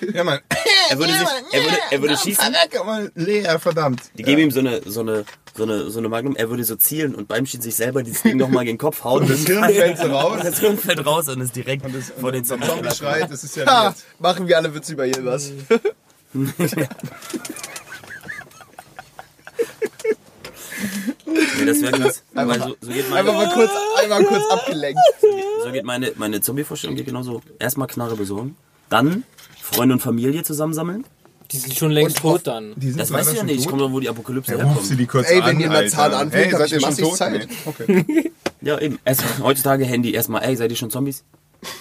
Speaker 4: so.
Speaker 5: Ja, Mann. [laughs]
Speaker 4: Er würde, sich, er würde, er würde schießen,
Speaker 5: Verreck, Mann. Leer, verdammt.
Speaker 4: die geben ihm so eine, so, eine, so, eine, so eine Magnum, er würde so zielen und beim Schießen sich selber dieses Ding nochmal gegen den Kopf hauen. Und
Speaker 5: das Hirn fällt so raus.
Speaker 4: Und das Hirn fällt raus und ist direkt
Speaker 5: Und das-
Speaker 4: vor den
Speaker 5: und der Zombie
Speaker 4: Zombies.
Speaker 5: schreit, das ist ja
Speaker 3: Ha,
Speaker 5: weird.
Speaker 3: Ah, machen wir alle Witze über [laughs] Yilmaz.
Speaker 4: Nee, das wäre krass. Weil so, so geht
Speaker 3: Einfach
Speaker 4: meine,
Speaker 3: mal kurz, einmal kurz abgelenkt.
Speaker 4: so geht meine, meine Zombie-Vorstellung geht genauso. Erstmal Knarre besorgen, dann Freunde und Familie zusammensammeln.
Speaker 6: Die sind schon längst tot dann.
Speaker 5: Die sind
Speaker 4: Das
Speaker 5: leider
Speaker 4: weißt du ja
Speaker 5: schon
Speaker 4: nicht, ich
Speaker 5: tot.
Speaker 4: komme doch, wo die Apokalypse
Speaker 5: Ja, Ruf
Speaker 4: herkommt.
Speaker 5: sie die kurz
Speaker 3: Ey,
Speaker 5: an,
Speaker 3: wenn ihr mal
Speaker 5: Alter.
Speaker 3: Zahn anfängt,
Speaker 5: Hey,
Speaker 3: hab
Speaker 5: seid
Speaker 3: ich
Speaker 5: ihr schon
Speaker 3: massig
Speaker 5: tot? ne?
Speaker 3: Zeit.
Speaker 5: Nee. Okay.
Speaker 4: Ja, eben. Erst, heutzutage Handy erstmal, ey, seid ihr schon Zombies?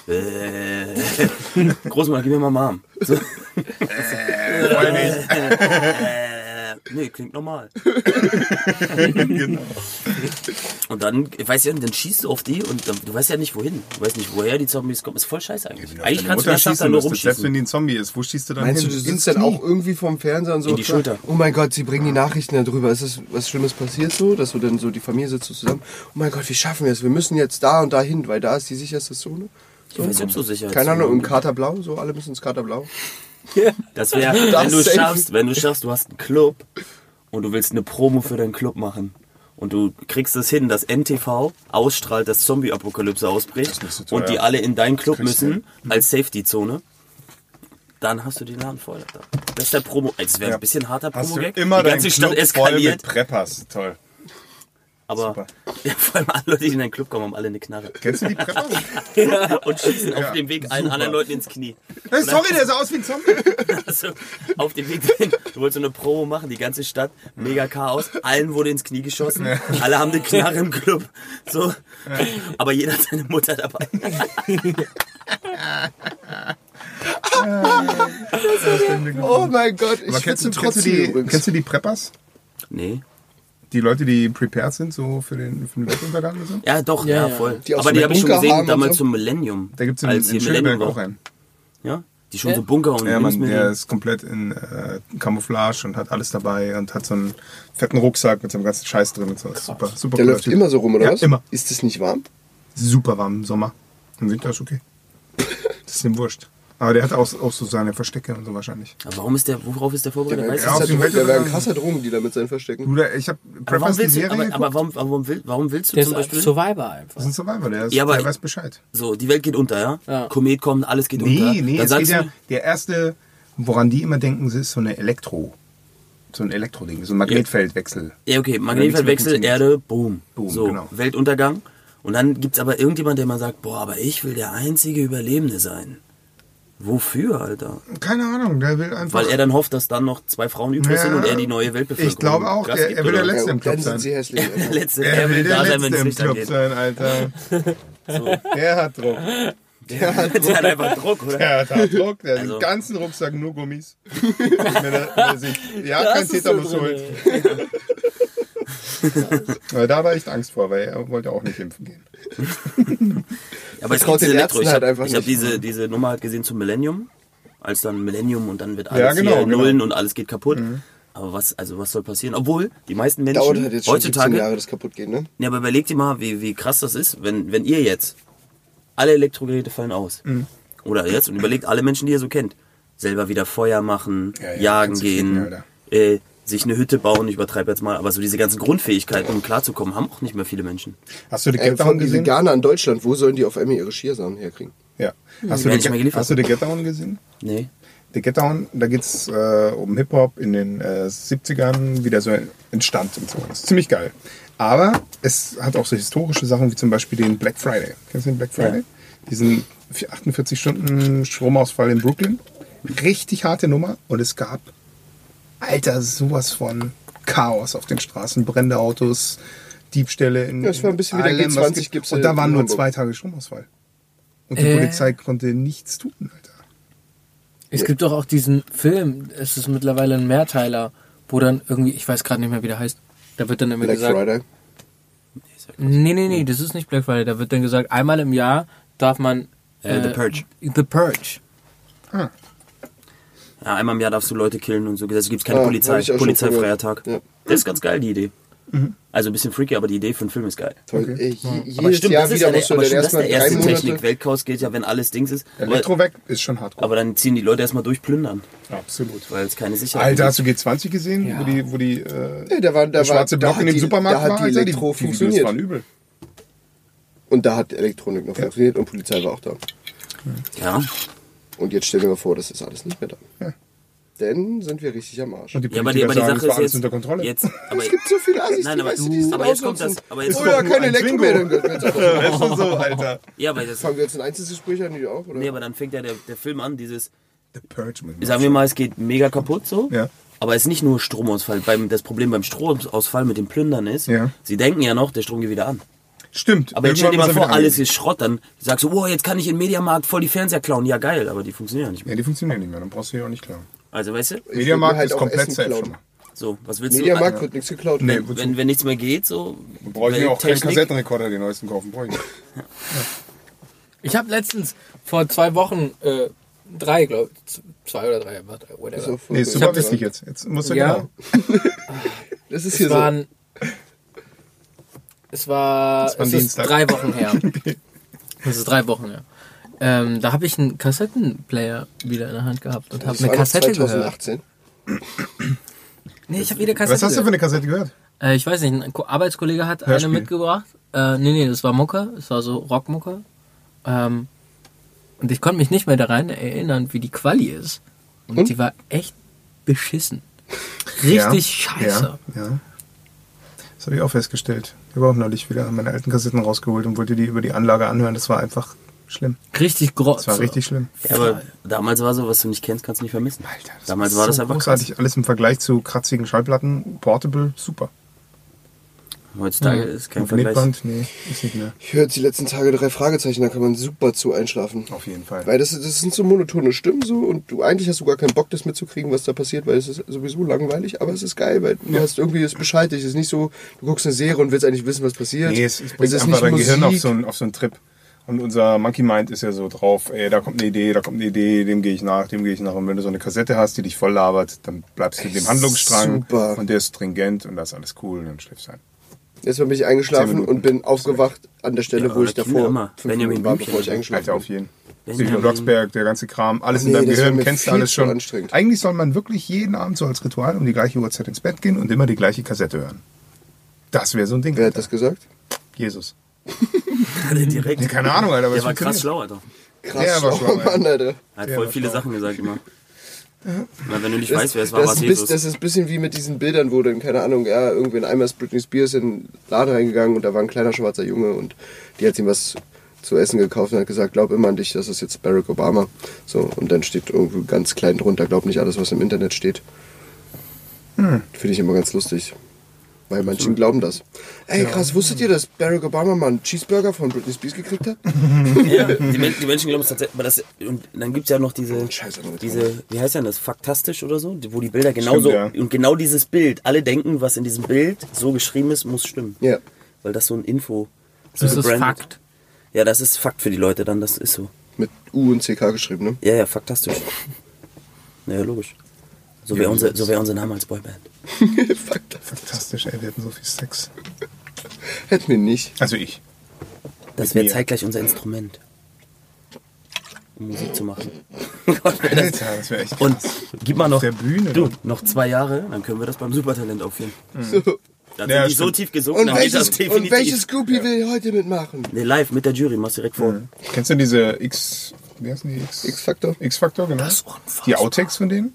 Speaker 4: Äh, [laughs] Großmutter, gib mir mal einen Arm. So.
Speaker 5: Freut mich.
Speaker 4: Äh, Nee, klingt normal. Und dann, ich weiß ja nicht, dann schießt du auf die und dann, du weißt ja nicht wohin. Du weißt nicht, woher die Zombies kommen. Ist voll scheiße eigentlich.
Speaker 5: genau.
Speaker 4: eigentlich kannst du den ganzen Tag da nur
Speaker 5: müsstest, selbst wenn
Speaker 4: rumschießen.
Speaker 5: die ein Zombie ist, wo schießt du dann
Speaker 3: Meinst du,
Speaker 5: hin?
Speaker 3: du
Speaker 5: Ins
Speaker 3: sitzt dann
Speaker 5: Knie.
Speaker 3: auch irgendwie vorm Fernseher und so?
Speaker 4: In die Schulter.
Speaker 3: Oh mein Gott, sie bringen die Nachrichten darüber. Ist das was Schlimmes passiert so? Dass du dann so die Familie sitzt so zusammen. Oh mein Gott, wie schaffen wir es? Wir müssen jetzt da und da hin, weil da ist die sicherste Zone.
Speaker 4: Ich weiß nicht, ob so sicher
Speaker 3: Keine Ahnung, im Katerblau, so alle müssen ins Katerblau.
Speaker 4: Das wäre, wenn
Speaker 3: Das
Speaker 4: du
Speaker 3: safe.
Speaker 4: schaffst, wenn du schaffst, du hast einen Club und du willst eine Promo für deinen Club machen. Und du kriegst das hin, dass NTV ausstrahlt, dass Zombie-Apokalypse ausbricht
Speaker 5: Das ist so
Speaker 4: und die
Speaker 5: teuer.
Speaker 4: alle in deinen Club
Speaker 5: Kriegst Mhm.
Speaker 4: müssen, als Safety-Zone. Dann hast du den Laden voll. Alter. Das ist der Promo. Es wäre
Speaker 5: Ja.
Speaker 4: ein bisschen harter
Speaker 5: Hast du
Speaker 4: Promo-Gag. Die
Speaker 5: immer
Speaker 4: ganze
Speaker 5: deinen
Speaker 4: Stadt
Speaker 5: Club voll mit
Speaker 4: eskaliert.
Speaker 5: Preppers. Toll.
Speaker 4: Aber
Speaker 5: Super.
Speaker 4: [laughs] ja, vor allem alle Leute, die in deinen Club kommen, haben alle eine Knarre.
Speaker 5: Kennst du die [laughs] Preppers?
Speaker 4: [laughs] Und schießen auf dem Weg allen anderen Leuten ins Knie.
Speaker 5: Hey, sorry, der sah aus wie ein Zombie.
Speaker 4: Also, auf dem Weg dahin, du wolltest so eine Promo machen, die ganze Stadt, mega Chaos, allen wurde ins Knie geschossen, alle haben eine Knarre im Club, so, aber jeder hat seine Mutter dabei.
Speaker 3: Oh mein Gott, ich
Speaker 5: Aber
Speaker 3: schwitze
Speaker 5: kennst, du, kennst, du
Speaker 3: trotzdem
Speaker 5: die,
Speaker 3: übrigens.
Speaker 5: kennst du die Preppers?
Speaker 4: Nee.
Speaker 5: Die Leute, die prepared sind, so für den, für den Weltuntergang und so?
Speaker 4: Ja, doch,
Speaker 6: Ja,
Speaker 4: ja,
Speaker 6: ja.
Speaker 4: voll.
Speaker 3: Die aus
Speaker 4: aber die
Speaker 3: dem
Speaker 4: habe ich schon
Speaker 3: Bunker haben
Speaker 4: gesehen,
Speaker 3: und
Speaker 4: damals
Speaker 3: so.
Speaker 4: zum Millennium.
Speaker 5: Da gibt es in,
Speaker 4: als
Speaker 5: in
Speaker 4: hier Millennium
Speaker 5: Schöneberg
Speaker 4: war.
Speaker 5: auch einen.
Speaker 4: Ja? Die schon so Bunker und
Speaker 5: Ja, Mann, der
Speaker 4: Lebensmittel.
Speaker 5: ist komplett in äh, Camouflage und hat alles dabei und hat so einen fetten Rucksack mit so einem ganzen Scheiß drin und so. Super, super
Speaker 3: Der
Speaker 5: cooler
Speaker 3: läuft
Speaker 5: Typ.
Speaker 3: immer so rum, oder
Speaker 5: ja,
Speaker 3: was?
Speaker 5: immer.
Speaker 3: Ist das nicht warm?
Speaker 5: Super warm im Sommer. Im Winter ist
Speaker 3: [laughs]
Speaker 5: okay. Das ist ihm wurscht. Aber der hat auch, auch so seine Verstecke und so wahrscheinlich.
Speaker 4: Aber warum ist der, worauf ist der vorbereitet?
Speaker 3: Das
Speaker 4: Weißt
Speaker 3: ist
Speaker 4: du
Speaker 5: Ja, genau. auf
Speaker 4: das?
Speaker 3: halt, da
Speaker 5: dem
Speaker 3: wäre ein
Speaker 5: Weltuntergang.
Speaker 3: krasser Drogendealer mit seinen Verstecken.
Speaker 5: Bruder, ich hab
Speaker 4: Aber warum
Speaker 5: Preppers die
Speaker 4: willst du,
Speaker 5: Serie
Speaker 4: aber,
Speaker 5: geguckt.
Speaker 4: aber warum, warum, will- warum willst du
Speaker 6: Der
Speaker 4: zum
Speaker 6: ist
Speaker 4: Beispiel?
Speaker 6: Survivor einfach.
Speaker 5: Das ist ein Survivor, der, ist,
Speaker 4: Ja, aber-
Speaker 5: der weiß Bescheid.
Speaker 4: So, die Welt geht unter, ja?
Speaker 6: Ja.
Speaker 4: Komet kommt, alles geht unter.
Speaker 5: Nee, nee,
Speaker 4: Dann
Speaker 5: es geht
Speaker 4: sagst
Speaker 5: ja,
Speaker 4: du,
Speaker 5: der erste, woran die immer denken, ist so eine Elektro. So ein Elektroding, so ein Magnetfeldwechsel.
Speaker 4: Ja, okay,
Speaker 5: nichts
Speaker 4: Magnetfeldwechsel,
Speaker 5: mehr
Speaker 4: Erde, boom.
Speaker 5: Boom,
Speaker 4: so,
Speaker 5: genau.
Speaker 4: Weltuntergang. Und dann gibt's aber irgendjemand, der mal sagt, boah, aber ich will der einzige Überlebende sein. Wofür, Alter?
Speaker 5: Keine Ahnung, der will einfach.
Speaker 4: Weil er dann hofft, dass dann noch zwei Frauen übrig sind
Speaker 5: Ja,
Speaker 4: und er die neue Weltbevölkerung
Speaker 5: ich glaube auch,
Speaker 4: Gas
Speaker 5: der-
Speaker 4: gibt,
Speaker 5: er will der
Speaker 4: oder?
Speaker 5: Letzte
Speaker 3: Ja,
Speaker 5: im
Speaker 3: und
Speaker 5: Club
Speaker 3: dann
Speaker 5: sein.
Speaker 3: sind sie hässlich.
Speaker 4: der
Speaker 3: Alter.
Speaker 4: Letzte. [laughs] Er will da sein, wenn es Licht
Speaker 5: Club
Speaker 4: angeht.
Speaker 5: sein, Alter. Der hat Druck.
Speaker 4: [laughs] Der hat einfach Druck, oder?
Speaker 5: Der hat Druck. Der hat
Speaker 4: Also-
Speaker 5: den ganzen Rucksack
Speaker 4: [laughs]
Speaker 5: nur Gummis. Wenn er- wenn er sich- ja,
Speaker 6: Das
Speaker 5: kein
Speaker 6: ist so
Speaker 5: Tetanus
Speaker 6: drin,
Speaker 5: holt. [laughs] Aber da war ich Angst vor, weil er wollte auch nicht impfen gehen.
Speaker 4: Aber es
Speaker 3: Vertraut
Speaker 4: gibt diese
Speaker 3: den
Speaker 4: Elektro.
Speaker 3: Ärzten
Speaker 4: Ich
Speaker 3: halt
Speaker 4: habe
Speaker 3: einfach
Speaker 4: ich hab
Speaker 3: nicht.
Speaker 4: diese, diese Nummer halt gesehen zum Millennium. Als dann Millennium und dann wird alles
Speaker 5: Ja, genau,
Speaker 4: hier
Speaker 5: genau. Mhm.
Speaker 4: Nullen und alles geht kaputt. Aber was, also was soll passieren? Obwohl, die meisten Menschen
Speaker 3: Dauert halt jetzt schon 17
Speaker 4: heutzutage
Speaker 3: Jahre, das kaputt geht, ne?
Speaker 4: Ja, aber überleg dir mal, wie, wie krass das ist, wenn, wenn ihr jetzt alle Elektrogeräte fallen aus.
Speaker 3: Mhm.
Speaker 4: Oder jetzt und überlegt alle Menschen, die ihr so kennt, selber wieder Feuer machen,
Speaker 5: Ja, ja,
Speaker 4: jagen
Speaker 5: kannst du ficken,
Speaker 4: gehen,
Speaker 5: Alter.
Speaker 4: äh, sich eine Hütte bauen, ich übertreibe jetzt mal, aber so diese ganzen Grundfähigkeiten, um klarzukommen, haben auch nicht mehr viele Menschen.
Speaker 5: Hast du die
Speaker 3: Ey,
Speaker 5: Get
Speaker 3: von
Speaker 5: Down
Speaker 3: die
Speaker 5: gesehen?
Speaker 3: Veganer in Deutschland, wo sollen die auf einmal ihre Schiersamen herkriegen?
Speaker 5: Ja.
Speaker 4: werden
Speaker 5: Hast du die
Speaker 4: Hm. nicht mehr
Speaker 5: Get-
Speaker 4: geliefert.
Speaker 5: hast du die Get Down gesehen?
Speaker 4: Nee.
Speaker 5: The Get Down, da geht's äh, um Hip-Hop in den äh, 70ern, wie der so entstand und so. Das ist ziemlich geil. Aber es hat auch so historische Sachen wie zum Beispiel den Black Friday. Kennst du den Black Friday? Diesen 48-Stunden-Stromausfall in Brooklyn. Richtig harte Nummer und es gab, alter, sowas von Chaos auf den Straßen, brennende Autos, Diebstähle in.
Speaker 3: Das war ein bisschen wie der
Speaker 5: allem, was
Speaker 3: G20
Speaker 5: gibt.
Speaker 3: gibt's
Speaker 5: Und da
Speaker 3: in
Speaker 5: waren nur
Speaker 3: Hamburg.
Speaker 5: zwei Tage Stromausfall. Und die
Speaker 6: Äh.
Speaker 5: Polizei konnte nichts tun, Alter.
Speaker 6: Es gibt doch auch diesen Film, es ist mittlerweile ein Mehrteiler, wo dann irgendwie, ich weiß gerade nicht mehr, wie der heißt, da wird dann immer
Speaker 3: Black
Speaker 6: gesagt,
Speaker 3: Friday.
Speaker 6: Nee, nee, nee, das ist nicht Black Friday. Da wird dann gesagt, einmal im Jahr darf man.
Speaker 4: Äh, The Purge.
Speaker 6: The Purge.
Speaker 3: Ah.
Speaker 4: Ja, einmal im Jahr darfst du Leute killen und so. Es gibt keine
Speaker 3: Ah, hab
Speaker 4: Polizei,
Speaker 3: ich auch schon
Speaker 4: polizeifreier
Speaker 3: gehört.
Speaker 4: Tag.
Speaker 3: Ja. Mhm.
Speaker 4: Das ist ganz geil, die Idee. Also ein bisschen freaky, aber die Idee für einen Film ist geil.
Speaker 3: Toll. Ey, je, jedes
Speaker 4: Aber stimmt,
Speaker 3: Jahr
Speaker 4: das ist,
Speaker 3: wieder
Speaker 4: ja
Speaker 3: musst
Speaker 4: der,
Speaker 3: du
Speaker 4: aber stimmt, das
Speaker 3: dann
Speaker 4: ist
Speaker 3: erstmal
Speaker 4: der
Speaker 3: drei
Speaker 4: erste Technik.
Speaker 3: Monate.
Speaker 4: Weltchaos geht ja, wenn alles Dings ist. Aber,
Speaker 5: Elektro weg ist schon hardcore.
Speaker 4: aber dann ziehen die Leute erstmal durch, plündern,
Speaker 5: Absolut.
Speaker 4: weil es keine Sicherheit
Speaker 5: Alter,
Speaker 4: gibt.
Speaker 5: hast du G20 gesehen? Wo die, wo die, äh,
Speaker 3: Ey, da war- da
Speaker 5: der schwarze
Speaker 3: war- da
Speaker 5: Block
Speaker 3: hat
Speaker 5: in dem
Speaker 3: die-
Speaker 5: Supermarkt
Speaker 3: da hat
Speaker 5: war?
Speaker 3: die
Speaker 5: Alter,
Speaker 3: Elektro
Speaker 5: die Videos
Speaker 3: funktioniert.
Speaker 5: waren übel.
Speaker 3: Und da hat Elektronik noch funktioniert und Polizei war auch da.
Speaker 4: Ja,
Speaker 3: Und jetzt stellen wir mal vor, das ist alles nicht mehr da.
Speaker 5: Ja.
Speaker 3: Denn sind wir richtig am Arsch.
Speaker 5: Und die
Speaker 4: ja
Speaker 5: Politiker
Speaker 4: aber die, aber die
Speaker 5: sagen,
Speaker 4: Sache
Speaker 5: es war
Speaker 4: ist
Speaker 5: alles
Speaker 4: jetzt,
Speaker 5: unter Kontrolle.
Speaker 4: Jetzt, aber,
Speaker 3: Es gibt so viele Assis,
Speaker 4: Nein,
Speaker 3: die,
Speaker 4: aber-
Speaker 3: weißt du, die es dann
Speaker 4: aber jetzt kommt
Speaker 3: ausnutzen.
Speaker 4: das- aber jetzt
Speaker 3: oh
Speaker 4: kommt
Speaker 3: ja,
Speaker 5: nur
Speaker 3: keine
Speaker 5: ein
Speaker 3: Elektro
Speaker 5: Twingo.
Speaker 3: mehr. Dann wird's auch-
Speaker 5: [laughs] Das ist so, Alter.
Speaker 4: ja, aber das,
Speaker 3: fangen wir jetzt ein Einzelgespräch an, die auch, oder?
Speaker 4: nee, aber dann fängt ja der, der Film an, dieses,
Speaker 5: The Purge. mit
Speaker 4: sagen wir mal, es geht mega kaputt so.
Speaker 5: Ja.
Speaker 4: Aber es ist nicht nur Stromausfall. Beim, das Problem beim Stromausfall mit dem Plündern ist,
Speaker 5: Ja. genau,
Speaker 4: sie denken ja noch, der Strom geht wieder an.
Speaker 5: Stimmt.
Speaker 4: Aber jetzt stell dir
Speaker 5: irgendwann
Speaker 4: mal
Speaker 5: muss er
Speaker 4: vor,
Speaker 5: wieder
Speaker 4: alles
Speaker 5: rein.
Speaker 4: ist Schrott, dann sagst du, oh, jetzt kann ich im Mediamarkt voll die Fernseher klauen. Ja, geil, aber die funktionieren ja nicht mehr.
Speaker 5: Ja, die funktionieren nicht mehr, dann brauchst du hier auch nicht klar.
Speaker 4: Also, weißt du?
Speaker 3: Ich würd mir
Speaker 5: Mediamarkt
Speaker 3: halt
Speaker 5: ist
Speaker 3: auch
Speaker 5: komplett
Speaker 3: Essen
Speaker 5: safe
Speaker 3: klauen.
Speaker 5: schon mal.
Speaker 4: So, äh, was willst du?
Speaker 3: Mediamarkt wird nichts geklaut. ne?
Speaker 5: Nee,
Speaker 3: werden.
Speaker 5: wozu?
Speaker 4: Wenn, wenn nichts mehr geht, so.
Speaker 5: Brauche ich mir auch keinen
Speaker 4: Welttechnik.
Speaker 5: Kassettenrekorder, den neuesten kaufen. Brauche ich nicht.
Speaker 4: [laughs]
Speaker 6: Ich habe letztens vor zwei Wochen, äh, drei, glaube ich, z- zwei oder drei, aber drei, whatever.
Speaker 3: Ist auch voll
Speaker 5: Nee,
Speaker 3: cool.
Speaker 5: super wichtig jetzt. Jetzt musst du
Speaker 6: Ja.
Speaker 5: genau.
Speaker 3: Das ist
Speaker 6: es
Speaker 3: hier so.
Speaker 6: waren, es war,
Speaker 5: war
Speaker 6: es ist
Speaker 5: Dienstag.
Speaker 6: drei
Speaker 5: [laughs]
Speaker 6: Wochen her. es ist drei Wochen her. Ähm, da habe ich einen Kassettenplayer wieder in der Hand gehabt und habe
Speaker 3: Das
Speaker 6: eine
Speaker 3: war noch
Speaker 6: Kassette gehört.
Speaker 3: 2018.
Speaker 6: Nee, ich habe wieder Kassette
Speaker 5: Was hast du für
Speaker 6: gehört.
Speaker 5: eine Kassette gehört?
Speaker 6: äh, ich weiß nicht, ein Ko- Arbeitskollege hat
Speaker 5: Hörspiel.
Speaker 6: eine mitgebracht. Äh, nee, nee, das war Mucke, es war so Rockmucke. Ähm, und ich konnte mich nicht mehr daran erinnern, wie die Quali ist. Und, die war echt beschissen. Richtig scheiße.
Speaker 5: Ja, ja. Das habe ich auch festgestellt. Ich habe auch neulich wieder meine alten Kassetten rausgeholt und wollte die über die Anlage anhören. Das war einfach schlimm.
Speaker 6: Richtig groß.
Speaker 5: Das war richtig schlimm.
Speaker 4: Ja, aber damals war so, was du nicht kennst, kannst du nicht vermissen.
Speaker 5: Alter, das
Speaker 4: damals war das
Speaker 5: so
Speaker 4: einfach
Speaker 5: großartig.
Speaker 4: krass.
Speaker 5: Alles im Vergleich zu kratzigen Schallplatten, Portable, super.
Speaker 4: Heutzutage
Speaker 3: Mhm.
Speaker 4: ist kein Vergleich.
Speaker 5: Magnetband, nee, ist nicht mehr.
Speaker 3: Ich höre jetzt die letzten Tage drei Fragezeichen, da kann man super zu einschlafen.
Speaker 5: Auf jeden Fall.
Speaker 3: Weil das, das sind so monotone Stimmen so und du eigentlich hast du gar keinen Bock, das mitzukriegen, was da passiert, weil es ist sowieso langweilig, aber es ist geil, weil du hast irgendwie das Bescheid. Es ist nicht so, du guckst eine Serie und willst eigentlich wissen, was passiert.
Speaker 5: Nee, es, es bringt einfach dein Gehirn auf so, einen, auf so einen Trip. Und unser Monkey Mind ist ja so drauf, ey, da kommt eine Idee, da kommt eine Idee, dem gehe ich nach, dem gehe ich nach. Und wenn du so eine Kassette hast, die dich voll labert, dann bleibst du in dem Handlungsstrang
Speaker 3: super.
Speaker 5: und der ist stringent und da ist alles cool und dann schläfst du ein.
Speaker 3: Jetzt bin ich
Speaker 5: Zehn
Speaker 3: eingeschlafen
Speaker 5: Minuten.
Speaker 3: und bin aufgewacht an der Stelle,
Speaker 4: Ja,
Speaker 3: wo ich
Speaker 4: Kinder immer.
Speaker 3: davor fünf
Speaker 4: Benjamin
Speaker 3: Minuten war,
Speaker 4: Blümchen.
Speaker 3: bevor ich eingeschlafen
Speaker 5: Alter,
Speaker 3: bin.
Speaker 5: auf jeden.
Speaker 4: Wenn
Speaker 5: Psycho
Speaker 4: dann-
Speaker 5: Blocksberg, der ganze Kram, alles in
Speaker 3: Nee,
Speaker 5: deinem
Speaker 3: das wär
Speaker 5: Gehirn,
Speaker 3: mir
Speaker 5: kennst du
Speaker 3: viel
Speaker 5: alles
Speaker 3: zu
Speaker 5: schon.
Speaker 3: anstrengend.
Speaker 5: Eigentlich soll man wirklich jeden Abend so als Ritual um die gleiche Uhrzeit ins Bett gehen und immer die gleiche Kassette hören. Das wäre so ein Ding.
Speaker 3: Wer hat
Speaker 5: Alter.
Speaker 3: das gesagt?
Speaker 5: Jesus.
Speaker 4: Direkt.
Speaker 5: Nee, keine Ahnung, Alter. aber
Speaker 4: Der
Speaker 5: es
Speaker 4: war krass
Speaker 5: funktioniert.
Speaker 4: schlau, Alter.
Speaker 3: Krass,
Speaker 5: Ja, war
Speaker 3: oh
Speaker 5: schlau,
Speaker 3: Mann, Alter.
Speaker 4: Er hat
Speaker 5: Der
Speaker 4: voll
Speaker 5: war
Speaker 4: viele
Speaker 5: schlau.
Speaker 4: Sachen gesagt immer. Na, wenn du nicht
Speaker 3: Das,
Speaker 4: weißt, wer es war, eh war es
Speaker 3: das, ist bis,
Speaker 4: Jesus.
Speaker 3: das ist ein bisschen wie mit diesen Bildern, wo dann, keine Ahnung, ja, irgendwann einmal ist Britney Spears in den Laden reingegangen und da war ein kleiner schwarzer Junge und die hat ihm was zu essen gekauft und hat gesagt, glaub immer an dich, das ist jetzt Barack Obama. So, und dann steht irgendwo ganz klein drunter, glaub nicht alles, was im Internet steht. Finde ich immer ganz lustig. Weil manche glauben das. Ey, krass, wusstet ihr, dass Barack Obama mal einen Cheeseburger von Britney Spears gekriegt hat? [laughs]
Speaker 4: ja, die, Men die Menschen glauben es tatsächlich. Aber das, und dann gibt es ja noch diese,
Speaker 3: Scheiße, Leute.
Speaker 4: diese, wie heißt denn das, faktastisch oder so, wo die Bilder genauso,
Speaker 5: Stimmt, ja.
Speaker 4: und genau dieses Bild, alle denken, was in diesem Bild so geschrieben ist, muss stimmen.
Speaker 3: Ja.
Speaker 4: Weil das so ein Info. so
Speaker 6: Das ist
Speaker 4: gebrandet-
Speaker 6: Fakt.
Speaker 4: Ja, das ist Fakt für die Leute dann, das ist so.
Speaker 3: Mit U und CK geschrieben, ne?
Speaker 4: Ja, ja, faktastisch. Naja, logisch. So wäre unser, so wär unser Name als Boyband.
Speaker 3: Fuck, das
Speaker 5: Fantastisch, ey, wir hatten so viel Sex.
Speaker 3: hätten wir nicht.
Speaker 5: Also ich.
Speaker 4: Das wäre
Speaker 5: mir.
Speaker 4: zeitgleich unser Instrument. Um Musik zu
Speaker 5: [laughs]
Speaker 4: machen. Gott, wär das-
Speaker 5: Alter, das wäre echt krass.
Speaker 4: Und gib mal noch.
Speaker 5: der Bühne,
Speaker 4: Du,
Speaker 5: ne?
Speaker 4: noch zwei Jahre, dann können wir das beim Supertalent aufführen.
Speaker 3: [laughs]
Speaker 4: Da sind
Speaker 5: Ja,
Speaker 4: die so
Speaker 5: stimmt.
Speaker 4: tief gesunken,
Speaker 3: Und
Speaker 4: dann geht das
Speaker 3: welches, und
Speaker 4: definitiv.
Speaker 3: welches Groupie will heute mitmachen?
Speaker 4: Nee, live mit der Jury, machst direkt vor.
Speaker 5: Kennst du diese X. Wie heißen die? X.
Speaker 3: X-Faktor?
Speaker 5: X-Factor, genau.
Speaker 4: Das ist unfassbar.
Speaker 5: die Outtakes von denen?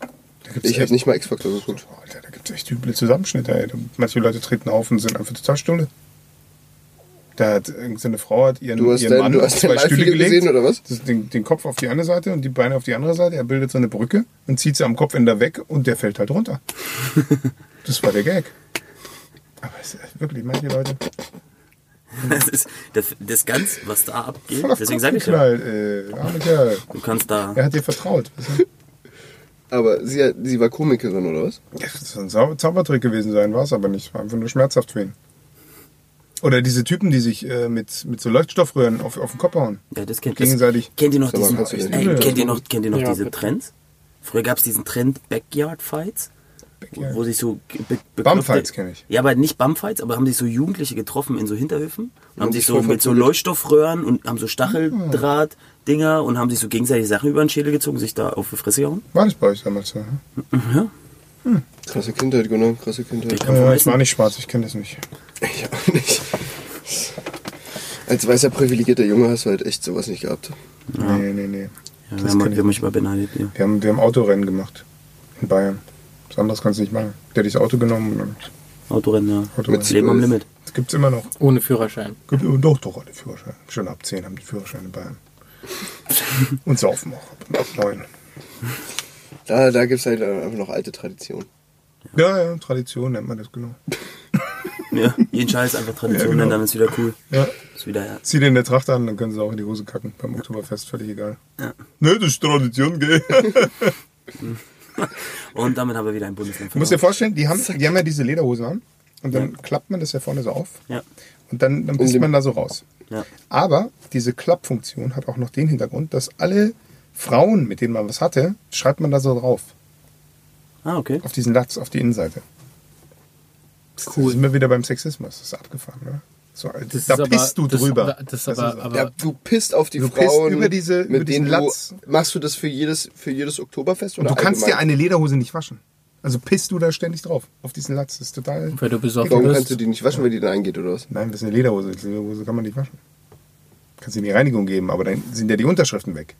Speaker 5: Da gibt's
Speaker 3: Ich
Speaker 5: echt-
Speaker 3: habe nicht mal X-Faktor geguckt.
Speaker 5: Boah, Oh, Alter, da gibt es echt üble Zusammenschnitte. Ey. Manche Leute treten auf und sind einfach total stulle. Da hat irgendeine Frau hat ihren,
Speaker 3: Du hast
Speaker 5: ihren
Speaker 3: dein-
Speaker 5: Mann
Speaker 3: du
Speaker 5: auf
Speaker 3: hast dein
Speaker 5: zwei Stühle
Speaker 3: Live-Video
Speaker 5: gelegt,
Speaker 3: gesehen, oder was?
Speaker 5: Das, den, den Kopf auf die eine Seite und die Beine auf die andere Seite. Er bildet so eine Brücke und zieht sie am Kopfende weg und der fällt
Speaker 3: [laughs]
Speaker 5: halt runter. das war der Gag. Aber es ist wirklich, manche Leute
Speaker 4: [laughs] Das ist das, das Ganze, was da
Speaker 5: [laughs]
Speaker 4: abgeht.
Speaker 5: voll auf
Speaker 4: Deswegen sage
Speaker 5: Deswegen Kopf
Speaker 4: ich ja,
Speaker 5: geknallt. Äh, arme Kerl.
Speaker 4: du kannst da.
Speaker 5: Er hat dir vertraut. weißt du?
Speaker 3: Aber sie, hat- sie war Komikerin, oder was?
Speaker 5: Ja, Das soll ein Zau Zaubertrick gewesen sein, war es aber nicht. War einfach nur schmerzhaft für ihn. Oder diese Typen, die sich äh, mit, mit so Leuchtstoffröhren auf, auf den Kopf hauen.
Speaker 4: Ja, das kennt
Speaker 5: Gegenseitig.
Speaker 4: Das, kennt ihr noch
Speaker 3: Sag mal,
Speaker 4: diesen,
Speaker 3: kannst du den
Speaker 4: ey,
Speaker 5: Himmel
Speaker 4: kennt ihr noch, kennt ihr noch
Speaker 6: Ja,
Speaker 4: diese
Speaker 6: bitte.
Speaker 4: Trends? Früher gab es diesen Trend Backyard Fights,
Speaker 5: Backyard.
Speaker 4: wo sich so ge- be bekloppte-
Speaker 5: Bumfights kenn ich.
Speaker 4: Ja, aber nicht Bumfights, aber haben sich so Jugendliche getroffen in so Hinterhöfen und haben
Speaker 3: Und
Speaker 4: sich
Speaker 3: sich
Speaker 4: so
Speaker 3: voll
Speaker 4: mit so
Speaker 3: verprügelt.
Speaker 4: Leuchtstoffröhren und haben so
Speaker 5: Ah.
Speaker 4: Stacheldraht Dinger und haben sich so gegenseitig Sachen über den Schädel gezogen, sich da auf die Fresse gehauen.
Speaker 5: War das bei euch damals so? ne?
Speaker 3: Krasse Kindheit, genau, krasse Kindheit.
Speaker 4: Ich kann
Speaker 5: Ja,
Speaker 4: vom
Speaker 5: ich Äh, war
Speaker 4: Essen.
Speaker 5: nicht schwarz, ich kenne das nicht.
Speaker 3: Ich auch nicht. Als weißer privilegierter Junge hast du halt echt sowas nicht gehabt.
Speaker 5: Nee, nee, nee.
Speaker 4: Ja, wir
Speaker 5: das
Speaker 4: haben,
Speaker 5: kenn
Speaker 4: wir
Speaker 5: ich
Speaker 4: haben
Speaker 5: nicht.
Speaker 4: mich mal beneidet. Ja.
Speaker 5: Wir, haben, wir haben Autorennen gemacht in Bayern. Was anderes kannst du nicht machen. Der hat dich das Auto genommen und
Speaker 4: Autorennen, ja.
Speaker 5: Autorennen.
Speaker 4: Mit Leben am Limit.
Speaker 5: das gibt es immer noch.
Speaker 6: Ohne Führerschein.
Speaker 5: Gibt immer doch doch alle Führerscheine. Schon ab 10 haben die Führerscheine
Speaker 4: [laughs]
Speaker 5: in Bayern. Und saufen auch ab 9.
Speaker 3: Da, da gibt es halt einfach noch alte Traditionen.
Speaker 5: Ja, ja, Tradition nennt man das genau.
Speaker 4: Ja, jeden Scheiß einfach Tradition,
Speaker 5: [laughs] Ja, genau.
Speaker 4: nennen, dann ist wieder cool.
Speaker 5: Ja.
Speaker 4: Ist wieder ja.
Speaker 5: Zieh den in der Tracht an, dann können sie auch in die Hose kacken beim Oktoberfest, völlig egal. Ne, das ist Tradition, gell?
Speaker 4: Und damit haben wir wieder ein Bundesland
Speaker 5: Du musst dir vorstellen, die haben, die haben ja diese Lederhose an und dann klappt man das ja vorne so auf
Speaker 4: Ja,
Speaker 5: und dann, dann bist man da so raus.
Speaker 4: ja.
Speaker 5: Aber diese Klappfunktion hat auch noch den Hintergrund, dass alle Frauen, mit denen man was hatte, schreibt man da so drauf.
Speaker 4: Ah, okay.
Speaker 5: Auf diesen Latz, auf die Innenseite. Cool. Sind wir wieder beim Sexismus. Das ist abgefahren, oder? So, da
Speaker 6: ist aber-
Speaker 5: bist du
Speaker 6: das-
Speaker 5: drüber.
Speaker 6: Das, ist aber, aber
Speaker 3: Ja, du pisst auf die
Speaker 5: Du pisst
Speaker 3: Frauen.
Speaker 5: über diese-
Speaker 3: mit
Speaker 5: über diesen
Speaker 3: denen du,
Speaker 5: Latz.
Speaker 3: Machst du das für jedes, für jedes Oktoberfest? Oder
Speaker 5: du kannst dir
Speaker 3: allgemein?
Speaker 5: eine Lederhose nicht waschen. Also pisst du da ständig drauf, auf diesen Latz. Das ist total.
Speaker 6: wenn du besoffen
Speaker 3: Warum kannst du
Speaker 6: bist,
Speaker 3: die nicht waschen, wenn die dann eingeht, oder was?
Speaker 5: Nein, das ist eine Lederhose. Die Lederhose kann man nicht waschen. Kannst dir die Reinigung geben, aber dann sind ja die Unterschriften weg.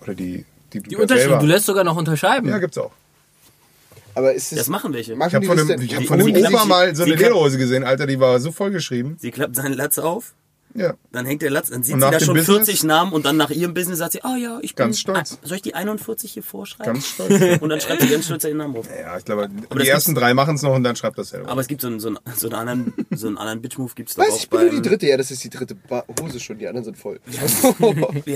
Speaker 5: Oder die. Die,
Speaker 6: die Unterschiede, du lässt sogar noch unterschreiben.
Speaker 5: Ja, gibt's auch.
Speaker 3: Aber ist das,
Speaker 4: Das machen welche.
Speaker 5: Ich habe von einem, ich hab von einem
Speaker 4: Sie- sie-
Speaker 5: Opa mal so
Speaker 4: sie
Speaker 5: eine
Speaker 4: kann-
Speaker 5: Lederhose gesehen, Alter, die war so vollgeschrieben.
Speaker 4: Sie klappt seinen Latz auf,
Speaker 5: Ja.
Speaker 4: dann hängt der Latz, dann sieht
Speaker 5: Und
Speaker 4: sie
Speaker 5: nach
Speaker 4: da
Speaker 5: dem
Speaker 4: schon
Speaker 5: Business?
Speaker 4: 40 Namen und dann nach ihrem Business sagt sie, ah ja, ich bin...
Speaker 5: Ganz stolz.
Speaker 4: Ah, soll ich die 41 hier vorschreiben?
Speaker 5: Ganz stolz.
Speaker 4: [laughs] Und dann schreibt sie ganz stolz ihren Namen drauf.
Speaker 5: Ja, ich glaube,
Speaker 4: das
Speaker 5: die ersten drei machen es noch und dann schreibt das selber.
Speaker 4: Aber es gibt so einen, so einen, so einen anderen, so einen anderen Bitch-Move gibt's doch
Speaker 3: Was?
Speaker 4: auch
Speaker 3: Ich bin nur
Speaker 4: beim-
Speaker 3: die dritte. Ja, das ist die dritte Ba- Hose schon. Die anderen
Speaker 4: [laughs]
Speaker 3: sind voll.
Speaker 4: Wie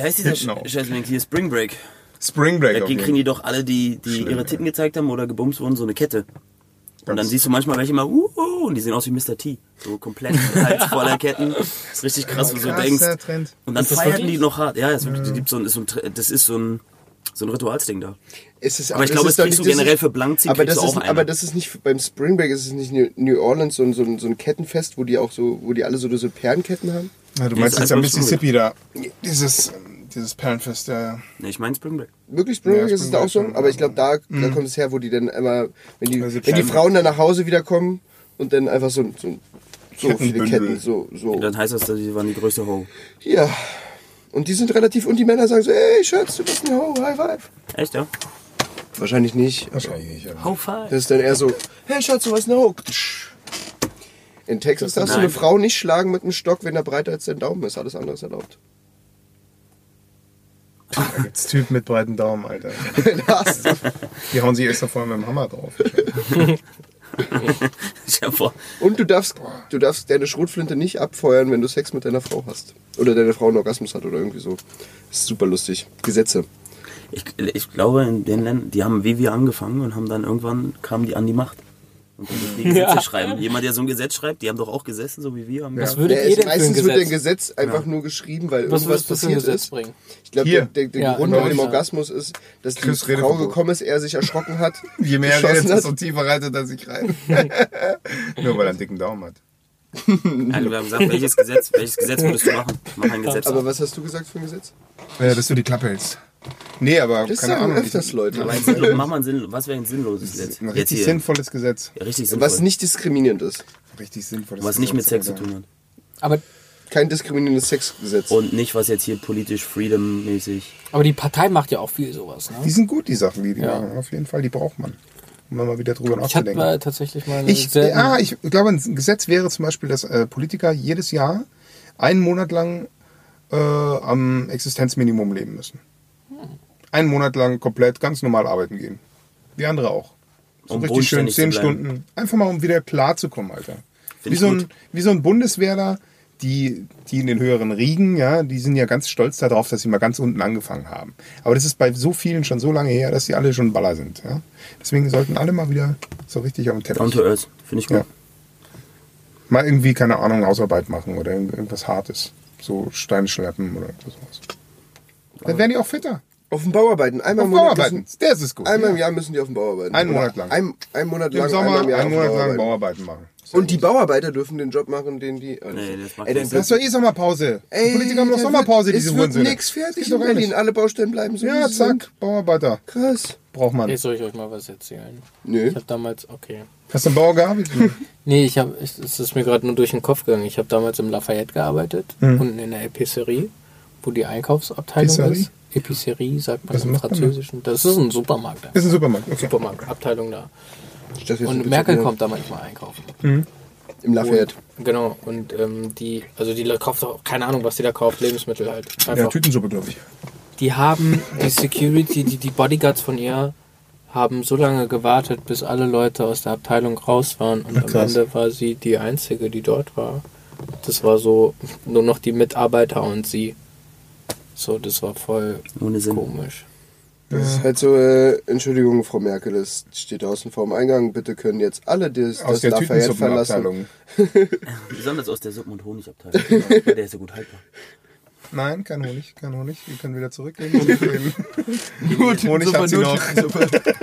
Speaker 4: heißt dieser
Speaker 5: Genau.
Speaker 4: Sch- Scheiß hier? Spring Break.
Speaker 5: Spring
Speaker 4: Da
Speaker 5: Break auf
Speaker 4: kriegen
Speaker 5: jeden
Speaker 4: die doch alle, die, die
Speaker 5: Schlimm,
Speaker 4: ihre Titten
Speaker 5: ey.
Speaker 4: gezeigt haben oder gebumst wurden, so eine Kette. Und dann
Speaker 5: Ganz-
Speaker 4: siehst du manchmal welche mal, uh, uh, und die sehen aus wie Mr. T. So komplett [laughs] Hals voller Ketten. ist richtig krass, wo du
Speaker 5: Krasser
Speaker 4: denkst.
Speaker 5: Trend. Mhm.
Speaker 4: Und dann
Speaker 6: Ist das
Speaker 4: feiern
Speaker 6: wirklich?
Speaker 4: die noch hart. Ja, das, wirklich, es gibt so ein, ist so ein, Tr- das ist so ein, so ein Ritualsding da.
Speaker 3: Es ist,
Speaker 4: Aber ich
Speaker 3: das
Speaker 4: glaube,
Speaker 3: ist
Speaker 4: das
Speaker 3: doch
Speaker 4: kriegst
Speaker 3: nicht-
Speaker 4: du generell für Blank-Ziehen,
Speaker 3: aber
Speaker 4: kriegst
Speaker 3: das
Speaker 4: du
Speaker 3: ist,
Speaker 4: auch eine.
Speaker 3: Aber das ist nicht, beim Spring Break ist es nicht New- New Orleans, so ein, so ein, so ein Kettenfest, wo die auch so, wo die alle so, so Perlenketten haben.
Speaker 5: Ja, du meinst
Speaker 4: ist
Speaker 5: jetzt am
Speaker 4: einfach so.
Speaker 5: Mississippi da. Dieses, ähm, dieses Perlenfest, ja.
Speaker 4: Ne, ich meine Spring Break.
Speaker 3: Wirklich Spring
Speaker 5: Ja,
Speaker 3: Break ist es
Speaker 5: Spring
Speaker 3: da
Speaker 5: Break
Speaker 3: auch so,
Speaker 5: schon,
Speaker 3: aber ich
Speaker 5: ja.
Speaker 3: glaube, da, da kommt es her, wo die dann einmal, wenn die,
Speaker 5: Also
Speaker 3: wenn die
Speaker 5: Perlen-
Speaker 3: Frauen dann nach Hause wiederkommen und dann einfach so, so, so viele
Speaker 5: Kettenbündel.
Speaker 3: Ketten, so, so.
Speaker 4: Und dann heißt das, die waren die größte Ho.
Speaker 3: Ja. Und die sind relativ, und die Männer sagen so, ey, Schatz, du bist ein Ho, High Five.
Speaker 4: Echt, ja? [laughs]
Speaker 3: Wahrscheinlich nicht.
Speaker 5: Wahrscheinlich nicht. aber-
Speaker 4: Ho five.
Speaker 3: Das ist dann eher so, hey Schatz, du warst ein Ho. In Texas darfst du eine
Speaker 4: Nein.
Speaker 3: Frau nicht schlagen mit einem Stock, wenn er breiter als dein Daumen ist. Alles andere ist erlaubt. [laughs]
Speaker 5: Da gibt's Typen mit breiten Daumen, Alter.
Speaker 3: Lars,
Speaker 5: Die hauen sich extra vorher mit dem Hammer drauf.
Speaker 4: Ich hab vor,
Speaker 3: Und du darfst, du darfst deine Schrotflinte nicht abfeuern, wenn du Sex mit deiner Frau hast. Oder deine Frau einen Orgasmus hat oder irgendwie so. Das ist super lustig. Gesetze.
Speaker 4: Ich, ich glaube, in den Ländern, die haben wie wir angefangen und haben dann irgendwann kamen die an die Macht. Und dann müssen die
Speaker 6: [laughs]
Speaker 4: Gesetze schreiben. Jemand, der so ein Gesetz schreibt, die haben doch auch gesessen, so wie wir. Haben
Speaker 6: Was
Speaker 4: gesagt,
Speaker 6: würdet
Speaker 3: Ja,
Speaker 6: ihr
Speaker 3: es-
Speaker 6: denn für ein
Speaker 3: meistens wird ein
Speaker 6: Gesetz?
Speaker 3: Gesetz einfach nur geschrieben, weil
Speaker 6: Was
Speaker 3: irgendwas
Speaker 6: würdest du für ein
Speaker 3: passiert
Speaker 6: Gesetz
Speaker 3: ist.
Speaker 6: bringen?
Speaker 3: Ich glaube,
Speaker 5: Hier.
Speaker 3: der, der, der
Speaker 6: Ja,
Speaker 3: Grund
Speaker 6: in
Speaker 3: bei dem
Speaker 6: Deutschland.
Speaker 3: Orgasmus ist, dass die
Speaker 5: Chris
Speaker 3: Frau
Speaker 5: Redeverbot.
Speaker 3: gekommen ist, er sich erschrocken hat.
Speaker 5: [laughs] Je mehr er
Speaker 3: geschossen
Speaker 5: redet,
Speaker 3: hat.
Speaker 5: desto tiefer reitet er sich rein. [laughs] Nur weil er einen dicken Daumen hat.
Speaker 4: ja, Also, wir haben gesagt, welches Gesetz, welches Gesetz würdest du machen? Mach ein Gesetz.
Speaker 3: Aber
Speaker 4: Aber
Speaker 3: was hast du gesagt für ein Gesetz?
Speaker 5: Ja, dass du die Klappe hältst. Nee, aber
Speaker 3: Das
Speaker 5: keine
Speaker 3: sagen
Speaker 5: Ahnung.
Speaker 3: öfters Leute.
Speaker 4: ein sinnlos, mach mal ein sinnlos, was wäre ein sinnloses Gesetz?
Speaker 5: Ein
Speaker 4: Jetzt
Speaker 5: richtig
Speaker 4: hier.
Speaker 5: sinnvolles Gesetz.
Speaker 4: Ja, Richtig sinnvoll.
Speaker 3: Was nicht diskriminierend ist.
Speaker 5: Richtig sinnvolles
Speaker 4: was nicht mit Sex zu
Speaker 5: Alter.
Speaker 4: tun hat.
Speaker 6: Aber,
Speaker 3: Kein diskriminierendes Sexgesetz.
Speaker 4: Und nicht, was jetzt hier politisch freedom-mäßig.
Speaker 6: aber die Partei macht ja auch viel sowas. Ne?
Speaker 5: Die sind gut, die Sachen, die die
Speaker 6: Ja.
Speaker 5: machen. Auf jeden Fall, die braucht man. Um mal wieder drüber
Speaker 6: Ich hatte
Speaker 5: nachzudenken.
Speaker 6: mal tatsächlich
Speaker 4: Äh,
Speaker 6: mal eine
Speaker 5: Ich,
Speaker 6: seltene-
Speaker 5: ja, ich glaube, ein Gesetz wäre zum Beispiel, dass äh, Politiker jedes Jahr einen Monat lang äh, am Existenzminimum leben müssen.
Speaker 4: Hm.
Speaker 5: Einen Monat lang komplett ganz normal arbeiten gehen. Wie andere auch. So
Speaker 4: Um
Speaker 5: richtig schön
Speaker 4: bodenständig
Speaker 5: zehn
Speaker 4: zu bleiben.
Speaker 5: Stunden. Einfach mal, um wieder klarzukommen, Alter. Wie
Speaker 4: ich
Speaker 5: so, ein,
Speaker 4: gut.
Speaker 5: wie so ein Bundeswehrler, die, die in den höheren Riegen, ja, die sind ja ganz stolz darauf, dass sie mal ganz unten angefangen haben. Aber das ist bei so vielen schon so lange her, dass sie alle schon Baller sind. Ja? Deswegen sollten alle mal wieder so richtig auf den Teppich.
Speaker 4: Down to earth. Finde ich gut.
Speaker 5: Ja. Mal irgendwie, keine Ahnung, Hausarbeit machen oder irgend- irgendwas Hartes. So Steine schleppen oder irgendwas. sowas. Dann werden die auch fitter.
Speaker 3: Auf dem Bau arbeiten. Einmal im
Speaker 5: Auf
Speaker 3: Monat
Speaker 5: Bauarbeiten.
Speaker 3: müssen-
Speaker 5: Das ist gut.
Speaker 3: Einmal im
Speaker 5: ja.
Speaker 3: Jahr müssen die auf dem Bau arbeiten.
Speaker 5: Einen
Speaker 3: Oder
Speaker 5: Monat lang.
Speaker 3: Ein, einen Monat
Speaker 5: Im
Speaker 3: lang.
Speaker 5: Sommer
Speaker 3: einmal im Jahr
Speaker 5: einen
Speaker 3: auf dem
Speaker 5: Monat
Speaker 3: Bau
Speaker 5: lang
Speaker 3: arbeiten.
Speaker 5: Bauarbeiten machen.
Speaker 3: Und die Bauarbeiter dürfen den Job machen, den die. Also,
Speaker 4: Nee, das macht
Speaker 3: ey, dann
Speaker 4: nicht.
Speaker 5: Das ist doch eh Sommerpause. die Politiker haben doch
Speaker 3: da wird-
Speaker 5: Sommerpause, diese
Speaker 3: Es wird
Speaker 5: Hurensöhne.
Speaker 3: nichts
Speaker 5: Das geht
Speaker 3: fertig
Speaker 5: doch
Speaker 3: in
Speaker 5: gar
Speaker 3: Berlin.
Speaker 5: nicht.
Speaker 3: Alle Baustellen bleiben so. wie
Speaker 5: Ja,
Speaker 3: sie sind.
Speaker 5: zack, Bauarbeiter.
Speaker 3: Krass.
Speaker 5: Braucht man.
Speaker 6: Jetzt soll ich euch mal was erzählen.
Speaker 3: Nö.
Speaker 6: Ich habe damals, okay.
Speaker 5: Hast du einen Bauer [laughs] gearbeitet?
Speaker 6: Nee, ich habe, es ist mir gerade nur durch den Kopf gegangen. Ich habe damals im Lafayette gearbeitet,
Speaker 5: Hm.
Speaker 6: unten in der Epicerie, wo die Einkaufsabteilung
Speaker 5: Epicerie?
Speaker 6: ist. Epicerie sagt man
Speaker 5: Was
Speaker 6: im
Speaker 5: macht man da?
Speaker 6: Französischen. Das ist ein Supermarkt. da.
Speaker 5: ist ein Supermarkt. Okay.
Speaker 6: Supermarktabteilung da.
Speaker 3: Ich dachte, jetzt
Speaker 6: Und
Speaker 3: wird's
Speaker 6: Merkel
Speaker 3: wieder
Speaker 6: kommt da manchmal einkaufen.
Speaker 3: Im Lafayette.
Speaker 6: Genau, und ähm, die, also die kauft auch, keine Ahnung, was die da kauft, Lebensmittel halt.
Speaker 5: Ja,
Speaker 6: Einfach.
Speaker 5: Tütensuppe, glaube ich.
Speaker 6: die haben, die Security, die, die Bodyguards von ihr, haben so lange gewartet, bis alle Leute aus der Abteilung raus waren. Und am
Speaker 5: krass.
Speaker 6: Ende war sie die Einzige, die dort war. Das war so, nur noch die Mitarbeiter und sie. So, das war voll
Speaker 4: Ohne Sinn.
Speaker 6: komisch.
Speaker 3: Das ist halt so, äh, Entschuldigung, Frau Merkel, das steht außen vor dem Eingang. Bitte können jetzt alle das,
Speaker 5: Aus
Speaker 3: das
Speaker 5: der
Speaker 3: Lafayette verlassen.
Speaker 5: Tütensuppenabteilung.
Speaker 4: Besonders aus der Suppen- und Honigabteilung. Weil der ist ja gut haltbar.
Speaker 5: Nein, kein Honig, kein Honig. Wir können wieder [laughs] zurückgehen. und reden.
Speaker 4: Honig,
Speaker 5: Honig hat sie noch.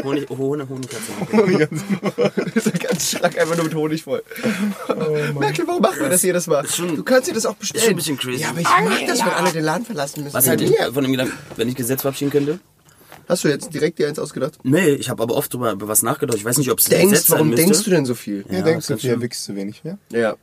Speaker 4: Honig, oh, Honig, Honig hat's noch.
Speaker 3: [laughs] Das ist ganz schlag einfach nur mit Honig voll. Oh Merkel, warum macht man das jedes Mal?
Speaker 4: ist schon-
Speaker 3: du kannst dir das auch bestellen.
Speaker 4: ist schon ein bisschen crazy.
Speaker 3: Ja, aber ich mag das, wenn alle den Laden verlassen müssen.
Speaker 4: Was
Speaker 3: Halt
Speaker 4: hätte ich
Speaker 3: mir.
Speaker 4: von dem gedacht, wenn ich Gesetz verabschieden könnte?
Speaker 3: Hast du jetzt direkt dir eins ausgedacht?
Speaker 4: Nee, ich habe aber oft drüber über was nachgedacht. Ich weiß nicht, ob es ein
Speaker 3: Denkst,
Speaker 4: Gesetz sein
Speaker 3: warum
Speaker 4: müsste.
Speaker 3: denkst du denn so viel?
Speaker 5: Ja,
Speaker 4: Ja,
Speaker 5: denkst du,
Speaker 4: ganz
Speaker 5: du
Speaker 4: schön.
Speaker 5: wächst zu wenig mehr?
Speaker 3: Ja.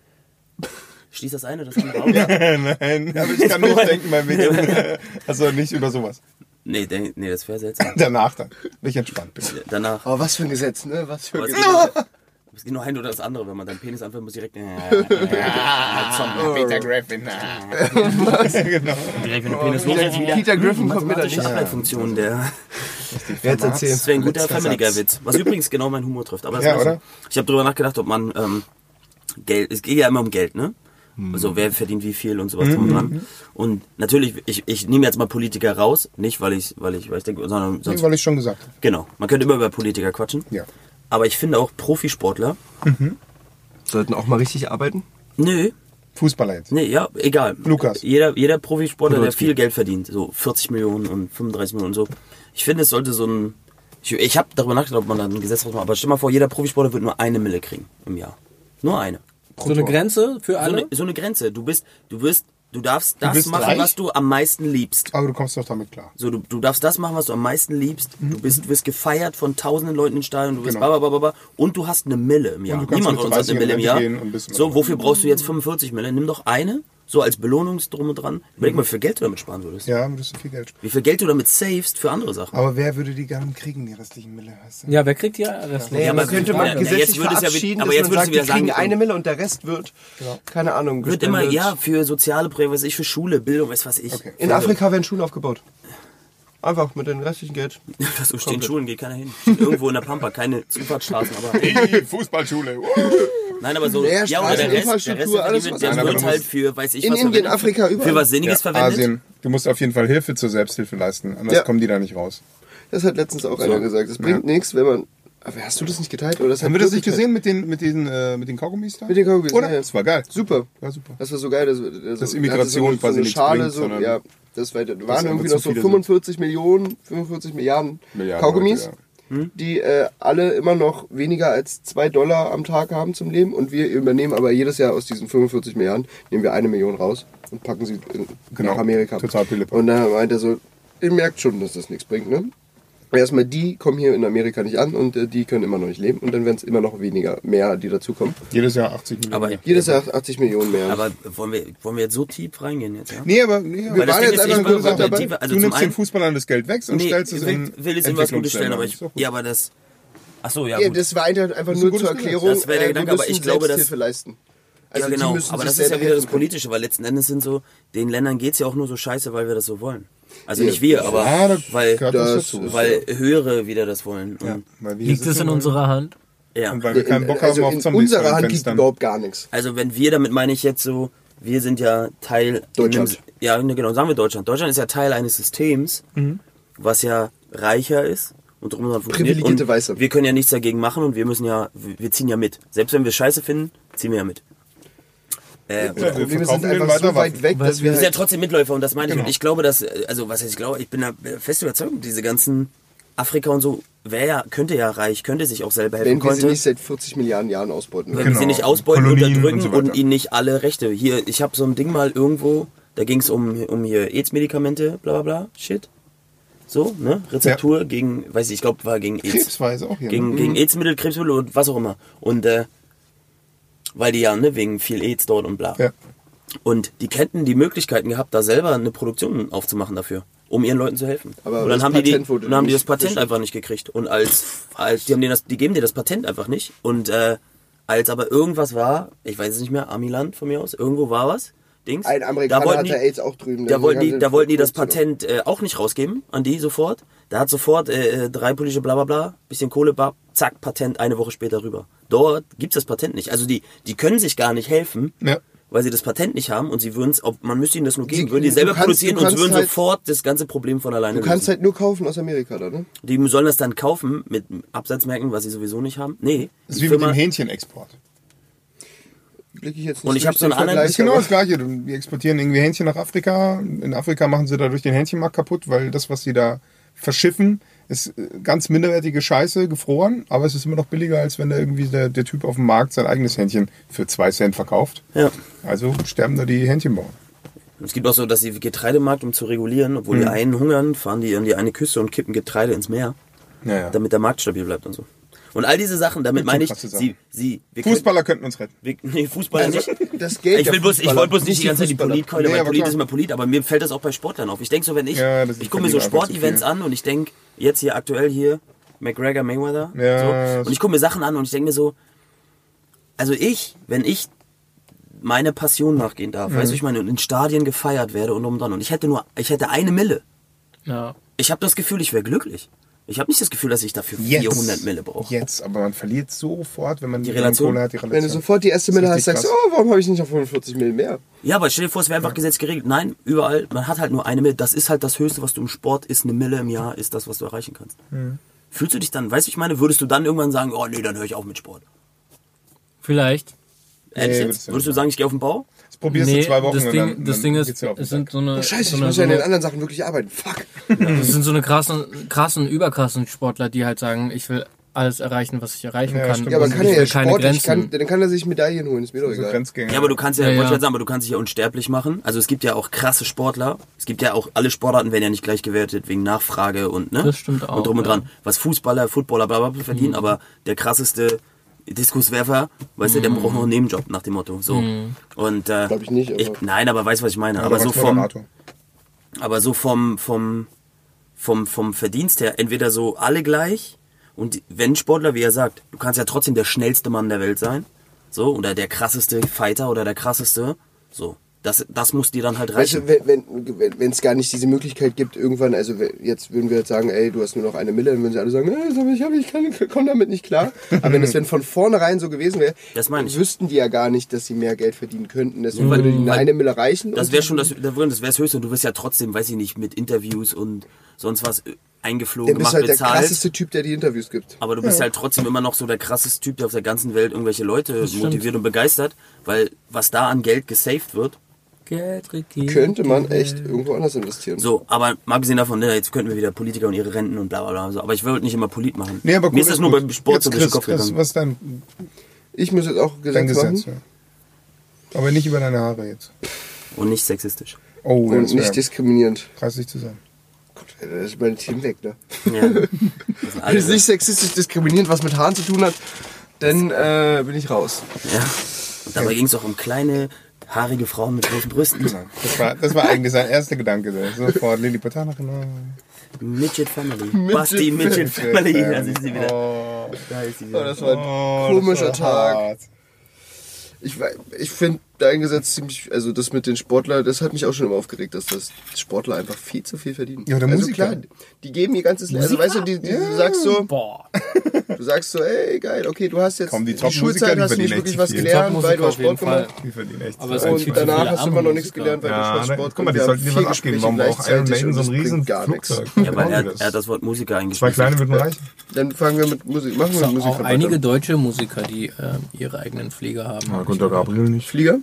Speaker 4: Schließ das eine, das andere auch.
Speaker 5: [laughs] Nein, aber ich kann nicht denken [laughs] beim Wickeln. Also nicht über sowas.
Speaker 4: [laughs] Nee, denk, nee, das wäre seltsam.
Speaker 5: Danach dann. Wenn ich entspannt bin.
Speaker 4: Danach.
Speaker 3: Aber was für ein Gesetz, ne? Was für ein
Speaker 4: Aber es,
Speaker 3: Gesetz.
Speaker 4: geht nur, es geht nur ein oder das andere. Wenn man seinen Penis anfängt, muss direkt. Zombie.
Speaker 5: Peter Griffin. Was? genau.
Speaker 4: [laughs] direkt, wenn der Penis hoch ist, wieder.
Speaker 3: Peter Griffin kommt mir da
Speaker 4: Mathematische
Speaker 3: nicht.
Speaker 4: Ableitfunktion, der.
Speaker 3: Wer hat's
Speaker 4: Das wäre ein guter
Speaker 5: Letzter
Speaker 4: Family Guy
Speaker 5: Satz.
Speaker 4: Witz. Was übrigens genau meinen Humor trifft. Aber das
Speaker 5: Ja,
Speaker 4: war's.
Speaker 5: oder?
Speaker 4: Ich habe drüber nachgedacht, ob man ähm, Geld. Es geht ja immer um Geld, ne?
Speaker 5: Mhm.
Speaker 4: Also wer verdient wie viel und sowas drum und dran. Und natürlich, ich, ich nehme jetzt mal Politiker raus, nicht weil ich, weil ich, weil ich denke, sondern sonst.
Speaker 5: Weil ich schon gesagt habe.
Speaker 4: genau. Man könnte immer über Politiker quatschen.
Speaker 5: Mhm. Ja.
Speaker 4: Aber ich finde auch Profisportler.
Speaker 3: Sollten auch mal richtig arbeiten?
Speaker 4: Nö,
Speaker 5: Fußballer jetzt.
Speaker 4: nee, ja, egal.
Speaker 5: Lukas.
Speaker 4: Jeder, jeder Profisportler, der
Speaker 3: Podolski.
Speaker 4: viel Geld verdient, so 40 Millionen und 35 Millionen und so. Ich finde, es sollte so ein. Ich, ich habe darüber nachgedacht, ob man da ein Gesetz draus macht, aber stell mal vor, jeder Profisportler wird nur eine Mille kriegen im Jahr. Nur eine.
Speaker 6: So eine Grenze für
Speaker 4: So
Speaker 6: alle?
Speaker 4: eine, so eine Grenze. Du bist, du wirst, du darfst das
Speaker 5: bist
Speaker 4: machen,
Speaker 5: reich?
Speaker 4: was du am meisten liebst.
Speaker 5: Aber du kommst doch damit klar.
Speaker 4: So, du, du darfst das machen, was du am meisten liebst. Du bist, du wirst gefeiert von tausenden Leuten im Stadion. Du bist
Speaker 5: Genau.
Speaker 4: genau. bababababa. Und du hast eine Mille im Jahr.
Speaker 5: du kannst
Speaker 4: Niemand
Speaker 5: mit
Speaker 4: von uns hat
Speaker 5: 30 in
Speaker 4: eine Mille im
Speaker 5: Rente
Speaker 4: Jahr.
Speaker 5: gehen und bist-
Speaker 4: So, wofür brauchst du jetzt 45 Mille? Nimm doch eine, so als Belohnungs drum und dran. Überleg mal, wie viel Geld du damit sparen würdest.
Speaker 5: Ja, würdest du viel Geld sparen.
Speaker 4: Wie viel Geld du damit savest für andere Sachen.
Speaker 5: Aber wer würde die gern kriegen, die restlichen Mille? Weißt du?
Speaker 6: Ja, wer kriegt hier das?
Speaker 3: Ja,
Speaker 4: aber
Speaker 3: man könnte
Speaker 4: ja,
Speaker 3: man
Speaker 4: ja,
Speaker 3: gesetzlich
Speaker 4: jetzt würde es ja wie-
Speaker 3: verabschieden,
Speaker 4: aber
Speaker 3: dass
Speaker 4: jetzt
Speaker 3: man
Speaker 4: würdest
Speaker 3: sagt,
Speaker 4: du wieder
Speaker 3: die kriegen
Speaker 4: sagen,
Speaker 3: eine Mille und der Rest wird, keine Ahnung,
Speaker 4: Wird immer,
Speaker 3: gespendet.
Speaker 4: ja, für soziale Prä, weiß ich, für Schule, Bildung, weiß was ich.
Speaker 5: Okay.
Speaker 3: In [laughs] Afrika werden Schulen aufgebaut. Einfach mit dem restlichen Geld.
Speaker 4: [laughs] Das stehen Schulen, geht keiner hin. Steht [laughs] irgendwo in der Pampa, keine Zufahrtsstraßen, aber.
Speaker 5: [laughs] Hey, [laughs] Fußballschule.
Speaker 4: Nein, aber so.
Speaker 3: Ja,
Speaker 4: Ja, oder der Rest, der Rest
Speaker 3: Straßeninfrastruktur, alles
Speaker 4: wird,
Speaker 3: was
Speaker 4: der
Speaker 5: anderes.
Speaker 4: wird halt für, weiß ich,
Speaker 3: In
Speaker 4: was
Speaker 3: Indien,
Speaker 4: verwendet.
Speaker 3: Afrika, überall.
Speaker 4: Für was Sinniges
Speaker 5: Ja,
Speaker 4: verwendet.
Speaker 5: Asien. Du musst auf jeden Fall Hilfe zur Selbsthilfe leisten, anders
Speaker 3: Ja.
Speaker 5: kommen die da nicht raus.
Speaker 3: Das hat letztens auch einer gesagt. Das bringt nichts, wenn man. Aber hast du das nicht geteilt? Oder das
Speaker 5: Haben
Speaker 3: hat
Speaker 5: wir das nicht
Speaker 3: wirklich-
Speaker 5: gesehen mit den, mit den, äh, mit den Kaugummis da?
Speaker 3: Mit den Kaugummis,
Speaker 5: Oder?
Speaker 3: ja, ja.
Speaker 5: Das war geil.
Speaker 3: Super.
Speaker 5: War super.
Speaker 3: Das war so geil, dass, dass,
Speaker 5: Dass Immigration
Speaker 3: hatte so,
Speaker 5: quasi
Speaker 3: so eine
Speaker 5: nichts
Speaker 3: Schale,
Speaker 5: bringt,
Speaker 3: so,
Speaker 5: sondern-
Speaker 3: ja, das war,
Speaker 5: einfach
Speaker 3: waren irgendwie
Speaker 5: zu
Speaker 3: noch so
Speaker 5: viele
Speaker 3: 45 Millionen, 45 Milliarden,
Speaker 5: Milliarden
Speaker 3: Kaugummis,
Speaker 5: Leute,
Speaker 3: die äh, alle immer noch weniger als 2 Dollar am Tag haben zum Leben und wir übernehmen aber jedes Jahr aus diesen 45 Milliarden, nehmen wir eine Million raus und packen sie in,
Speaker 5: Genau.
Speaker 3: nach Amerika.
Speaker 5: Total Philipp.
Speaker 3: Und da meint er so, ihr merkt schon, dass das nichts bringt, ne? Erstmal die kommen hier in Amerika nicht an und äh, die können immer noch nicht leben und dann werden es immer noch weniger, mehr, die dazukommen.
Speaker 5: Jedes Jahr 80 Millionen.
Speaker 4: Aber,
Speaker 3: Jedes Jahr 80 Millionen mehr.
Speaker 4: aber wollen, wir, wollen wir jetzt so tief reingehen jetzt, ja?
Speaker 5: Nee, aber nee,
Speaker 3: Wir
Speaker 5: wir
Speaker 4: das
Speaker 3: waren
Speaker 4: Ding
Speaker 3: jetzt
Speaker 4: ist,
Speaker 3: einfach
Speaker 4: ich
Speaker 3: nur
Speaker 4: bin-
Speaker 3: gesagt,
Speaker 4: aber
Speaker 3: aber
Speaker 4: die- also
Speaker 5: du
Speaker 4: zum
Speaker 5: nimmst den
Speaker 4: einen-
Speaker 5: Fußballern das Geld weg und
Speaker 4: Nee,
Speaker 5: stellst es
Speaker 4: ich
Speaker 5: in
Speaker 4: will, will jetzt irgendwas Gutes stellen,
Speaker 5: Entwicklungsländer.
Speaker 4: aber ich.
Speaker 5: Ist doch gut.
Speaker 4: Ja, aber das. Ach so, ja.
Speaker 3: Ja,
Speaker 4: Gut.
Speaker 3: das war halt einfach
Speaker 5: ein
Speaker 3: nur
Speaker 5: gutes
Speaker 3: zur
Speaker 5: Gesetz.
Speaker 3: Erklärung.
Speaker 4: Das wäre der
Speaker 3: äh,
Speaker 4: Gedanke,
Speaker 3: wir müssen
Speaker 4: aber ich glaube, dass-
Speaker 3: Selbsthilfe leisten.
Speaker 4: ja,
Speaker 3: Also, die
Speaker 4: genau.
Speaker 3: müssen
Speaker 4: Aber
Speaker 3: sich
Speaker 4: das ist ja
Speaker 3: selber
Speaker 4: wieder das
Speaker 3: helfen können.
Speaker 4: Politische, weil letzten Endes sind so, den Ländern geht's ja auch nur so scheiße, weil wir das so wollen. Also
Speaker 3: Ja.
Speaker 4: nicht wir, aber
Speaker 5: Ja, da
Speaker 4: weil,
Speaker 5: gehört das
Speaker 3: das
Speaker 5: dazu.
Speaker 3: ist-
Speaker 4: weil höhere wieder das wollen. Und,
Speaker 5: Weil wir
Speaker 6: Liegt
Speaker 5: sitzen
Speaker 6: es in
Speaker 5: und-
Speaker 6: unserer Hand?
Speaker 4: ja.
Speaker 5: Und weil wir keinen Bock
Speaker 3: also
Speaker 5: haben auf
Speaker 3: in
Speaker 5: Zombies vor
Speaker 3: unserer
Speaker 5: den
Speaker 3: Hand liegt
Speaker 5: Fenstern.
Speaker 3: überhaupt gar nichts.
Speaker 4: Also wenn wir, damit meine ich jetzt so, wir sind ja Teil...
Speaker 3: Deutschland.
Speaker 4: Einem, ja, ne, genau, sagen wir Deutschland. Deutschland ist ja Teil eines Systems,
Speaker 3: Mhm.
Speaker 4: was ja reicher ist und drum und dran funktioniert.
Speaker 3: Privilegierte
Speaker 4: und
Speaker 3: Weiße.
Speaker 4: Wir können ja nichts dagegen machen und wir müssen ja, wir wir ziehen ja mit. Selbst wenn wir Scheiße finden, ziehen wir ja mit. Äh, und
Speaker 5: wir
Speaker 3: Das Problem ist,
Speaker 5: verkaufen
Speaker 3: sind
Speaker 5: denen
Speaker 3: einfach so
Speaker 5: weiter
Speaker 3: weit
Speaker 5: Waffen.
Speaker 3: weg,
Speaker 6: Was
Speaker 3: dass wir
Speaker 4: wir sind ja
Speaker 3: halt,
Speaker 4: trotzdem Mitläufer und das meine ich.
Speaker 5: Genau.
Speaker 4: Und ich glaube, dass, äh, also was heißt ich glaube, ich bin da äh, fest überzeugt, diese ganzen Afrika und so, wäre ja, könnte ja reich, könnte sich auch selber helfen.
Speaker 3: wenn wir sie
Speaker 4: konnte.
Speaker 3: nicht seit 40 Milliarden Jahren ausbeuten.
Speaker 4: wenn
Speaker 3: würden.
Speaker 4: wir sie
Speaker 5: Genau.
Speaker 4: nicht ausbeuten,
Speaker 5: Kolonien
Speaker 4: unterdrücken
Speaker 5: und
Speaker 4: und,
Speaker 5: so weiter.
Speaker 4: ihnen nicht alle Rechte. Hier, ich habe so ein Ding mal irgendwo, da ging es um, um hier AIDS-Medikamente, bla bla bla, shit. So, ne? Rezeptur gegen, weiß ich, ich glaube, war gegen AIDS.
Speaker 5: Krebsweise auch hier.
Speaker 4: Gegen,
Speaker 5: ne?
Speaker 4: gegen AIDS-Mittel, Krebsmittel und was auch immer. Und, äh, weil die ja, ne, wegen viel AIDS dort und bla.
Speaker 5: Ja.
Speaker 4: Und die hätten die Möglichkeiten gehabt, da selber eine Produktion aufzumachen dafür, um ihren Leuten zu helfen.
Speaker 3: Aber
Speaker 4: und dann
Speaker 3: das
Speaker 4: haben, die, die,
Speaker 3: Patent wurde
Speaker 4: und haben die das
Speaker 3: nicht
Speaker 4: Patent
Speaker 3: geschützt.
Speaker 4: einfach nicht gekriegt. Und als, als die, haben denen das, die geben dir das Patent einfach nicht. Und äh, als aber irgendwas war, ich weiß es nicht mehr, Amiland von mir aus, irgendwo war was, Dings.
Speaker 3: Ein Amerikaner
Speaker 4: da wollten
Speaker 3: hatte
Speaker 4: die-
Speaker 3: AIDS auch drüben.
Speaker 4: Da
Speaker 3: deswegen
Speaker 4: wollten,
Speaker 3: haben
Speaker 4: die,
Speaker 3: sie
Speaker 4: da
Speaker 3: den
Speaker 4: wollten die das
Speaker 3: Schutz genommen.
Speaker 4: Patent äh, auch nicht rausgeben an die sofort. Da hat sofort äh, äh, drei politische Blablabla, bisschen Kohle, bab, zack, Patent eine Woche später rüber. Dort gibt's das Patent nicht. Also die, die können sich gar nicht helfen,
Speaker 5: Ja.
Speaker 4: weil sie das Patent nicht haben und sie würden es, man müsste ihnen das nur geben,
Speaker 3: Sie-
Speaker 4: würden die
Speaker 3: du
Speaker 4: selber
Speaker 3: kannst-
Speaker 4: produzieren
Speaker 3: du
Speaker 4: und sie
Speaker 3: kannst
Speaker 4: würden
Speaker 3: halt-
Speaker 4: sofort das ganze Problem von alleine
Speaker 3: Du kannst
Speaker 4: lösen.
Speaker 3: halt nur kaufen aus Amerika da, ne?
Speaker 4: Die sollen das dann kaufen mit Absatzmärkten, was sie sowieso nicht haben. Nee,
Speaker 5: Das ist
Speaker 4: die
Speaker 5: wie mit
Speaker 4: Firma-
Speaker 5: dem Hähnchenexport.
Speaker 3: Blick ich jetzt nicht
Speaker 4: Und ich hab so
Speaker 3: richtig
Speaker 4: einen
Speaker 3: in
Speaker 4: anderen-
Speaker 3: Vergleich,
Speaker 5: Das ist genau
Speaker 3: aber-
Speaker 5: das Gleiche. Du- Die exportieren irgendwie Hähnchen nach Afrika. In Afrika machen sie dadurch den Hähnchenmarkt kaputt, weil das, was sie da verschiffen, ist äh, ganz minderwertige Scheiße gefroren. Aber es ist immer noch billiger, als wenn da irgendwie der, der Typ auf dem Markt sein eigenes Hähnchen für zwei Cent verkauft.
Speaker 4: Ja.
Speaker 5: Also sterben da die Hähnchenbauern.
Speaker 4: Und Es gibt auch so, dass sie Getreidemarkt, um zu regulieren, obwohl
Speaker 3: Mhm.
Speaker 4: die einen hungern, fahren die an die eine Küste und kippen Getreide ins Meer,
Speaker 5: Naja.
Speaker 4: damit der Markt stabil bleibt und so. Und all diese Sachen, damit meine ich,
Speaker 5: krasse Sachen.
Speaker 4: sie, sie, wir
Speaker 5: Fußballer könnten uns retten.
Speaker 4: Können, wir, [laughs] nee, Fußballer
Speaker 5: Also,
Speaker 4: nicht.
Speaker 3: Das Geld
Speaker 4: Ich, will
Speaker 3: der
Speaker 4: bloß, ich
Speaker 3: Fußballer,
Speaker 4: wollte bloß nicht die ganze Zeit die
Speaker 3: Fußballer.
Speaker 4: Politkeule,
Speaker 5: Nee,
Speaker 4: weil
Speaker 5: aber
Speaker 4: Polit
Speaker 5: klar.
Speaker 4: ist immer Polit, aber mir fällt das auch bei Sportlern auf. Ich denke so, wenn ich,
Speaker 5: Ja, das ist-
Speaker 4: ich gucke mir so
Speaker 5: verdienen einfach zu
Speaker 4: Sportevents
Speaker 5: viel.
Speaker 4: an und ich denke, jetzt hier aktuell hier, McGregor, Mayweather,
Speaker 5: Ja,
Speaker 4: so, und ich gucke mir Sachen an und ich denke mir so, also ich, wenn ich meine Passion nachgehen darf,
Speaker 5: Mhm.
Speaker 4: weißt du, ich meine, und in Stadien gefeiert werde und um und dran und ich hätte nur, ich hätte eine Mille,
Speaker 6: Ja.
Speaker 4: ich habe das Gefühl, ich wäre glücklich. Ich habe nicht das Gefühl, dass ich dafür 400 Mille brauche.
Speaker 5: Jetzt, aber man verliert sofort, wenn man die
Speaker 4: Relation?
Speaker 5: Kohle hat, die Relation.
Speaker 3: Wenn du sofort die erste Mille
Speaker 5: Das
Speaker 3: hast,
Speaker 5: ist richtig
Speaker 3: sagst du, oh, warum habe ich nicht noch 45 Mille mehr?
Speaker 4: Ja, aber stell dir vor, es wäre einfach gesetzlich geregelt. Nein, überall, man hat halt nur eine Mille. Das ist halt das Höchste, was du im Sport ist. Eine Mille im Jahr ist das, was du erreichen kannst.
Speaker 5: Hm.
Speaker 4: Fühlst du dich dann, weißt du, ich meine, würdest du dann irgendwann sagen, oh nee, dann höre ich auf mit Sport?
Speaker 6: Vielleicht.
Speaker 4: Ehrlich
Speaker 5: Nee, würdest
Speaker 4: jetzt?
Speaker 5: du
Speaker 4: Würdest du sagen, ich gehe auf den Bau?
Speaker 5: Das probierst du zwei Wochen
Speaker 6: das
Speaker 5: und
Speaker 6: Ding,
Speaker 5: dann,
Speaker 6: das
Speaker 5: dann
Speaker 6: Ding ist,
Speaker 5: geht's dir auf den
Speaker 6: es sind so eine,
Speaker 3: Oh, Scheiße,
Speaker 6: so
Speaker 3: ich
Speaker 6: eine,
Speaker 3: muss
Speaker 6: Genau, so
Speaker 3: ja in den
Speaker 6: eine,
Speaker 3: anderen Sachen wirklich arbeiten. Fuck.
Speaker 6: das sind so eine krassen, krassen, überkrassen Sportler, die halt sagen, ich will alles erreichen, was ich erreichen
Speaker 5: Ja,
Speaker 6: kann.
Speaker 5: stimmt.
Speaker 3: Ja, aber
Speaker 6: und
Speaker 3: kann
Speaker 6: Also ich
Speaker 3: er
Speaker 6: will
Speaker 3: ja
Speaker 6: keine
Speaker 3: sportlich,
Speaker 6: Grenzen.
Speaker 3: kann, dann kann er sich Medaillen holen, ist mir doch
Speaker 5: Sack. so
Speaker 3: egal.
Speaker 5: Also Grenzgänger.
Speaker 4: Ja, aber du kannst ja,
Speaker 6: Ja,
Speaker 4: ja,
Speaker 6: ja.
Speaker 4: ja. sagen, aber du kannst dich ja unsterblich machen. Also es gibt ja auch krasse Sportler. Es gibt ja auch, alle Sportarten werden ja nicht gleich gewertet wegen Nachfrage und, ne?
Speaker 6: Das stimmt auch,
Speaker 4: Und drum und
Speaker 6: ja. Mhm.
Speaker 4: dran. Was Fußballer, Footballer, bla, bla, bla verdienen, aber der krasseste Diskuswerfer, weißt
Speaker 6: Mhm.
Speaker 4: du, der braucht noch einen Nebenjob nach dem Motto, so. Und, äh,
Speaker 3: Glaub ich nicht, aber-
Speaker 4: nein, aber weißt, was ich meine. aber
Speaker 5: Oder
Speaker 4: so
Speaker 5: als
Speaker 4: vom,
Speaker 5: Moderator.
Speaker 4: aber so vom, vom, vom, vom Verdienst her, entweder so alle gleich und wenn Sportler, wie er sagt, du kannst ja trotzdem der schnellste Mann der Welt sein, so, oder der krasseste Fighter oder der krasseste, so. Das, das muss dir dann halt
Speaker 3: Weißt
Speaker 4: reichen.
Speaker 3: du, wenn es wenn, wenn's gar nicht diese Möglichkeit gibt, irgendwann, also we- jetzt würden wir jetzt sagen, ey, du hast nur noch eine Mille, dann würden sie alle sagen, äh, das hab ich, hab ich kann, [laughs] komm damit nicht klar. Aber wenn es wenn von vornherein so gewesen wäre,
Speaker 4: Das meine ich.
Speaker 3: wüssten die ja gar nicht, dass sie mehr Geld verdienen könnten. Deswegen würde ihnen eine Mille reichen.
Speaker 4: das
Speaker 3: und-
Speaker 4: wäre schon das, das wäre das Höchste und du wirst ja trotzdem, weiß ich nicht, mit Interviews und sonst was äh, eingeflogen,
Speaker 3: Dann bist
Speaker 4: gemacht,
Speaker 3: du halt der
Speaker 4: bezahlt.
Speaker 3: krasseste Typ, der die Interviews gibt.
Speaker 4: Aber du bist halt trotzdem immer noch so der krasseste Typ, der auf der ganzen Welt irgendwelche Leute motiviert und begeistert, weil was da an Geld gesaved wird,
Speaker 6: Geld, Ricky.
Speaker 3: Könnte man echt irgendwo anders investieren.
Speaker 4: Mhm. So, aber mal abgesehen davon, ne, jetzt könnten wir wieder Politiker und ihre Renten und bla bla bla. So, aber ich wollte nicht immer Polit machen.
Speaker 5: Nee, aber gut,
Speaker 4: Mir ist das nur
Speaker 5: gut.
Speaker 4: beim Sport
Speaker 5: Jetzt,
Speaker 4: so durch den
Speaker 5: Chris,
Speaker 4: Kopf
Speaker 5: Chris,
Speaker 4: gegangen.
Speaker 5: was ist dein,
Speaker 3: Ich muss jetzt auch Gesetz,
Speaker 5: dein Gesetz?
Speaker 3: machen
Speaker 5: ja? Aber nicht über deine Haare jetzt.
Speaker 4: Und nicht sexistisch.
Speaker 5: Oh,
Speaker 3: und nicht
Speaker 5: das
Speaker 3: diskriminierend.
Speaker 5: reiß dich zusammen.
Speaker 3: Gott, ey, das ist mein Team weg, ne?
Speaker 5: [laughs]
Speaker 4: Ja. Also Das sind
Speaker 3: Wenn es
Speaker 4: alle,
Speaker 3: nicht sexistisch diskriminierend was mit Haaren zu tun hat, dann äh, bin ich raus.
Speaker 4: ja. Und dabei ging es auch um kleine, haarige Frauen mit großen Brüsten.
Speaker 5: Das war, das war eigentlich sein erster Gedanke. so. Sofort Lilly genau. Patanachen.
Speaker 4: Midget Family. Basti Midget Family. Da ist sie wieder.
Speaker 5: Oh,
Speaker 4: Da ist sie
Speaker 3: Oh,
Speaker 4: wieder.
Speaker 3: das war ein komischer Tag. Ich, wei- ich finde dein Gesetz ziemlich, also das mit den Sportlern, das hat mich auch schon immer aufgeregt, dass das Sportler einfach viel zu viel verdienen.
Speaker 5: Ja, oder
Speaker 3: also
Speaker 5: Musiker.
Speaker 3: klar, die geben ihr ganzes Leben. Also weißt du, die, die, du sagst so, du sagst so, ey geil, okay, du hast jetzt
Speaker 5: Komm, die
Speaker 3: die
Speaker 5: Top-Musiker,
Speaker 3: Schulzeit
Speaker 5: die
Speaker 3: hast du nicht
Speaker 5: verdienen
Speaker 3: wirklich
Speaker 5: echt
Speaker 3: was
Speaker 5: viel. Die
Speaker 3: gelernt, weil du hast Sport
Speaker 6: Fall.
Speaker 3: gemacht.
Speaker 5: Die verdienen echt.
Speaker 6: Aber es
Speaker 5: viel.
Speaker 6: gibt
Speaker 3: Und
Speaker 6: viel zu
Speaker 3: danach
Speaker 6: viele
Speaker 3: hast du
Speaker 6: arme
Speaker 3: immer noch nichts
Speaker 6: Musiker.
Speaker 3: gelernt, weil
Speaker 5: Ja,
Speaker 3: du
Speaker 5: na,
Speaker 3: hast Sport
Speaker 5: guck mal, die
Speaker 3: gemacht.
Speaker 5: sollten
Speaker 3: Wir
Speaker 5: dir
Speaker 3: haben
Speaker 5: was
Speaker 3: vier
Speaker 5: abgeben.
Speaker 3: Gespräche
Speaker 5: Warum braucht Iron
Speaker 3: gleichzeitig
Speaker 5: Maiden
Speaker 3: und
Speaker 5: so ein
Speaker 3: das bringt
Speaker 5: riesen
Speaker 3: gar nichts.
Speaker 5: Flugzeug?
Speaker 4: Ja, weil er,
Speaker 5: das.
Speaker 4: er hat das Wort Musiker
Speaker 5: Zwei
Speaker 4: eingeschrieben.
Speaker 5: kleine wird nur reich.
Speaker 3: Dann fangen wir mit Musik, machen wir mit Musik
Speaker 6: Auch
Speaker 3: an,
Speaker 6: einige
Speaker 3: weiter.
Speaker 6: deutsche Musiker, die ähm, ihre eigenen Pfleger haben. hab ich
Speaker 5: Gunter
Speaker 6: gehört.
Speaker 5: Gabriel nicht.
Speaker 3: Flieger?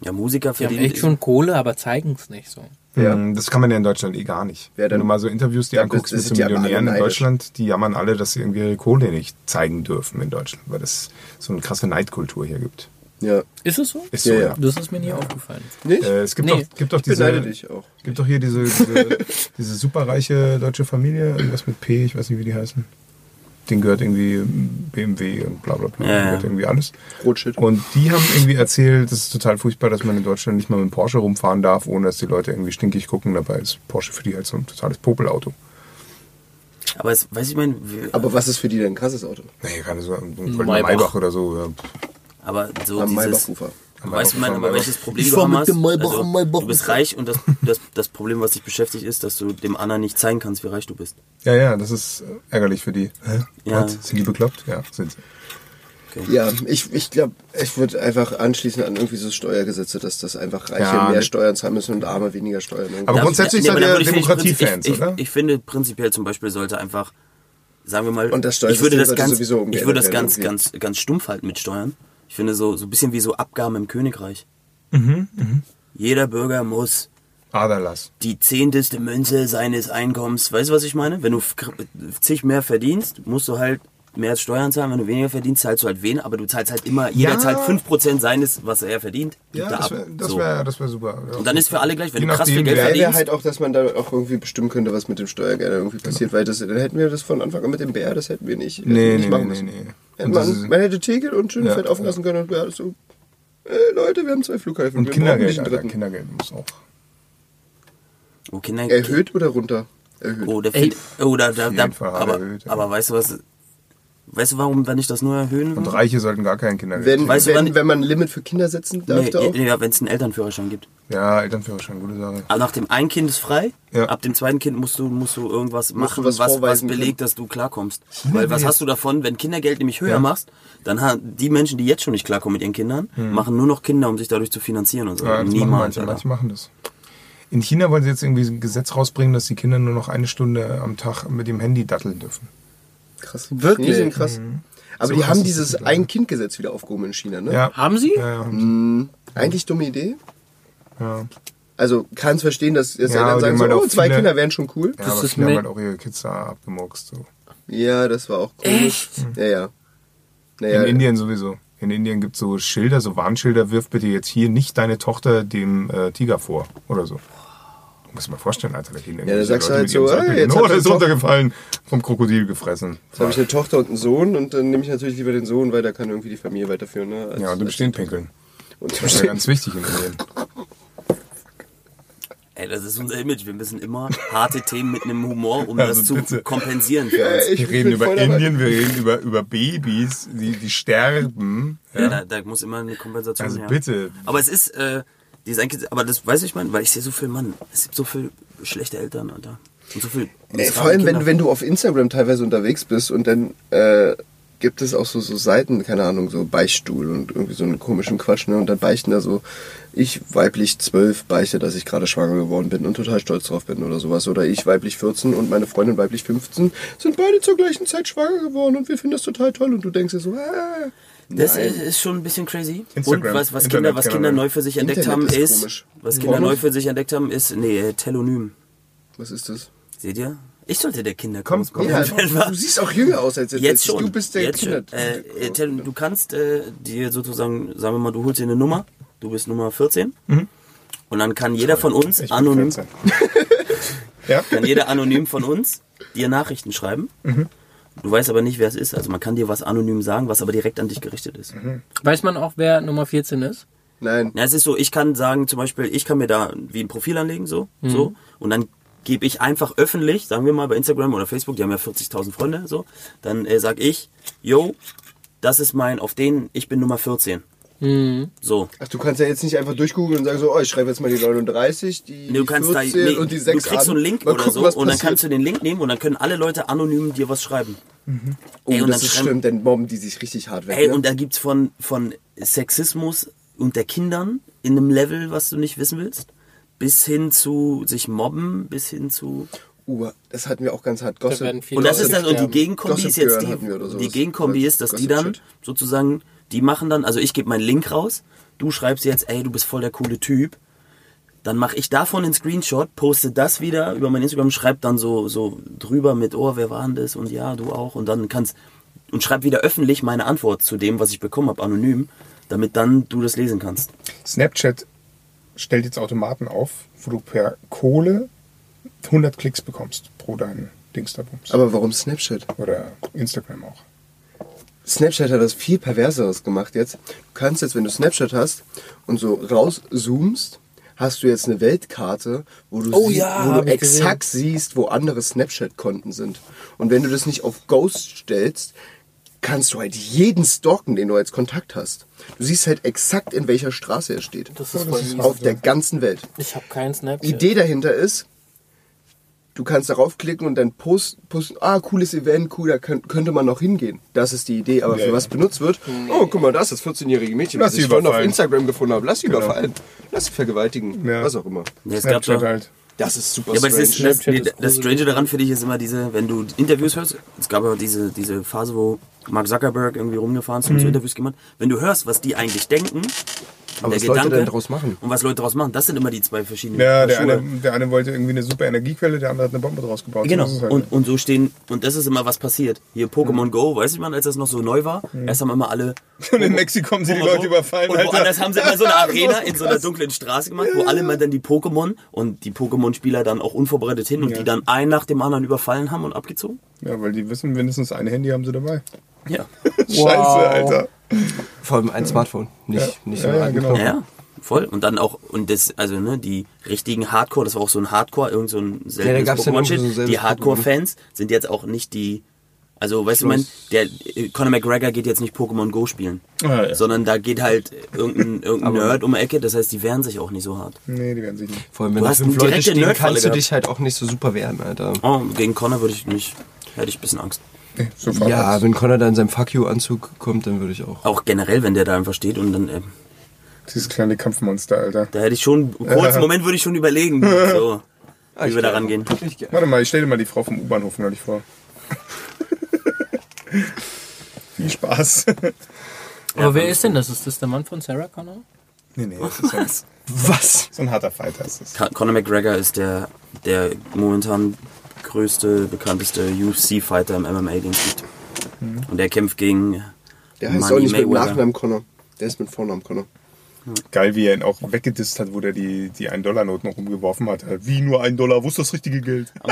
Speaker 4: Ja, Musiker
Speaker 6: Die haben
Speaker 4: verdienen.
Speaker 6: echt schon Kohle, aber zeigen es nicht so.
Speaker 3: Ja.
Speaker 5: Hm, Das kann man ja in Deutschland eh gar nicht.
Speaker 3: Wer denn?
Speaker 5: Wenn du mal so Interviews dir
Speaker 3: Ja,
Speaker 5: anguckst
Speaker 3: das-
Speaker 5: mit
Speaker 3: das
Speaker 5: so
Speaker 3: sind ja aber alle
Speaker 5: Millionären in
Speaker 3: neidisch.
Speaker 5: Deutschland, die jammern alle, dass sie irgendwie ihre Kohle nicht zeigen dürfen in Deutschland, weil das so eine krasse Neidkultur hier gibt.
Speaker 3: Ja.
Speaker 6: Ist es so?
Speaker 5: Ist so,
Speaker 3: Ja,
Speaker 5: ja.
Speaker 3: ja.
Speaker 6: Das ist mir nie aufgefallen.
Speaker 3: Nicht?
Speaker 5: Äh, es gibt,
Speaker 6: Nee.
Speaker 5: doch, gibt doch
Speaker 3: ich beneide
Speaker 5: diese,
Speaker 3: dich auch.
Speaker 5: gibt doch hier diese, [laughs] diese, diese superreiche deutsche Familie, irgendwas mit P, ich weiß nicht, wie die heißen. Den gehört irgendwie BMW und bla bla bla,
Speaker 4: Ja,
Speaker 5: denen
Speaker 4: ja.
Speaker 5: gehört irgendwie alles.
Speaker 3: Rothschild.
Speaker 5: Und die haben irgendwie erzählt, das ist total furchtbar, dass man in Deutschland nicht mal mit dem Porsche rumfahren darf, ohne dass die Leute irgendwie stinkig gucken. Dabei ist Porsche für die halt so ein totales Popelauto.
Speaker 4: Aber es, weiß ich mein, wir-
Speaker 3: Aber was ist für die denn ein krasses Auto?
Speaker 5: Nee, keine so ein Goldener
Speaker 6: Maybach.
Speaker 5: Maybach. oder so. Ja.
Speaker 4: aber so
Speaker 3: Am
Speaker 4: dieses.
Speaker 3: Maybachufer.
Speaker 4: Weißt du, mein, aber welches Problem
Speaker 6: Ich
Speaker 4: du
Speaker 6: fahr
Speaker 4: haben
Speaker 6: mit
Speaker 4: hast?
Speaker 6: dem Maybach
Speaker 4: Also,
Speaker 6: am Maybach.
Speaker 4: du bist reich und das, das, das Problem, was dich beschäftigt, ist, dass du dem anderen nicht zeigen kannst, wie reich du bist.
Speaker 5: Ja, ja, das ist äh, ärgerlich für die. Hä?
Speaker 4: Ja.
Speaker 5: Was? Sind die bekloppt? Ja, sind sie.
Speaker 4: Okay.
Speaker 3: Ja, ich, ich glaube, ich würde einfach anschließen an irgendwie so Steuergesetze, dass das einfach Reiche
Speaker 5: Ja.
Speaker 3: mehr Steuern zahlen müssen und Arme weniger Steuern. irgendwie.
Speaker 5: Aber- grundsätzlich
Speaker 4: aber
Speaker 5: seid ihr
Speaker 4: da würde ich-
Speaker 5: Demokratiefans,
Speaker 4: ich, ich,
Speaker 5: oder?
Speaker 4: Ich, ich finde prinzipiell zum Beispiel sollte einfach, sagen wir mal,
Speaker 3: Und das
Speaker 4: ich würde
Speaker 3: Steuersystem
Speaker 4: das
Speaker 3: sollte
Speaker 4: ganz,
Speaker 3: sowieso umgeändert
Speaker 4: ich würde das
Speaker 3: werden
Speaker 4: ganz,
Speaker 3: irgendwie.
Speaker 4: ganz, ganz stumpf halten mit Steuern. Ich finde so, so ein bisschen wie so Abgaben im Königreich.
Speaker 5: Mhm,
Speaker 4: Jeder Bürger muss
Speaker 5: Aderlass.
Speaker 4: die zehnteste Münze seines Einkommens, weißt du, was ich meine? Wenn du f- zig mehr verdienst, musst du halt mehr Steuern zahlen. Wenn du weniger verdienst, zahlst du halt weniger, aber du zahlst halt immer,
Speaker 5: Ja.
Speaker 4: jeder zahlt 5% seines, was er verdient, gibt
Speaker 5: Ja,
Speaker 4: er
Speaker 5: das
Speaker 4: ab.
Speaker 5: wäre das
Speaker 4: So.
Speaker 5: wär, das wär super. Ja.
Speaker 4: Und dann ist für alle gleich, wenn
Speaker 5: Je
Speaker 4: du krass
Speaker 5: nachdem,
Speaker 4: viel Geld
Speaker 5: wer-
Speaker 3: Geil wäre
Speaker 4: verdienst.
Speaker 3: halt auch, dass man da auch irgendwie bestimmen könnte, was mit dem Steuergeld irgendwie passiert, weil das, dann hätten wir das von Anfang an mit dem BR, das hätten wir nicht, hätten wir
Speaker 5: Nee,
Speaker 3: nicht
Speaker 5: nee, nee, nee, nee.
Speaker 3: Hätten
Speaker 5: Und, das ist,
Speaker 3: Man, man hätte Tegel und schön
Speaker 5: Ja,
Speaker 3: fett auflassen können und wäre so, äh, Leute, wir haben zwei Flughäfen.
Speaker 5: und
Speaker 3: wir
Speaker 5: Kindergeld,
Speaker 3: brauchen nicht
Speaker 5: Alter.
Speaker 3: einen dritten.
Speaker 5: Kindergeld muss auch.
Speaker 4: Oh, Kinder,
Speaker 3: Erhöht oder runter? Erhöht.
Speaker 4: Oh, der fehlt, oh, da, da,
Speaker 5: Auf
Speaker 4: da,
Speaker 5: jeden Fall
Speaker 4: aber,
Speaker 5: erhöht, ja.
Speaker 4: aber weißt du was? Weißt du, warum wir nicht das nur erhöhen?
Speaker 5: Und Reiche sollten gar kein Kindergeld
Speaker 3: Wenn,
Speaker 4: Weißt du,
Speaker 3: wenn,
Speaker 4: wann-
Speaker 3: wenn man ein Limit für Kinder setzen darf,
Speaker 4: nee,
Speaker 3: da auch.
Speaker 4: ja, wenn es einen Elternführerschein gibt.
Speaker 5: Ja, Elternführerschein, gute Sache.
Speaker 4: Aber nach dem einen Kind ist frei,
Speaker 5: Ja.
Speaker 4: ab dem zweiten Kind musst du, musst du irgendwas
Speaker 3: Musst du
Speaker 4: machen,
Speaker 3: was
Speaker 4: was, was,
Speaker 3: vorweisen können.
Speaker 4: belegt, dass du klarkommst. Weil was
Speaker 5: wäre
Speaker 4: hast du davon, wenn Kindergeld nämlich höher
Speaker 5: genau. Ja.
Speaker 4: machst, dann haben die Menschen, die jetzt schon nicht klarkommen mit ihren Kindern, machen nur noch Kinder, um sich dadurch zu finanzieren und so.
Speaker 5: Hm. Ja, das machen
Speaker 4: Niemals,
Speaker 5: manche,
Speaker 4: Alter.
Speaker 5: manche machen das. In China wollen sie jetzt irgendwie ein Gesetz rausbringen, dass die Kinder nur noch eine Stunde am Tag mit dem Handy datteln dürfen.
Speaker 3: Krass. Wirklich? Chinesen, krass. Aber
Speaker 5: Mhm. So
Speaker 3: die
Speaker 5: krass
Speaker 3: haben
Speaker 5: ist
Speaker 3: dieses
Speaker 5: das nicht, oder?
Speaker 3: Ein-Kind-Gesetz wieder aufgehoben in China, ne?
Speaker 5: Ja.
Speaker 6: Haben sie?
Speaker 5: Ja, ja, haben
Speaker 3: Eigentlich dumme Idee.
Speaker 5: sie. ja.
Speaker 3: Also kann es verstehen, dass jetzt
Speaker 5: Ja,
Speaker 3: Eltern
Speaker 5: aber
Speaker 3: sagen
Speaker 5: die
Speaker 3: so,
Speaker 5: haben halt
Speaker 3: oh,
Speaker 5: auch
Speaker 3: zwei
Speaker 5: viele-
Speaker 3: Kinder wären schon cool.
Speaker 5: ja
Speaker 6: Das
Speaker 5: aber
Speaker 6: ist
Speaker 5: China haben
Speaker 6: mir-
Speaker 5: halt auch ihre Kids da abgemurkst. So.
Speaker 3: Ja, das war auch komisch. Echt? Ja, ja.
Speaker 5: In
Speaker 3: Naja,
Speaker 5: Indien sowieso. In Indien gibt es so Schilder, so Warnschilder, wirf bitte jetzt hier nicht deine Tochter dem äh, Tiger vor oder so. Muss mal vorstellen, Alter, da gehen
Speaker 3: Ja, da sagst du halt
Speaker 5: mit ihrem
Speaker 3: so,
Speaker 5: Zeitbild,
Speaker 3: ey, jetzt hat
Speaker 5: Oh, der
Speaker 3: sie
Speaker 5: ist
Speaker 3: doch-
Speaker 5: runtergefallen, vom Krokodil gefressen.
Speaker 3: jetzt habe ich eine Tochter und einen Sohn und dann nehme ich natürlich lieber den Sohn, weil der kann irgendwie die Familie weiterführen. Ne? Als-
Speaker 5: Ja, und im
Speaker 3: als-
Speaker 5: Stehen pinkeln.
Speaker 3: Und
Speaker 5: Das ist [laughs] ja ganz wichtig in Indien.
Speaker 4: Ey, das ist unser Image. Wir müssen immer
Speaker 5: [laughs]
Speaker 4: harte Themen mit einem Humor, um
Speaker 5: Also
Speaker 4: das zu
Speaker 5: bitte.
Speaker 4: kompensieren für uns.
Speaker 3: Ich
Speaker 5: Wir reden
Speaker 3: bin
Speaker 5: über
Speaker 3: voll dabei.
Speaker 5: Indien, wir reden über, über Babys, die, die sterben.
Speaker 4: Ja, da, da muss immer eine Kompensation
Speaker 5: Also
Speaker 4: her.
Speaker 5: bitte.
Speaker 4: Aber es ist, äh, dieses Einkind, aber das weiß ich mein, weil ich sehe so viel Mann. Es gibt so viel schlechte Eltern, Alter. Und so viel.
Speaker 3: Ey, vor allem, wenn, wenn du auf Instagram teilweise unterwegs bist und dann äh, gibt es auch so, so Seiten, keine Ahnung, so Beichtstuhl und irgendwie so einen komischen Quatsch, ne? Und dann beichten da so, ich weiblich zwölf beichte, dass ich gerade schwanger geworden bin und total stolz drauf bin oder sowas. Oder ich weiblich 14 und meine Freundin weiblich 15 sind beide zur gleichen Zeit schwanger geworden und wir finden das total toll und du denkst dir so, äh,
Speaker 4: Das
Speaker 3: nein.
Speaker 4: ist, ist schon ein bisschen crazy.
Speaker 5: Instagram,
Speaker 4: Und was, was
Speaker 5: Internet,
Speaker 4: Kinder, was
Speaker 5: keine
Speaker 4: Kinder
Speaker 5: Ahnung.
Speaker 4: neu für sich entdeckt haben,
Speaker 3: Internet ist
Speaker 4: ist,
Speaker 3: komisch.
Speaker 4: was Kinder
Speaker 3: Pornos?
Speaker 4: neu für sich entdeckt haben, ist, nee, äh, Telonym.
Speaker 3: Was ist das?
Speaker 4: Seht ihr? Ich sollte der Kinder
Speaker 5: Komm,
Speaker 4: [laughs]
Speaker 5: komm.
Speaker 3: Ja,
Speaker 4: etwa.
Speaker 3: du siehst auch jünger aus als jetzt.
Speaker 4: Jetzt schon.
Speaker 3: Du bist der
Speaker 4: jetzt
Speaker 3: Kinder.
Speaker 4: schon. Äh, äh, Tell- du kannst äh, dir sozusagen, sagen wir mal, du holst dir eine Nummer. Du bist Nummer 14.
Speaker 3: Mhm.
Speaker 4: Und dann kann jeder von uns
Speaker 5: Ich bin
Speaker 4: anonym
Speaker 5: 14. [laughs] ja?
Speaker 4: kann jeder anonym von uns dir Nachrichten schreiben.
Speaker 3: Mhm.
Speaker 4: Du weißt aber nicht, wer es ist. Also man kann dir was anonym sagen, was aber direkt an dich gerichtet ist.
Speaker 6: Weiß man auch, wer Nummer 14 ist?
Speaker 3: Nein.
Speaker 4: Na, es ist so, ich kann sagen, zum Beispiel, ich kann mir da wie ein Profil anlegen, so,
Speaker 3: Mhm.
Speaker 4: so, und dann gebe ich einfach öffentlich, sagen wir mal bei Instagram oder Facebook, die haben ja 40.000 Freunde, so, dann äh, sag ich, yo, das ist mein, auf den, ich bin Nummer 14.
Speaker 3: Mhm.
Speaker 4: So.
Speaker 3: Ach, Also du kannst ja jetzt nicht einfach durchgoogeln und sagen so, oh, ich schreibe jetzt mal die 39, die,
Speaker 4: Nee, Du
Speaker 3: die
Speaker 4: kannst
Speaker 3: 14
Speaker 4: da, nee,
Speaker 3: und die 6
Speaker 4: du kriegst so einen
Speaker 3: an.
Speaker 4: Link
Speaker 3: Mal
Speaker 4: oder
Speaker 3: gucken,
Speaker 4: so
Speaker 3: was
Speaker 4: und dann
Speaker 3: passiert.
Speaker 4: kannst du den Link nehmen und dann können alle Leute anonym dir was schreiben.
Speaker 3: Oh,
Speaker 4: Ey, und
Speaker 3: das
Speaker 4: dann
Speaker 3: ist
Speaker 4: schreiben-
Speaker 3: schlimm, denn mobben die sich richtig hart weg.
Speaker 4: Ey,
Speaker 3: ne?
Speaker 4: und da gibt's von, von Sexismus unter Kindern in einem Level, was du nicht wissen willst, bis hin zu sich mobben, bis hin zu.
Speaker 3: uh, das hatten wir auch ganz hart. Gossip.
Speaker 6: werden viele
Speaker 4: Und das ist
Speaker 3: Gossip
Speaker 4: das, und die
Speaker 3: sterben.
Speaker 4: Gegenkombi
Speaker 3: Gossip
Speaker 4: ist jetzt
Speaker 3: Girl
Speaker 4: die,
Speaker 3: hatten wir oder sowas.
Speaker 4: die Gegenkombi ist, dass die
Speaker 3: Gossip
Speaker 4: dann
Speaker 3: Shit.
Speaker 4: sozusagen, die machen dann, also ich gebe meinen Link raus, du schreibst jetzt, ey, du bist voll der coole Typ. Dann mache ich davon einen Screenshot, poste das wieder über mein Instagram, schreib dann so, so drüber mit, oh, wer war denn das? Und ja, du auch. Und dann kannst, und schreib wieder öffentlich meine Antwort zu dem, was ich bekommen habe, anonym, damit dann du das lesen kannst.
Speaker 5: Snapchat stellt jetzt Automaten auf, wo du per Kohle 100 Klicks bekommst pro deinen Dingsterbums.
Speaker 3: Aber warum Snapchat?
Speaker 5: Oder Instagram auch.
Speaker 3: Snapchat hat das viel perverseres gemacht jetzt. Du kannst jetzt, wenn du Snapchat hast und so rauszoomst, hast du jetzt eine Weltkarte, wo du,
Speaker 4: Oh
Speaker 3: sie-
Speaker 4: ja,
Speaker 3: wo
Speaker 4: hab
Speaker 3: du
Speaker 4: ich
Speaker 3: exakt siehst, wo andere Snapchat-Konten sind. Und wenn du das nicht auf Ghost stellst, kannst du halt jeden stalken, den du als Kontakt hast. Du siehst halt exakt, in welcher Straße er steht.
Speaker 6: Das ist voll mies.
Speaker 3: auf der ganzen Welt.
Speaker 6: Ich habe keinen Snapchat.
Speaker 3: Idee dahinter ist, Du kannst darauf klicken und dann posten, posten ah, cooles Event, cool, da könnt, könnte man noch hingehen. Das ist die Idee, aber
Speaker 5: Ja,
Speaker 3: für was
Speaker 5: ja.
Speaker 3: benutzt wird, oh, guck mal, das ist das 14-jährige Mädchen,
Speaker 5: Lass
Speaker 3: das
Speaker 5: sie
Speaker 3: ich vorhin auf
Speaker 5: überfallen. Genau.
Speaker 3: Instagram gefunden habe. Lass sie überfallen, lass sie vergewaltigen,
Speaker 5: Ja.
Speaker 3: was auch immer.
Speaker 4: Nee, es gab
Speaker 5: Snapchat
Speaker 4: doch,
Speaker 5: halt.
Speaker 3: Das ist super
Speaker 4: Ja, aber das, ist,
Speaker 3: strange.
Speaker 4: das, nee, das Strange daran finde ich ist immer diese, wenn du Interviews hörst, es gab ja diese, diese Phase, wo Mark Zuckerberg irgendwie rumgefahren ist und
Speaker 3: Mhm.
Speaker 4: so Interviews gemacht, wenn du hörst, was die eigentlich denken,
Speaker 3: Aber
Speaker 4: der
Speaker 3: was Leute
Speaker 4: Gedanke
Speaker 3: denn daraus machen?
Speaker 4: und was Leute daraus machen, das sind immer die zwei verschiedenen
Speaker 5: Ja, der
Speaker 4: Schuhe.
Speaker 5: eine, der eine wollte irgendwie eine super Energiequelle, der andere hat eine Bombe draus gebaut.
Speaker 4: Genau,
Speaker 5: So ist es halt.
Speaker 4: und, und so stehen, und das ist immer was passiert. Hier
Speaker 5: Mhm.
Speaker 4: Pokémon Go, weiß ich man, als das noch so neu war, erst haben immer alle.
Speaker 5: [laughs] Und in Mexiko haben sie die Leute überfallen.
Speaker 4: Und
Speaker 5: Alter.
Speaker 4: woanders haben sie immer
Speaker 5: [laughs]
Speaker 4: so eine
Speaker 5: Das ist
Speaker 4: Arena
Speaker 5: krass.
Speaker 4: in so einer dunklen Straße gemacht, wo alle mal dann die Pokémon und die Pokémon-Spieler dann auch unvorbereitet hin und die dann einen nach dem anderen überfallen haben und abgezogen.
Speaker 5: Ja, weil die wissen, mindestens ein Handy haben sie dabei.
Speaker 4: Ja.
Speaker 5: Scheiße, Alter.
Speaker 3: Vor allem ein Smartphone, nicht, nicht
Speaker 5: Ja,
Speaker 3: ein
Speaker 5: ja, genau.
Speaker 4: Ja, voll. Und dann auch, und das, also, ne, die richtigen Hardcore, das war auch so ein Hardcore, irgend so ein seltenes
Speaker 3: gab's dann
Speaker 4: Pokémon-Shit.
Speaker 3: irgendwie so ein seltenes
Speaker 4: die Hardcore-Fans sind jetzt auch nicht die, also, weißt du, mein, der äh, Conor McGregor geht jetzt nicht Pokémon Go spielen,
Speaker 5: Ah, ja.
Speaker 4: sondern da geht halt irgendein, irgendein Nerd um die Ecke, das heißt, die wehren sich auch nicht so hart.
Speaker 5: Nee, die werden sich nicht.
Speaker 3: Vor allem, wenn
Speaker 4: Du
Speaker 3: da
Speaker 4: hast
Speaker 3: fünf
Speaker 4: eine
Speaker 3: Leute
Speaker 4: direkte
Speaker 3: stehen,
Speaker 4: Nerdfalle
Speaker 3: kannst du
Speaker 4: gehabt.
Speaker 3: dich halt auch nicht so super wehren, Alter.
Speaker 4: Oh, gegen Conor würde ich mich, hätte ich ein bisschen Angst.
Speaker 5: Nee, so
Speaker 3: Ja,
Speaker 5: verpasst.
Speaker 3: wenn Connor da in seinem Fuck You-Anzug kommt, dann würde ich auch.
Speaker 4: Auch generell, wenn der da einfach steht und dann, äh,
Speaker 5: Dieses kleine Kampfmonster, Alter.
Speaker 4: da hätte ich schon,
Speaker 5: [laughs]
Speaker 4: einen kurzen Moment würde ich schon überlegen, so, wie wir da rangehen.
Speaker 5: Warte mal, ich stell dir mal die Frau vom U-Bahnhof neulich vor. [laughs] Viel Spaß.
Speaker 6: Aber wer ist denn das? Ist das der Mann von Sarah Connor?
Speaker 5: nee, nee, das ist so ein,
Speaker 3: Was?
Speaker 5: so ein harter Fighter. Ist das.
Speaker 4: Con- Conor McGregor ist der, der momentan größte, bekannteste UFC-Fighter im MMA, den es gibt.
Speaker 5: Mhm.
Speaker 4: Und der kämpft gegen
Speaker 3: Der heißt
Speaker 4: Money
Speaker 3: auch nicht mit
Speaker 4: Mayweather.
Speaker 3: Nachnamen Connor. Der ist mit Vornamen Connor.
Speaker 5: Geil, wie er ihn auch weggedisst hat, wo der die, die 1-Dollar-Noten rumgeworfen hat. Äh, Wie nur 1 Dollar, wo ist das richtige Geld? so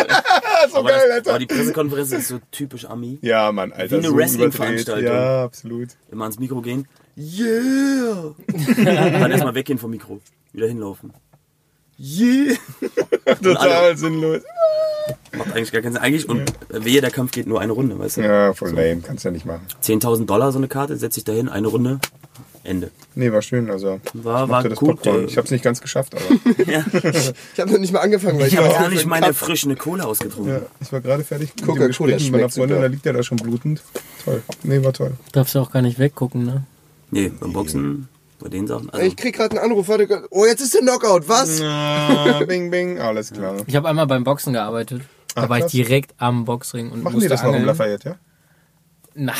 Speaker 4: aber,
Speaker 5: geil,
Speaker 4: das,
Speaker 5: Alter.
Speaker 4: aber die Pressekonferenz ist so typisch Ami.
Speaker 5: Ja, Mann, Alter.
Speaker 4: Wie eine
Speaker 5: so
Speaker 4: Wrestling-Veranstaltung.
Speaker 5: überdreht. Ja, absolut.
Speaker 4: Immer ans Mikro gehen. Yeah! [laughs] Dann erstmal weggehen vom Mikro. Wieder hinlaufen.
Speaker 5: Yeah. [laughs] Total sinnlos.
Speaker 4: Macht eigentlich gar keinen Sinn. Eigentlich, und wehe, der Kampf geht nur eine Runde, weißt du?
Speaker 5: Ja, voll lame, kannst ja nicht machen.
Speaker 4: 10.000 Dollar so eine Karte, setz dich dahin, eine Runde, Ende.
Speaker 5: Nee, war schön, also.
Speaker 4: War-
Speaker 5: ich mochte
Speaker 4: war
Speaker 5: das
Speaker 4: gut,
Speaker 5: Popcorn.
Speaker 4: äh.
Speaker 5: Ich hab's nicht ganz geschafft, aber.
Speaker 4: Ja.
Speaker 3: Ich habe noch nicht mal angefangen, weil
Speaker 4: [laughs]
Speaker 3: ich,
Speaker 4: Ich habe
Speaker 3: war
Speaker 4: gar
Speaker 3: auf
Speaker 4: nicht
Speaker 3: dem
Speaker 4: meine
Speaker 3: Cup.
Speaker 4: frischende Cola ausgetrunken.
Speaker 5: ja, ich war gerade fertig. mit dem
Speaker 3: Coca-Cola
Speaker 5: Gespräch mit meiner
Speaker 3: schmeckt
Speaker 5: Freundin,
Speaker 3: super.
Speaker 5: da liegt er da schon blutend. Toll. Nee, war toll.
Speaker 6: Darfst du auch gar nicht weggucken, ne?
Speaker 4: Nee, beim Boxen, bei den Sachen. Also,
Speaker 3: Ich krieg gerade einen Anruf. Warte, oh, jetzt ist der Knockout. Was? [laughs]
Speaker 5: Ah, [laughs] bing, bing, alles klar.
Speaker 6: Ich habe einmal beim Boxen gearbeitet. Da
Speaker 5: Ah,
Speaker 6: war ich
Speaker 5: krass.
Speaker 6: direkt am Boxring und
Speaker 5: Machen
Speaker 6: musste
Speaker 5: die das noch im
Speaker 6: angeln.
Speaker 5: Lafayette, ja?
Speaker 6: Na,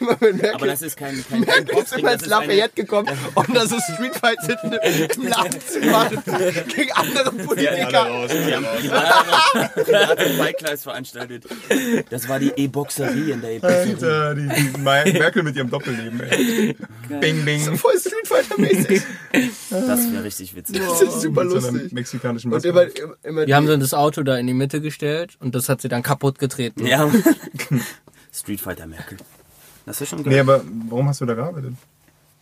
Speaker 3: Immer wenn
Speaker 4: aber
Speaker 3: Merkel
Speaker 4: das ist kein, kein, kein
Speaker 3: Merkel ist
Speaker 4: Boxring,
Speaker 3: immer
Speaker 4: das
Speaker 3: ins
Speaker 4: ist eine,
Speaker 3: Lafayette gekommen, um das Street Fights hinten im Laden zu machen.
Speaker 4: [laughs]
Speaker 3: Gegen andere Politiker.
Speaker 4: Die haben privat privat einen Bikeleis veranstaltet. Das war die E-Boxerie in der E-Boxerie.
Speaker 5: Alter, die, die Me- Merkel mit ihrem Doppelleben, ey. Bing, bing.
Speaker 3: Voll
Speaker 4: [laughs]
Speaker 3: Street Fighter-mäßig.
Speaker 4: Das wäre richtig witzig.
Speaker 3: Das ist super
Speaker 5: Mit so einer
Speaker 3: lustig.
Speaker 5: mexikanischen
Speaker 3: Und
Speaker 5: Maske.
Speaker 3: immer, immer, immer
Speaker 6: die haben dann das Auto da in die Mitte gestellt und das hat sie dann kaputt getreten.
Speaker 4: Ja. [laughs] Street Fighter Merkel. Das ist schon
Speaker 5: Nee,
Speaker 4: geil.
Speaker 5: aber warum hast du da gearbeitet?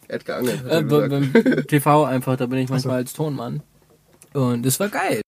Speaker 3: Er hat geangelt. Hat
Speaker 6: Äh,
Speaker 3: er gesagt.
Speaker 6: beim TV einfach, da bin ich manchmal als Tonmann. Und es war geil.